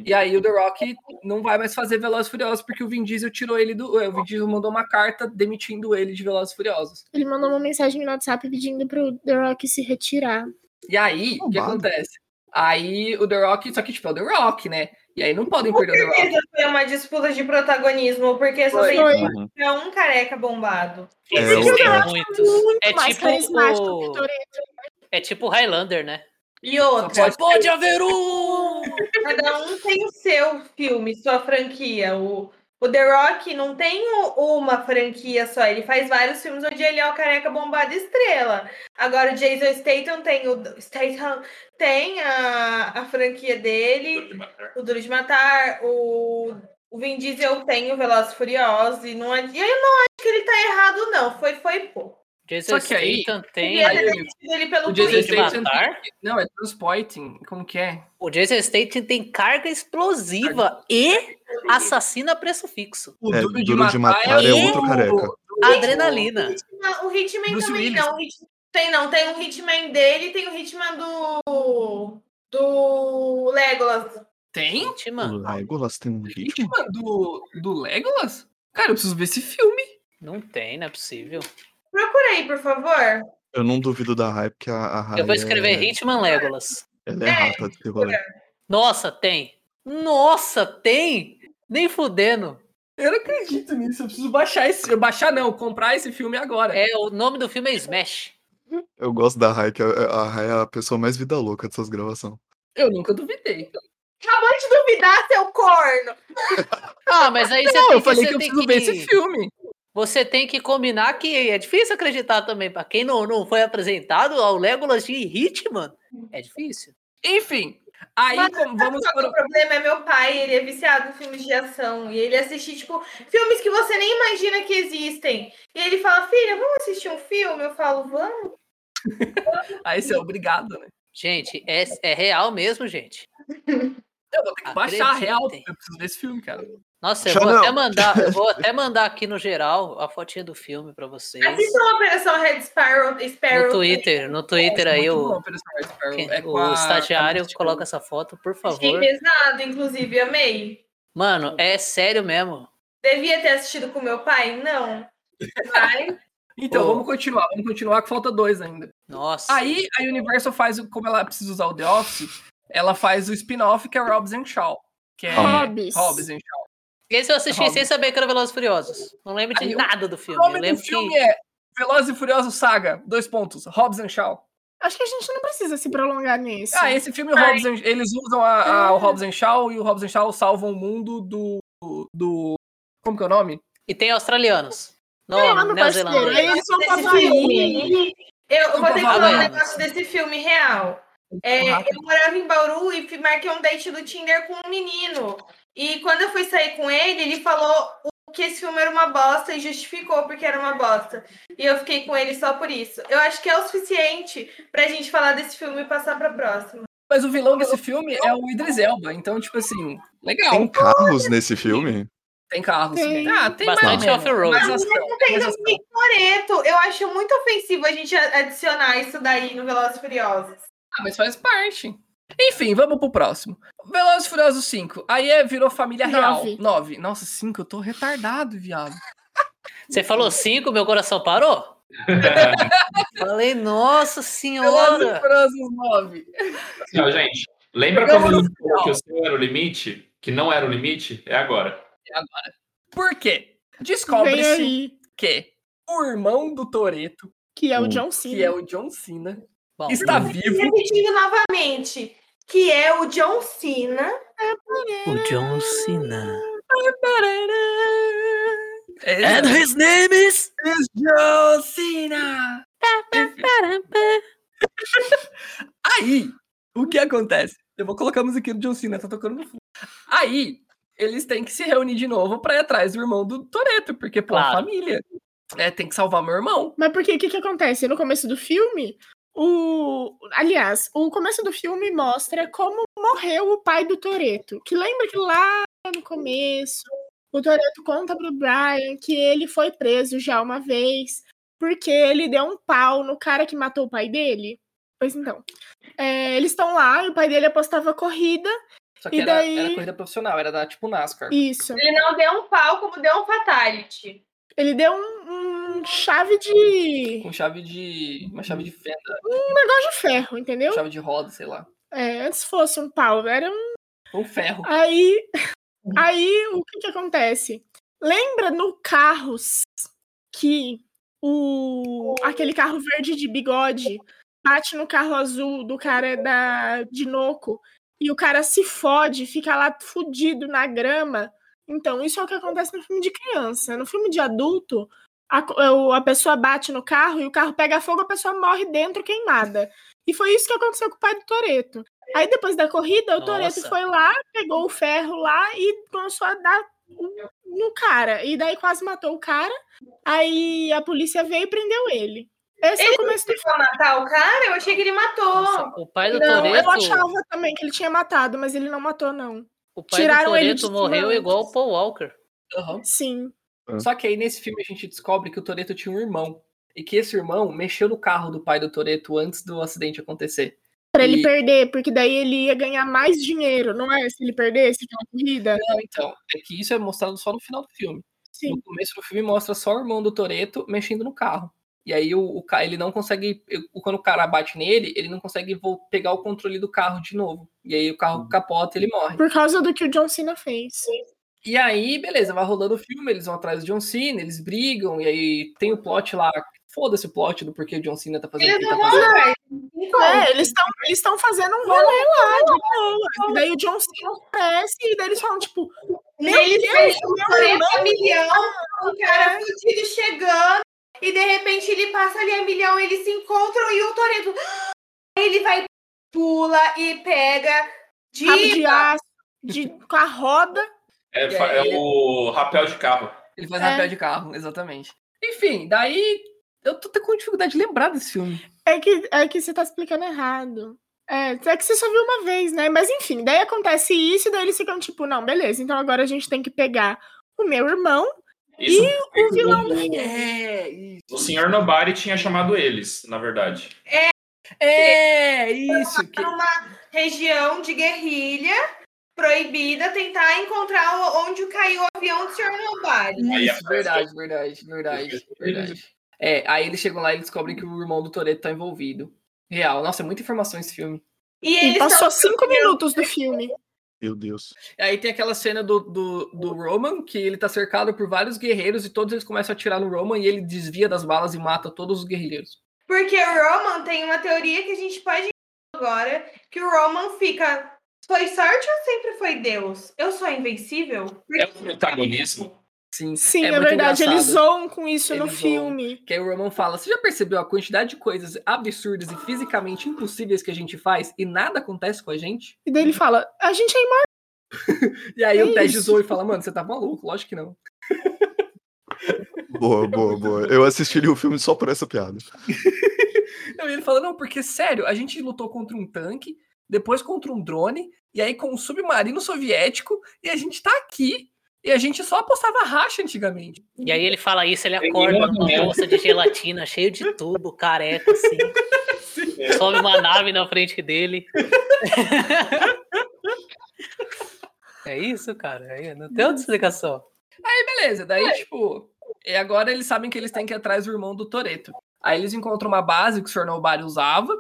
E aí o The Rock não vai mais fazer Velozes e Furiosos porque o Vin Diesel tirou ele do. é, O Vin Diesel mandou uma carta demitindo ele de Velozes e Furiosos.
Ele mandou uma mensagem no WhatsApp pedindo pro The Rock se retirar.
E aí, o que
Roubado.
acontece? Aí o The Rock, só que tipo, é o The Rock, né? E aí não podem perder o The Rock.
Essa foi uma disputa de protagonismo, porque só
Foi.
tem
Foi.
uhum.
é um careca bombado.
É,
Existem
o- é.
muitos.
Muito
É
mais
tipo
carismático
o-
que o Toretto.
É tipo Highlander, né?
E outra,
Só pode
haver um!
cada um tem o seu filme, sua franquia. O, o The Rock não tem o- uma franquia só, ele faz vários filmes onde ele é o careca bombado estrela. Agora o Jason Statham tem o Statham tem a, a franquia dele, o Duro de Matar, o, o Vin Diesel tem o Velozes e Furiosos e não, ad- e eu não acho que ele tá errado não, foi foi pouco.
Jason
Só que aí-
Statham
E
tem
Aí,
ele é
Yuri,
demitido ele pelo
o Jason
Duro
Twitter.
de
Statham-
matar.
Não, é transporting. Como que é?
O Jason Statham tem carga explosiva e assassina a preço fixo.
O
É, Duro de Matar
é
o-
outro
careca.
Adrenalina.
Não, o Hitman
Bruce
também
Willis.
não. o Hit- Tem não, tem o Hitman dele e tem o Hitman do. do Legolas.
Tem?
Hitman.
O Legolas tem um ritmo.
Hitman do, do Legolas? Cara, eu preciso ver esse filme.
Não tem, não é possível.
Procura aí, por favor.
Eu não duvido da hype, porque a, a Rai
Eu vou
é,
escrever Hitman Legolas.
Ela é rata desse rolê.
Nossa, tem. Nossa, tem. Nem fudendo.
Eu não acredito nisso. Eu preciso baixar esse. Baixar não, comprar esse filme agora.
É, o nome do filme é Smash.
Eu gosto da Rai, que a- a Rai é a pessoa mais vida louca dessas gravações.
Eu nunca duvidei.
Acabou de duvidar, seu corno!
Ah, mas aí você
Não,
tem
eu falei
você
que eu
tem
preciso ver esse filme.
Você tem que combinar que é difícil acreditar também. Pra quem não, não foi apresentado ao Legolas de Hitman, é difícil.
Enfim, aí
Mas
como- vamos
Só que
para
o problema é meu pai, ele é viciado em filmes de ação. E ele assiste, tipo, filmes que você nem imagina que existem. E ele fala, filha, vamos assistir um filme? Eu falo, vamos.
Aí você é obrigado, né?
Gente, é, é real mesmo, gente.
Eu vou ter que baixar a real.
Acreditem.
Eu preciso ver esse filme, cara.
Nossa, eu
Já
vou,
não.
até mandar, eu vou até mandar aqui no geral a fotinha do filme pra vocês.
então,
Assistam a Operação Red Sparrow. Sparrow
No Twitter, no Twitter aí
Muito
o,
bom, Operação Red Sparrow.
quem-
É com
o
a- tipo,
estagiário
a-
coloca essa foto, por
Achei
favor.
pesado, inclusive, amei.
Mano, é sério mesmo.
Devia ter assistido com meu pai? Não. Mas...
Então,
Ô.
vamos continuar. Vamos continuar que falta dois ainda.
Nossa.
Aí a Universal faz, o- como ela precisa usar o The Office, ela faz o spin-off que é Hobbs and Shaw. Que é
Hobbs.
Hobbs and Shaw.
Esse eu assisti
Rob.
sem saber que era Velozes e Furiosos. Não lembro de
Aí o
nada do
O
filme. Eu
nome do
lembro que
filme é Veloz e Furioso Saga, dois pontos, Hobbs and Shaw.
Acho que a gente não precisa se prolongar nisso.
Ah, esse filme, o Hobbs and- eles usam a, a- o Hobbs and Shaw e o Hobbs and Shaw salvam o mundo do. do como que é o nome?
E tem australianos. Não,
Sei lá, meu parceiro.
né,
Então Aí
neozelandeses.
eles vão pra
Esse
Bahia.
filme. Eu vou ter que falar um
Havaianas.
negócio desse filme real. É, eu morava em Bauru e fi- marquei um date do Tinder com um menino. E quando eu fui sair com ele, ele falou o- que esse filme era uma bosta e justificou porque era uma bosta. E eu fiquei com ele só por isso. Eu acho que é o suficiente pra gente falar desse filme e passar pra próxima.
Mas o vilão desse filme é o Idris Elba. Então, tipo assim, legal. Tem,
Tem carros nesse filme?
carros.
Tem.
Ah, tem
Bastante
mais, ou menos.
off-road.
Mais ação,
Não tem
mais
no
ação.
Toreto. Eu acho muito ofensivo a gente a- adicionar isso daí no Velozes e Furiosos.
Ah, mas faz parte. Enfim, vamos pro próximo. Velozes e Furiosos 5. Aí é, virou família real.
Nove.
9. Nossa, 5, eu tô retardado, viado.
Você falou cinco, meu coração parou?
É.
Falei, nossa
Velozes e
senhora!
Furiosos 9.
Não, gente, lembra
Não,
quando
não.
ele falou que o seu era o limite? Que não era o limite? É agora.
Por quê?
Vem
Descobre-se
aí,
que o irmão do Toreto,
que é o
Hum.
John
que é
Cena.
o John Cena,
Bom,
está
E
vivo.
repetindo novamente, que é o John Cena.
o John Cena.
É,
And his name is...
It's John Cena! Aí, o que acontece? Eu vou colocar a musiquinha do John Cena, tá tocando no fundo. Aí, eles têm que se reunir de novo pra ir atrás do irmão do Toreto, porque, pô,
Claro.
a família. É, tem que salvar meu irmão.
Mas porque o que, que acontece? No começo do filme, o. Aliás, o começo do filme mostra como morreu o pai do Toreto. Que lembra que lá no começo, o Toreto conta pro Brian que ele foi preso já uma vez, porque ele deu um pau no cara que matou o pai dele. Pois então. É, eles estão lá e o pai dele apostava corrida.
Só que
E
era,
daí-
era corrida profissional, era da tipo NASCAR.
Isso.
Ele não deu um pau, como deu um fatality.
Ele deu um, um chave de.
Com chave de. Uma chave de fenda,
um negócio de ferro, entendeu?
chave de roda, sei lá.
É, antes fosse um pau, era um.
Ou ferro.
Aí, aí o que que acontece? Lembra no Carros que o aquele carro verde de bigode bate no carro azul do cara da de Noco e o cara se fode, fica lá fudido na grama. Então, isso é o que acontece no filme de criança. No filme de adulto, a, co- o- a pessoa bate no carro e o carro pega fogo, a pessoa morre dentro queimada. E foi isso que aconteceu com o pai do Toreto. Aí depois da corrida, o Toreto
Nossa.
foi lá, pegou o ferro lá e começou a dar o- no cara. E daí quase matou o cara. Aí a polícia veio e prendeu ele. Esse é o começo do
Ele foi matar o cara? Eu achei que ele matou.
Nossa, o pai do
não, eu
Toreto...
achava também que ele tinha matado, mas ele não matou, não.
O pai do
tiraram ele de
Toreto
cima
morreu
antes.
igual o Paul Walker.
Aham.
Hum. Sim.
Só que aí nesse filme a gente descobre que o Toreto tinha um irmão. E que esse irmão mexeu no carro do pai do Toreto antes do acidente acontecer.
Pra ele
E-
perder, porque daí ele ia ganhar mais dinheiro, não é? Se ele perdesse aquela corrida.
Não, então, é que isso é mostrado só no final do filme.
Sim.
No começo do filme mostra só o irmão do Toreto mexendo no carro. E aí o, o ca- ele não consegue. eu- Quando o cara bate nele, ele não consegue vol- pegar o controle do carro de novo. E aí o carro capota e ele morre.
Por causa do que o John Cena fez.
E aí, beleza, vai rolando o filme, eles vão atrás do John Cena, eles brigam, e aí tem o plot lá. Foda-se o plot do porquê o John Cena tá fazendo o
Eles
que
não
tá
vão
fazendo.
atrás.
É, eles estão eles tão fazendo um rolê lá de boa. E daí o John Cena aparece e daí eles falam, tipo, meu
Eles
Deus,
perderam
meu
40
irmão.
milhão, o cara fudido chegando, e de repente ele passa ali a milhão, eles se encontram e o Toreto. Ele vai, pula e pega.
Rabo Ah, de
Diva.
aço, de, com a roda.
É,
E
fa- é
aí?
o rapel de carro.
Ele faz
É.
rapel de carro, exatamente. Enfim, daí eu tô até com dificuldade de lembrar desse filme.
É que, é que você tá explicando errado. É, é que você só viu uma vez, né? Mas enfim, daí acontece isso e daí eles ficam tipo, não, beleza, então agora a gente tem que pegar o meu irmão
Isso,
e o vilão do filme.
É, isso.
o senhor Nobari tinha chamado eles, na verdade.
É, isso. Que...
numa região de guerrilha proibida tentar encontrar o- onde caiu o avião do Sr. Nobari.
Aí
Isso,
aparece-
verdade, verdade, verdade, verdade. É, aí eles chegam lá e descobrem que o irmão do Toreto tá envolvido. Real, nossa, é muita informação esse filme.
E
E
eles
passou
são
cinco minutos do filme.
Meu Deus.
Aí tem aquela cena do, do, do Roman, que ele tá cercado por vários guerreiros e todos eles começam a atirar no Roman e ele desvia das balas e mata todos os guerrilheiros.
Porque o Roman tem uma teoria que a gente pode agora, que o Roman fica. Foi sorte ou sempre foi Deus? Eu sou invencível?
É o protagonismo.
Sim,
Sim,
é
na
muito
verdade,
engraçado.
eles zoam com isso no
Eles zoam.
filme.
Que aí o Roman fala: Você já percebeu a quantidade de coisas absurdas e fisicamente impossíveis que a gente faz e nada acontece com a gente?
E daí ele fala: a gente é imortal.
E aí
É
o Ted
isso.
zoa e fala: Mano, você tá maluco? Lógico que não.
Boa, boa, boa. Eu assistiria o filme só por essa piada.
Não, e ele fala: Não, porque sério, a gente lutou contra um tanque, depois contra um drone, e aí com um submarino soviético, e a gente tá aqui. E a gente só apostava racha antigamente.
E aí ele fala isso, ele
Tem
acorda
nenhuma
numa
mulher.
bolsa de gelatina, cheio de tubo, careca, assim. Sobe uma nave na frente dele. É isso, cara. aí Não tem outra explicação.
Beleza, daí, tipo, e agora eles sabem que eles têm que ir atrás do irmão do Toreto. Aí eles encontram uma base que o Sr. Nobari usava,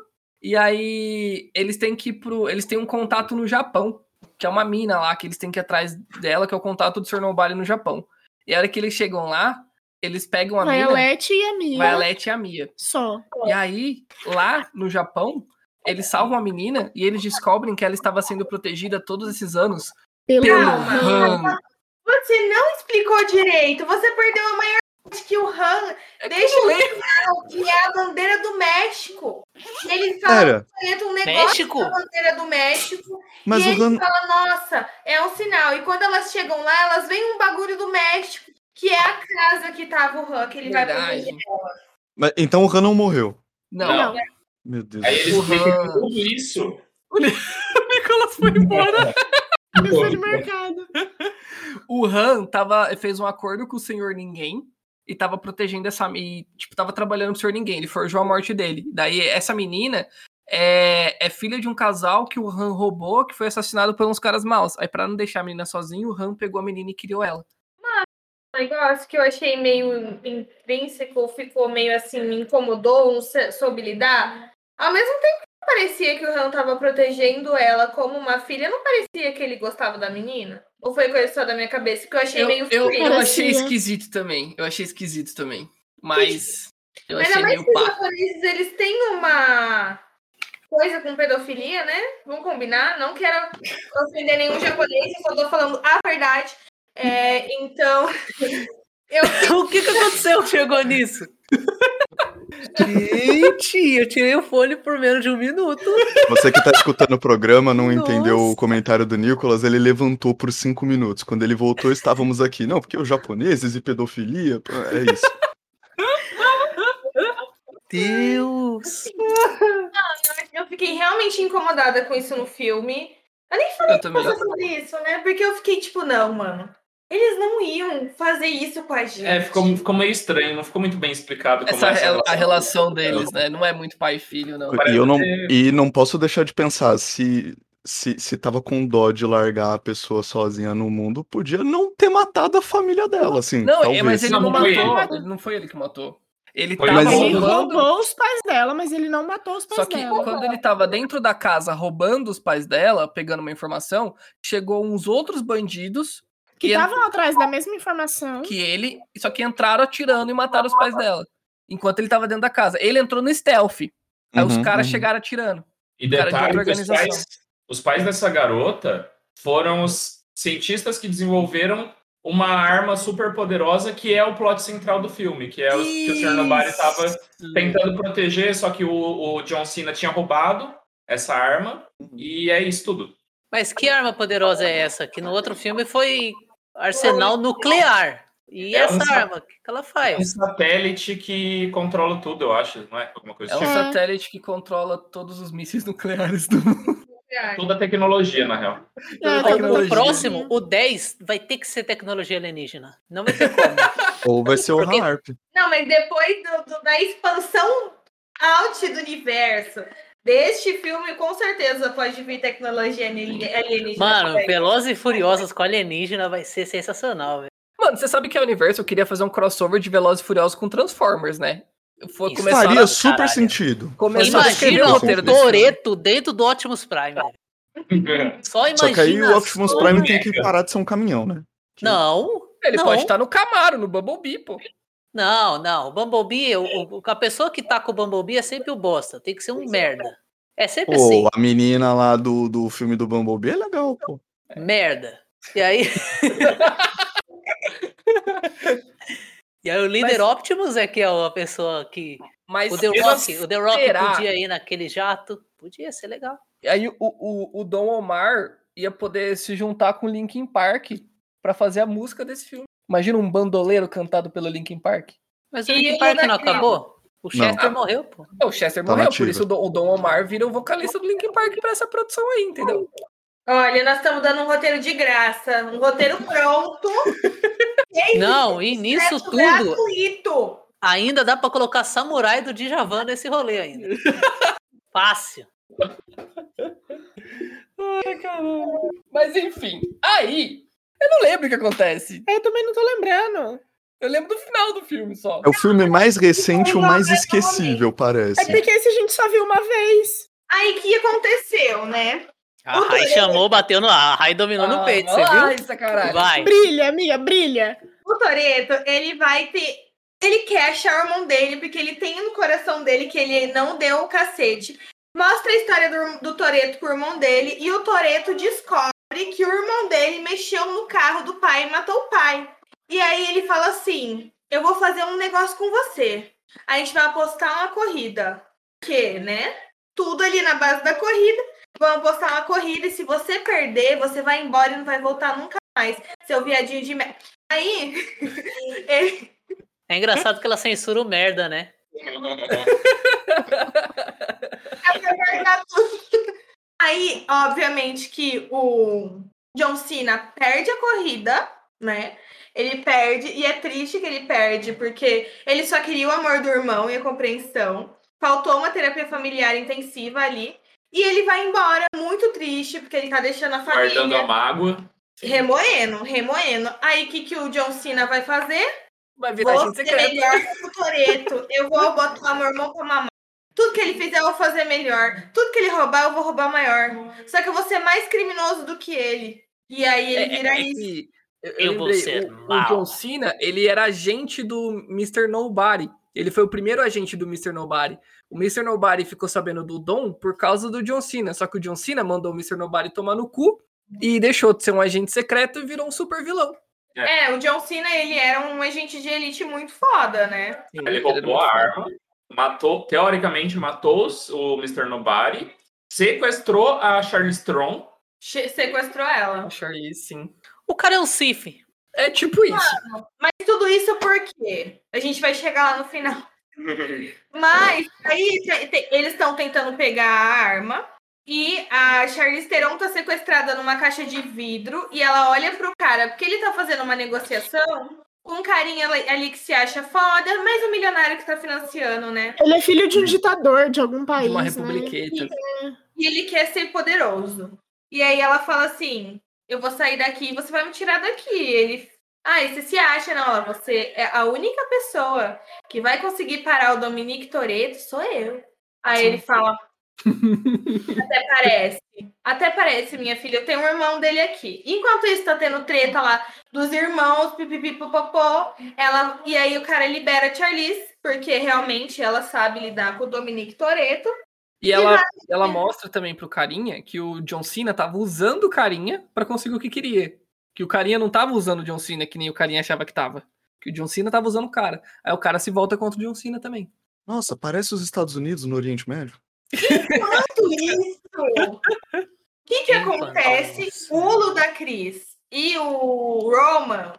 e aí eles têm que ir pro. Eles têm um contato no Japão, que é uma mina lá, que eles têm que ir atrás dela, que é o contato do Sr. Nobari no Japão. E a hora que eles chegam lá, eles pegam a
Vai a
mina,
Leti né? e a Mia.
vai a Leti e a Mia.
Só.
E aí, lá no Japão, eles salvam a menina e eles descobrem que ela estava sendo protegida todos esses anos
Pelo
pelo
Calma.
Han.
Você não explicou direito. Você perdeu a maior parte que o Han
É que eu
deixa
não
o
lembro.
final, que é a bandeira do México. E ele fala
Pera,
que um negócio
México?
da bandeira do México.
mas
e
o
ele
Han.
fala, nossa, é um sinal. E quando elas chegam lá, elas veem um bagulho do México, que é a casa que tava o Han, que ele vai proteger.
Verdade.
mas- Então o Han não morreu.
não.
Não.
Meu Deus.
Aí eles
O
ficam
Han.
com tudo isso.
Nicolas
Uhum.
foi embora.
Ele foi no mercado.
O Han tava, fez um acordo com o senhor Ninguém e tava protegendo essa. E, tipo, tava trabalhando pro senhor Ninguém. Ele forjou a morte dele. Daí, essa menina é, é filha de um casal que o Han roubou, que foi assassinado por uns caras maus. Aí, pra não deixar a menina sozinha, o Han pegou a menina e criou ela.
Um negócio que eu achei meio intrínseco, ficou meio assim, me incomodou, não se- soube lidar. Ao mesmo tempo que parecia que o Han tava protegendo ela como uma filha, não parecia que ele gostava da menina? Ou foi coisa só da minha cabeça que eu achei
Eu,
meio
eu, eu
frio?
achei
Parecia.
esquisito também. Eu achei esquisito também. Mas. Eu
Ainda
achei
mais
meio
que os
pá.
japoneses, eles têm uma coisa com pedofilia, né? Vamos combinar? Não quero ofender nenhum japonês, eu só tô falando a verdade. É, então, eu
O que, que aconteceu que chegou nisso? Gente, eu tirei o fone por menos de um minuto.
Você que tá escutando o programa não entendeu o
Nossa.
comentário do Nicolas, ele levantou por cinco minutos. Quando ele voltou, estávamos aqui. Não, porque os japoneses e pedofilia, pô, é isso.
Deus.
Eu fiquei realmente incomodada com isso no filme. Eu nem falei
Eu também.
nada sobre isso, né? Porque eu fiquei tipo, não, mano. Eles não iam fazer isso com a gente.
É, ficou,
Tipo,
ficou meio estranho, não ficou muito bem explicado como
Essa
é
rela- a relação deles, né? Não é muito pai e filho, não.
E,
Parece
eu não,
ser-
e não posso deixar de pensar, se, se, se tava com dó de largar a pessoa sozinha no mundo, podia não ter matado a família dela, assim,
Não, é,
talvez.
mas ele não,
Não,
matou.
foi
Ele. Não foi ele que matou. Ele
Foi
tava
Mas-
Ele
roubando.
roubou os pais dela, mas ele não matou os pais
Só que
é,
dela.
quando ele tava dentro da casa roubando os pais dela, pegando uma informação, chegou uns outros bandidos
Que
e en-
estavam atrás da mesma informação.
Hum.
que ele. Só que entraram atirando e mataram os pais dela. Enquanto ele tava dentro da casa. Ele entrou no stealth. Aí os
Uhum,
caras
uhum.
chegaram atirando.
E
cara de
detalhe,
outra
que os
organização.
pais, os pais dessa garota foram os cientistas que desenvolveram uma arma super poderosa que é o plot central do filme, que é o que o Sr. Nobari estava tentando proteger, só que o, o John Cena tinha roubado essa arma,
Uhum.
e é isso tudo.
Mas que arma poderosa é essa? Que no outro filme foi arsenal nuclear. E
É
essa
um-
arma, o que que ela
É um
faz?
satélite que controla tudo, eu acho, não é? Alguma coisa
É um
assim.
É.
satélite que controla todos os mísseis nucleares do mundo. um
Toda a tecnologia, na real.
Ah, tá
Ó, O
tecnologia.
próximo, o 10, vai ter que ser tecnologia alienígena. Não vai ter como.
Ou vai ser o
Porque-
Harp.
Não, mas depois do- do- da expansão out do universo deste filme, com certeza pode vir tecnologia alien- alienígena.
Mano,
também.
Velozes e Furiosos com alienígena vai ser sensacional, velho.
Mano, você sabe que a Universo queria fazer um crossover de Velozes e Furiosos com Transformers, né? Foi
Isso
começar
Faria
do
super
caralho.
sentido.
Começou a escrever
Imagina
o
Faz
o
roteiro desse filme.
Toreto dentro do Optimus Prime. velho. Só imagina.
Só que aí o Optimus
só-
Prime tem que parar de ser um caminhão, né?
Não,
Ele
Não.
pode estar no Camaro, no Bumblebee, pô.
Não, não. O Bumblebee, o, o- a pessoa que tá com o Bumblebee é sempre o bosta. Tem que ser um merda. É sempre assim,
Pô, a menina lá do, do filme do Bumblebee é legal, pô.
merda. E aí. e aí o líder
Mas-
Optimus é que é a pessoa que.
Mas
O The
eu não
Rock, o The Rock
será?
podia ir naquele jato. Podia ser legal.
E aí o, o, o Dom Omar ia poder se juntar com o Linkin Park pra fazer a música desse filme. Imagina um bandoleiro cantado pelo Linkin Park.
Mas
E
o Linkin
ele
Park não
naquele-
acabou? O
Não.
Chester morreu, pô.
É, O Chester
Tá
morreu,
nativa.
por isso o Dom, o Dom Omar vira o vocalista do Linkin Park pra essa produção aí, entendeu?
Olha, nós estamos dando um roteiro de graça, um roteiro pronto.
Não, e é nisso
acesso
tudo,
Gratuito.
ainda dá pra colocar Samurai do Djavan nesse rolê ainda. Fácil.
Ai, caramba. Mas enfim, aí eu não lembro o que acontece.
É, Eu também não tô lembrando.
Eu lembro do final do filme só.
É o filme mais recente e o mais esquecível,
É
parece.
porque esse a gente só viu uma vez.
Aí o que aconteceu, né?
A Rai chamou, bateu no ar. A Rai dominou no
Ah,
peito, você
vai lá,
viu?
esse sacanagem.
Vai.
Brilha, amiga, brilha.
O Toreto, ele vai ter. Ele quer achar o irmão dele, porque ele tem no coração dele que ele não deu o cacete. Mostra a história do, do Toreto pro irmão dele, e o Toreto descobre que o irmão dele mexeu no carro do pai e matou o pai. E aí ele fala assim: Eu vou fazer um negócio com você. A gente vai apostar uma corrida. Que, né? Tudo ali na base da corrida. Vamos apostar uma corrida, e se você perder, você vai embora e não vai voltar nunca mais. Seu viadinho de merda. Aí.
É engraçado que ela censura o merda, né?
Guardar tudo. Aí, obviamente, que o John Cena perde a corrida, né? Ele perde, e é triste que ele perde, porque ele só queria o amor do irmão e a compreensão. Faltou uma terapia familiar intensiva ali. E ele vai embora muito triste, porque ele tá deixando a
Guardando a
família.
mágoa.
Remoendo, remoendo. Aí, o que, que o John Cena vai fazer?
Vai virar
Vou
Tá, gente
ser
secreta.
melhor que o Toreto. Eu vou botar meu irmão pra mamar. Tudo que ele fizer, eu vou fazer melhor. Tudo que ele roubar, eu vou roubar maior. Só que eu vou ser mais criminoso do que ele. E aí ele vira
É
isso.
que eu,
Eu vou
lembrei,
ser
o, o
mau.
John Cena, ele era agente do Mr. Nobody. Ele foi o primeiro agente do Mr. Nobody. O Mr. Nobody ficou sabendo do Dom por causa do John Cena. Só que o John Cena mandou o Mr. Nobody tomar no cu e deixou de ser um agente secreto e virou um super vilão.
É, o John Cena, ele era um agente de elite muito foda, né?
Ele roubou a arma, matou, teoricamente matou os- o Mr. Nobody, sequestrou a Charlize Theron.
Che- Sequestrou ela.
A Charlize, sim.
O cara é um Sif.
É tipo isso.
Mas tudo isso por quê? A gente vai chegar lá no final. Mas aí te- te- eles estão tentando pegar a arma e a Charlize Theron tá sequestrada numa caixa de vidro e ela olha pro cara, porque ele tá fazendo uma negociação com um carinha ali- ali que se acha foda, mas o milionário que tá financiando, né?
Ele é filho de um ditador de algum país.
Hum. De uma
né?
republiqueta.
E ele quer ser poderoso. E aí ela fala assim: Eu vou sair daqui, você vai me tirar daqui. E ele. Ah, e você se acha, não, ó, você é a única pessoa que vai conseguir parar o Dominique Toretto, sou eu. Aí ele fala. Até parece. Até parece, minha filha. Eu tenho um irmão dele aqui. Enquanto isso, tá tendo treta lá dos irmãos, pipipipopopó. Ela, e aí o cara libera a Charlize, porque realmente ela sabe lidar com o Dominique Toretto.
E ela, ela
né?
mostra também pro carinha que o John Cena tava usando o carinha pra conseguir o que queria. Que o carinha não tava usando o John Cena que nem o carinha achava que tava. Que o John Cena tava usando o cara. Aí o cara se volta contra o John Cena também.
Nossa, parece os Estados Unidos no Oriente Médio.
Enquanto isso, o que, que
Enquanto
acontece?
isso.
O Ulo da Cris e o Roman,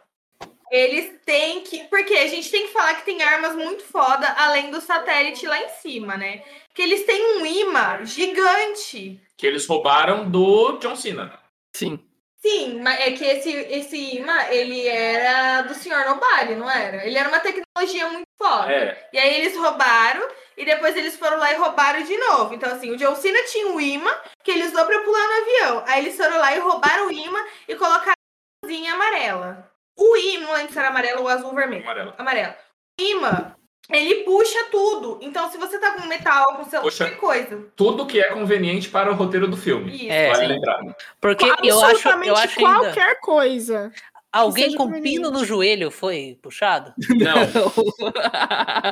eles têm que. Porque a gente tem que falar que tem armas muito foda além do satélite lá em cima, né? Que eles têm um imã gigante.
Que eles roubaram do John Cena.
Sim.
Sim, mas é que esse, esse imã, ele era do Sr. Nobari, não era? Ele era uma tecnologia muito foda.
É.
E aí eles roubaram e depois eles foram lá e roubaram de novo. Então, assim, o John Cena tinha o imã que ele usou pra pular no avião. Aí eles foram lá e roubaram o imã e colocaram a luzinha amarela. O imã, não lembro se era amarelo ou azul ou vermelho.
É, Amarelo.
Amarelo. O imã, ele puxa tudo. Então, se você tá com metal, com sei lá,
Puxa.
qualquer coisa.
Tudo que é conveniente para o roteiro do filme.
Isso.
É.
Vale lembrar.
Porque eu acho,
Absolutamente
eu acho ainda.
qualquer coisa.
Alguém
seja
com pino no
conveniente.
joelho foi puxado?
Não,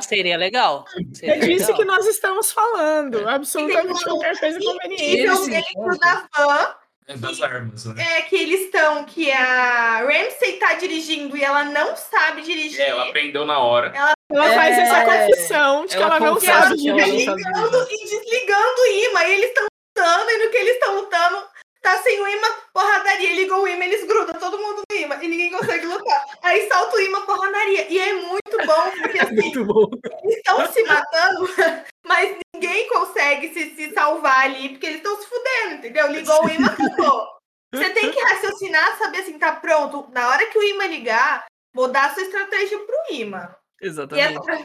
Seria legal. Seria
É disso
legal.
que nós estamos falando. Absolutamente
Sim,
qualquer coisa
sim,
conveniente.
Teve
Eles
alguém
se
no é da van
é das armas, né?
é, que eles estão, que a Ramsey tá dirigindo e ela não sabe dirigir.
É, ela aprendeu na hora.
Ela
É,
faz essa confissão de que ela, não
confessa
sabe
que ela não
dirigir.
sabe dirigir.
ligando e desligando o imã. E eles estão lutando, e no que eles estão lutando, tá sem o imã, porradaria. Ligou o imã, eles grudam todo mundo no imã e ninguém consegue lutar. Aí salta o imã, porradaria. E é muito bom, porque assim,
Muito bom.
eles estão se matando, mas ninguém consegue se, se salvar ali, porque eles estão se fudendo, entendeu? Ligou o imã, acabou. Você tem que raciocinar, saber assim, tá pronto. Na hora que o imã ligar, mudar a sua estratégia pro imã. E,
é
Exatamente.
essa-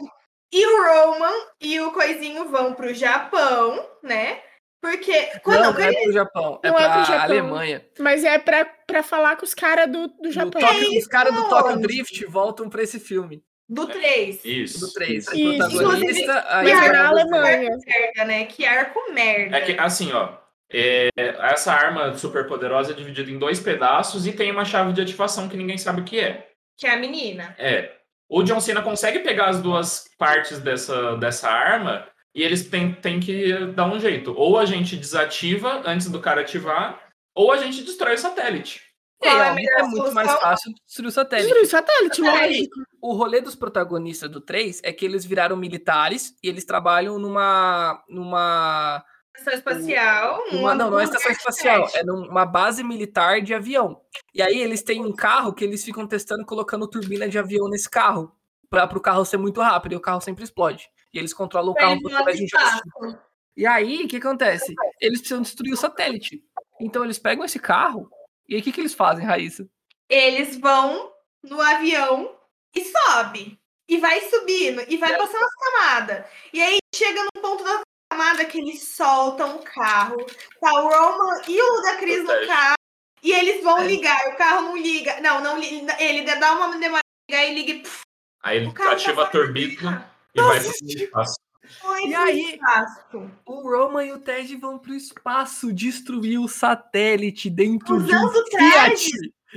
e o Roman e o Coisinho vão pro Japão, né? Porque. Quando
Não, não é pro Japão, é
Não é
pra
pro Japão.
Alemanha.
Mas é pra, pra falar com os caras do, do
No
Japão.
Tóquio- os caras do
isso?
Tokyo Drift voltam pra esse filme,
do 3.
Isso.
do 3. A
Isso.
protagonista, a
Mas é
Isabela
na
Arma
Rosselló.
Alemanha.
Merda, né? Que arco merda.
É que, assim, ó. é, essa arma super poderosa é dividida em dois pedaços e tem uma chave de ativação que ninguém sabe o que é.
que é a menina.
É. O John Cena consegue pegar as duas partes dessa, dessa arma e eles têm, têm que dar um jeito. Ou a gente desativa antes do cara ativar, ou a gente destrói o satélite.
E aí,
Qual é a
realmente é
melhor
muito
solução?
mais fácil destruir o satélite.
Destruir o é satélite,
Peraí.
lógico.
O rolê dos protagonistas do 3 é que eles viraram militares e eles trabalham numa. numa.
Estação espacial.
numa-
um-
não, não é estação
um-
espacial, é numa base militar de avião. E aí eles têm um carro que eles ficam testando colocando turbina de avião nesse carro. Pra, pro carro ser muito rápido e o carro sempre explode. E eles controlam o
Pra
carro
eles não
através de um
avisar.
joystick. E aí, o que acontece? Eles precisam destruir o satélite. Então eles pegam esse carro. E aí, o que, que eles fazem, Raíssa?
Eles vão no avião e sobe. E vai subindo. E vai passando as camadas. E aí chega no ponto da camada que eles soltam o carro. Tá o Roman e o da Cris no
Acontece.
carro. E eles
É.
vão ligar. O carro não liga. Não, não li- Ele dá uma demora ligar e liga e. puf,
Aí ele
o carro tá
ativa a
fora do
turbina
carro.
e vai pro espaço.
Foi
E
pro
aí?
espaço.
O Roman e o Ted vão pro espaço destruir o satélite dentro de
Usando
um Fiat.
trajes.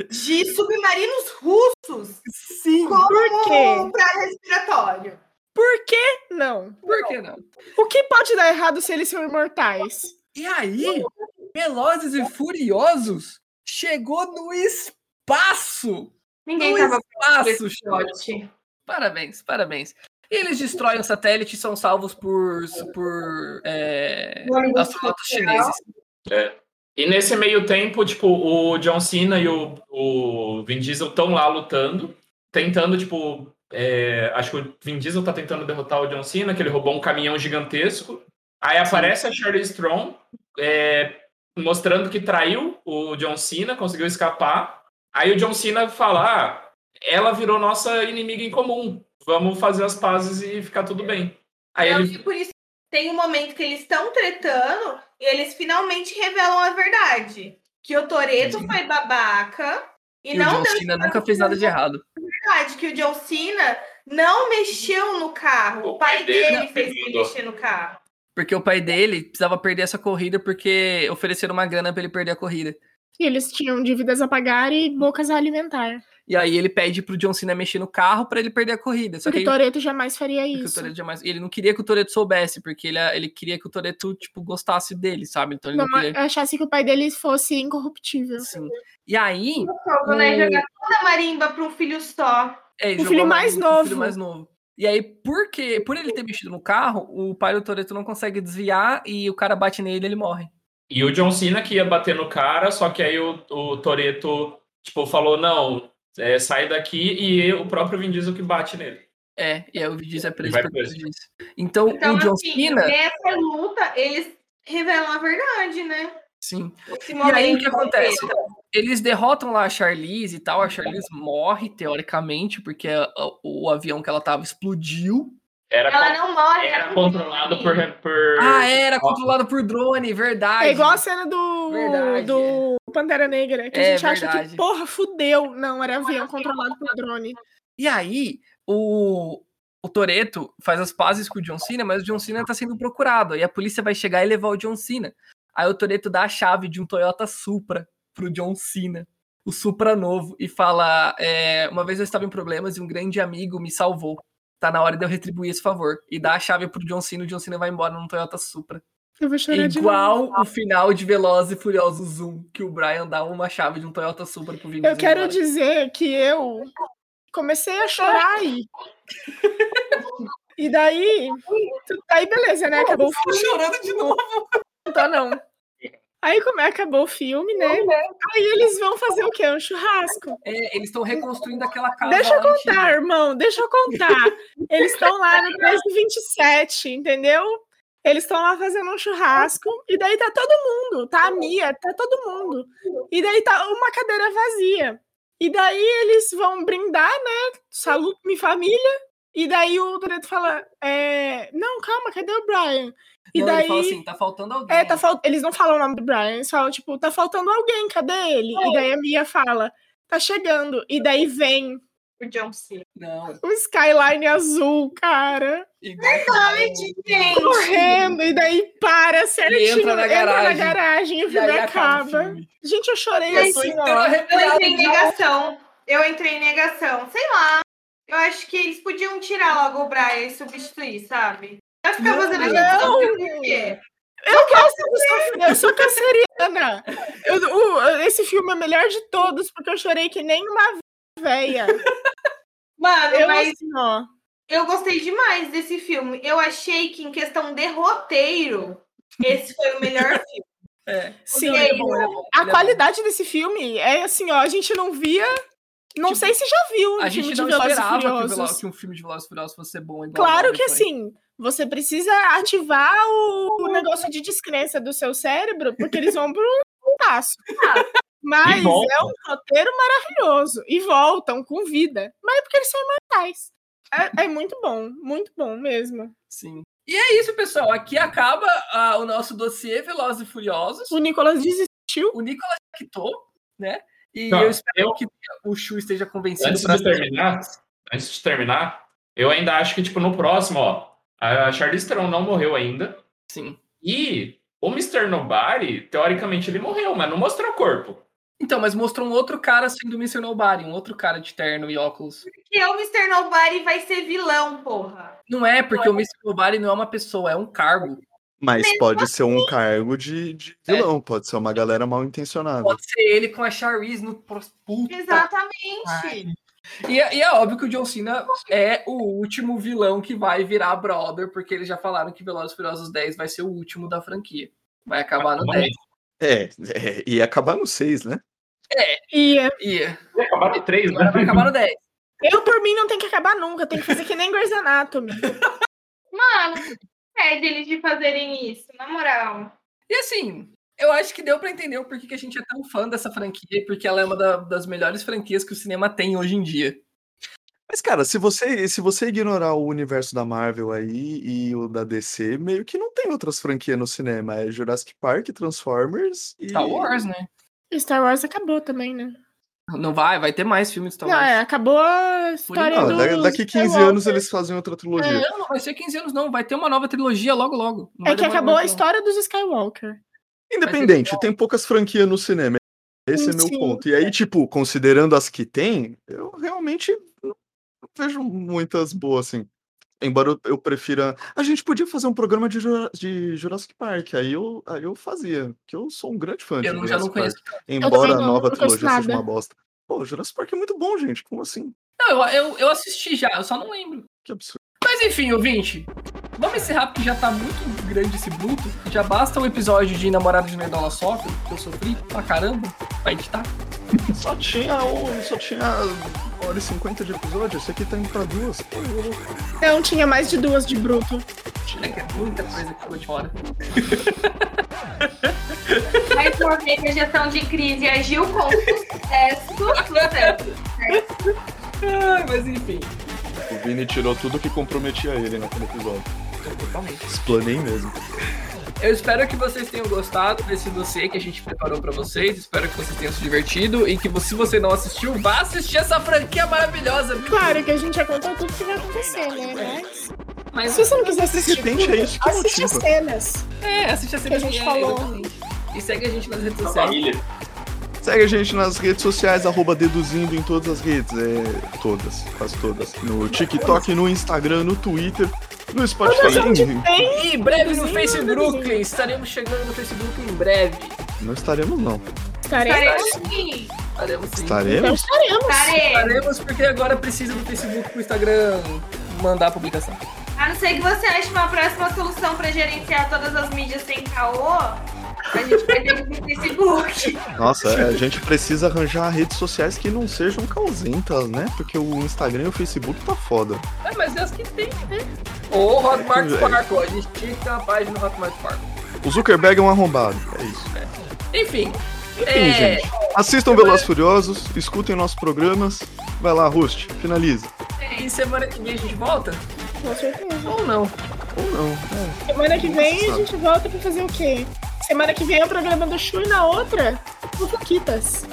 De submarinos russos
Sim.
como
quê?
para respiratório.
Por que não?
Por que não?
O que pode dar errado se eles são imortais?
E aí, Velozes e Furiosos chegou no espaço.
Ninguém
No
tava
espaço, Xande.
forte.
Parabéns, parabéns. E eles destroem o satélite e são salvos por, por é, astronautas chineses.
E nesse meio tempo, tipo, o John Cena e o, o Vin Diesel estão lá lutando, tentando, tipo, é, acho que o Vin Diesel tá tentando derrotar o John Cena, que ele roubou um caminhão gigantesco. Aí aparece a Charlie Strong, é, mostrando que traiu o John Cena, conseguiu escapar. Aí o John Cena fala: ah, ela virou nossa inimiga em comum, vamos fazer as pazes e ficar tudo bem. Aí
Eu
ele
acho que por isso tem um momento que eles estão tretando e eles finalmente revelam a verdade. Que o Toreto foi babaca e,
E o
não
John
deu
Cena nunca fez nada de errado.
verdade, que o John Cena não mexeu no carro. O pai dele
não,
fez ele
Fernando.
mexer no carro.
Porque o pai dele precisava perder essa corrida porque ofereceram uma grana pra ele perder a corrida.
E eles tinham dívidas a pagar e bocas a alimentar.
E aí ele pede pro John Cena mexer no carro pra ele perder a corrida. Só que
Porque
aí-
Toreto jamais faria
porque o
isso.
Toretto jamais... ele não queria que o Toreto soubesse, porque ele, ele queria que o Toreto, tipo, gostasse dele, sabe? Então ele não,
Não
queria.
achasse que o pai dele fosse incorruptível.
Assim. E aí.
Fogo, né?
o-
Jogar toda a marimba para um filho só.
é, ele
filho
jogou a
mais
marimba pro filho
novo.
mais novo. E aí, porque, por ele ter mexido no carro, o pai do Toreto não consegue desviar e o cara bate nele e ele morre.
E o John Cena que ia bater no cara, só que aí o, o Toreto, tipo, falou, não, é, sai daqui, e o próprio Vin Diesel que bate nele.
É, e aí o Vidiz é preso
vai
por causa
preso.
disso. Então,
Então,
o John
assim,
Cena.
nessa luta, eles revelam a verdade, né?
Sim.
Esse
E aí o
momento
que acontece? Eles derrotam lá a Charlize e tal. A Charlize morre, teoricamente, porque a- a- o avião que ela tava explodiu.
Era,
Ela
con-
não morre.
era
ela
controlado por... por...
Ah, era controlado por drone, verdade.
É igual a cena do,
Verdade,
do Pantera Negra, que
É,
a gente acha
verdade.
que, porra, fudeu. Não, era avião controlado por drone.
E aí, o, o Toreto faz as pazes com o John Cena, mas o John Cena tá sendo procurado. Aí a polícia vai chegar e levar o John Cena. Aí o Toreto dá a chave de um Toyota Supra pro John Cena. o Supra novo e fala: é, Uma vez eu estava em problemas e um grande amigo me salvou. Tá na hora de eu retribuir esse favor. E dá a chave pro John Cena, o John Cena vai embora num Toyota Supra.
Eu vou chorar
É
de novo.
igual o final de Velozes e Furiosos 1, que o Brian dá uma chave de um Toyota Supra pro Vin
Eu
Diesel
quero
embora.
dizer que eu comecei a chorar aí. E daí, tu- aí beleza, né? Acabou o
Tô
filme,
chorando de novo.
não tá não. Aí como é acabou o filme, né? Aí eles vão fazer o quê? Um churrasco.
É, eles estão reconstruindo aquela casa.
Deixa eu
lá antiga.
contar, irmão, deixa eu contar. Eles estão lá no 1327, entendeu? Eles estão lá fazendo um churrasco, e daí tá todo mundo, tá a Mia, tá todo mundo. E daí tá uma cadeira vazia. E daí eles vão brindar, né? Saludo, minha família. E daí o Doreto fala: é, Não, calma, cadê o Brian? E
Não,
daí.
Ele fala assim: tá faltando alguém.
É, tá fal... Eles não falam o nome do Brian, eles falam, tipo, tá faltando alguém, cadê ele? E daí a Mia fala, tá chegando. E daí vem
O John Cena.
Não.
o Skyline azul, cara,
Igual...
é
Gente, gente.
correndo, e daí para certinho,
entra na garagem.
garagem e o
E
filme
aí
acaba.
acaba o filme.
Gente, eu chorei
Eu tô
assim,
inteiro
ó.
Eu
arrepiado né?
entrei em
já.
negação. Eu entrei em negação. Sei lá. Eu acho que eles podiam tirar logo o Brian e substituir, sabe? Vai ficar
Não,
fazendo
não.
isso por quê?
Eu gosto do sofrimento, eu sou canceriana. Eu- o- esse filme é o melhor de todos, porque eu chorei que nem uma véia.
Mano,
Eu
mas
assim, ó.
eu gostei demais desse filme. Eu achei que, em questão de roteiro, esse foi o melhor filme.
É.
Sim,
Ele é bom, ele é bom,
A
ele é
qualidade desse filme é assim, ó, a gente não via. Não
Tipo,
sei se já viu
bom.
um
A
filme
gente
de
não
Velozes e
esperava que, o Velo-
Furiosos.
que um filme de Velozes e Furiosos fosse bom. Igual
Claro
Velozes
que
e Furiosos.
assim, você precisa ativar o o negócio de descrença do seu cérebro, porque eles vão pro passo. Mas
E volta.
é um roteiro maravilhoso. E voltam com vida. Mas é porque eles são imortais. É, é muito bom, muito bom mesmo.
Sim. E é isso, pessoal. Aqui acaba ah, o nosso dossiê Velozes e Furiosos.
O Nicolas desistiu.
O Nicolas quitou, né? E
Tá,
eu espero
eu-
que o Chu esteja convencido.
Antes
pra-
de terminar, antes de terminar, eu ainda acho que, tipo, no próximo, ó, a Charlize Theron não morreu ainda.
Sim.
E o Mr. Nobody, teoricamente, ele morreu, mas não mostrou o corpo.
Então, mas mostrou um outro cara sendo Mr. Nobody, um outro cara de terno e óculos.
Porque é o Mr. Nobody vai ser vilão, porra.
Não é, porque o Mr. Nobody não é uma pessoa, é um cargo.
Mas pode ser um cargo de, de
É.
vilão, pode ser uma galera mal intencionada.
Pode ser ele com a Charlize no pros- puta.
Exatamente.
E, é- e é óbvio que o John Cena é o último vilão que vai virar brother, porque eles já falaram que Velozes e Furiosos 10 vai ser o último da franquia. Vai acabar no 10.
É, é, e acabar no 6, né?
E é,
E
Acabaram três, né?
agora vai acabar no 10.
eu, por mim, não tem que acabar nunca. Tem que fazer que nem Grey's Anatomy.
Mano, pede eles de fazerem isso, na moral.
E assim, eu acho que deu pra entender o porquê que a gente é tão fã dessa franquia, e porque ela é uma da- das melhores franquias que o cinema tem hoje em dia.
Mas, cara, se você, se você ignorar o universo da Marvel aí e o da DC, meio que não tem outras franquias no cinema. É Jurassic Park, Transformers e.
Star Wars, né?
Star Wars acabou também, né?
Não vai, vai ter Tá mais filme de Star
Não,
Wars.
é, acabou a história
Não,
enquanto,
da-
dos
Ah, daqui 15
Skywalker. É
anos eles fazem outra trilogia.
Não, não vai ser 15 anos, não. Vai ter uma nova trilogia logo, logo. Não
É
vai
que
demorar
acabou a
muito, não.
história dos Skywalker.
Independente, tem poucas franquias no cinema. Esse é meu
Sim.
ponto. E aí, tipo, considerando as que tem, eu realmente não vejo muitas boas, assim. Embora eu, eu prefira. A gente podia fazer um programa de, Jura- de Jurassic Park. Aí eu, aí eu fazia. Porque eu sou um grande fã de
Eu não- já
Jurassic
não
Park.
conheço.
Embora
também
a
não,
nova
não conheço
trilogia seja
nada.
uma bosta. Pô, Jurassic Park é muito bom, gente. Como assim?
Não, eu, eu, eu assisti já, eu só não lembro.
Que absurdo.
Mas enfim, ouvinte, vamos encerrar porque já tá muito grande esse bruto. Já basta o episódio de Namorado de Nerdola Soccer, que eu sofri pra caramba, tá pra editar.
Só tinha, um, só tinha uma hora e 50 de episódio. Esse aqui tá indo pra duas. Pô, eu vou-
Não, Então, tinha mais de duas de bruto.
É que é muita coisa que ficou de fora.
Mais uma vez, a gestão de crise agiu com sucesso.
Ai, Ah, mas enfim,
O Vini tirou tudo que comprometia ele naquele episódio.
totalmente.
Explanei mesmo.
Eu espero que vocês tenham gostado desse dossiê que a gente preparou pra vocês. Espero que vocês tenham se divertido e que vo- se você não assistiu, vá assistir essa franquia maravilhosa. viu?
Claro que a gente já contou tudo que vai acontecer, né? Mas
Mas
se você não quiser assistir
Repente,
tudo,
é isso que
assiste as
motiva.
cenas.
é, assiste a
Que a gente falou. né?
E segue a gente nas redes
Na
sociais.
família.
Segue a gente nas redes sociais, arroba deduzindo em todas as redes. É, todas, quase todas. No TikTok, no Instagram, no Twitter, no Spotify.
Mas onde tem?
E em breve no
Sim,
Facebook,
sim.
estaremos chegando no Facebook em breve.
Não estaremos, não.
Estaremos?
Estaremos sim.
Estaremos sim.
Então
Estaremos?
estaremos.
Estaremos.
Estaremos porque agora precisa do Facebook pro Instagram mandar a publicação.
A não ser que você ache uma próxima solução pra gerenciar todas as mídias sem caô, a gente vai ter que ir pro Facebook.
Nossa, é, a gente precisa arranjar redes sociais que não sejam causentas, né? Porque o Instagram e o Facebook tá foda.
É, mas é as que tem, né? Ou Hotmart
Velho.
Sparkle. A gente tinha a página do Hotmart Sparkle.
O Zuckerberg é um arrombado. É isso.
Enfim.
Enfim,
é,
gente. Assistam Velozes Furiosos, escutem nossos programas. Vai lá, host, finaliza.
E semana que vem a gente volta?
Com certeza.
Ou não?
Ou não. é.
Semana que vem a
Nossa.
gente volta pra fazer o quê? Semana que vem é o programa do Chu e na outra, Fofoquitas.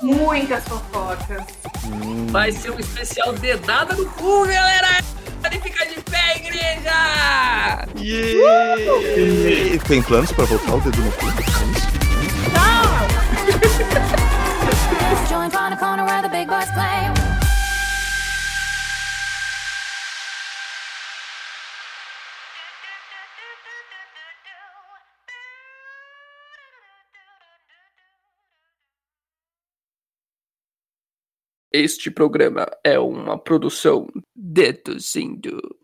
Muitas fofocas.
Hum,
Vai ser um especial dedada no cu, galera! Podem ficar de pé, igreja!
yeah. Tem planos pra voltar o dedo no cu? É isso?
Join from the corner where the big boys play.
Este programa é uma produção deduzindo.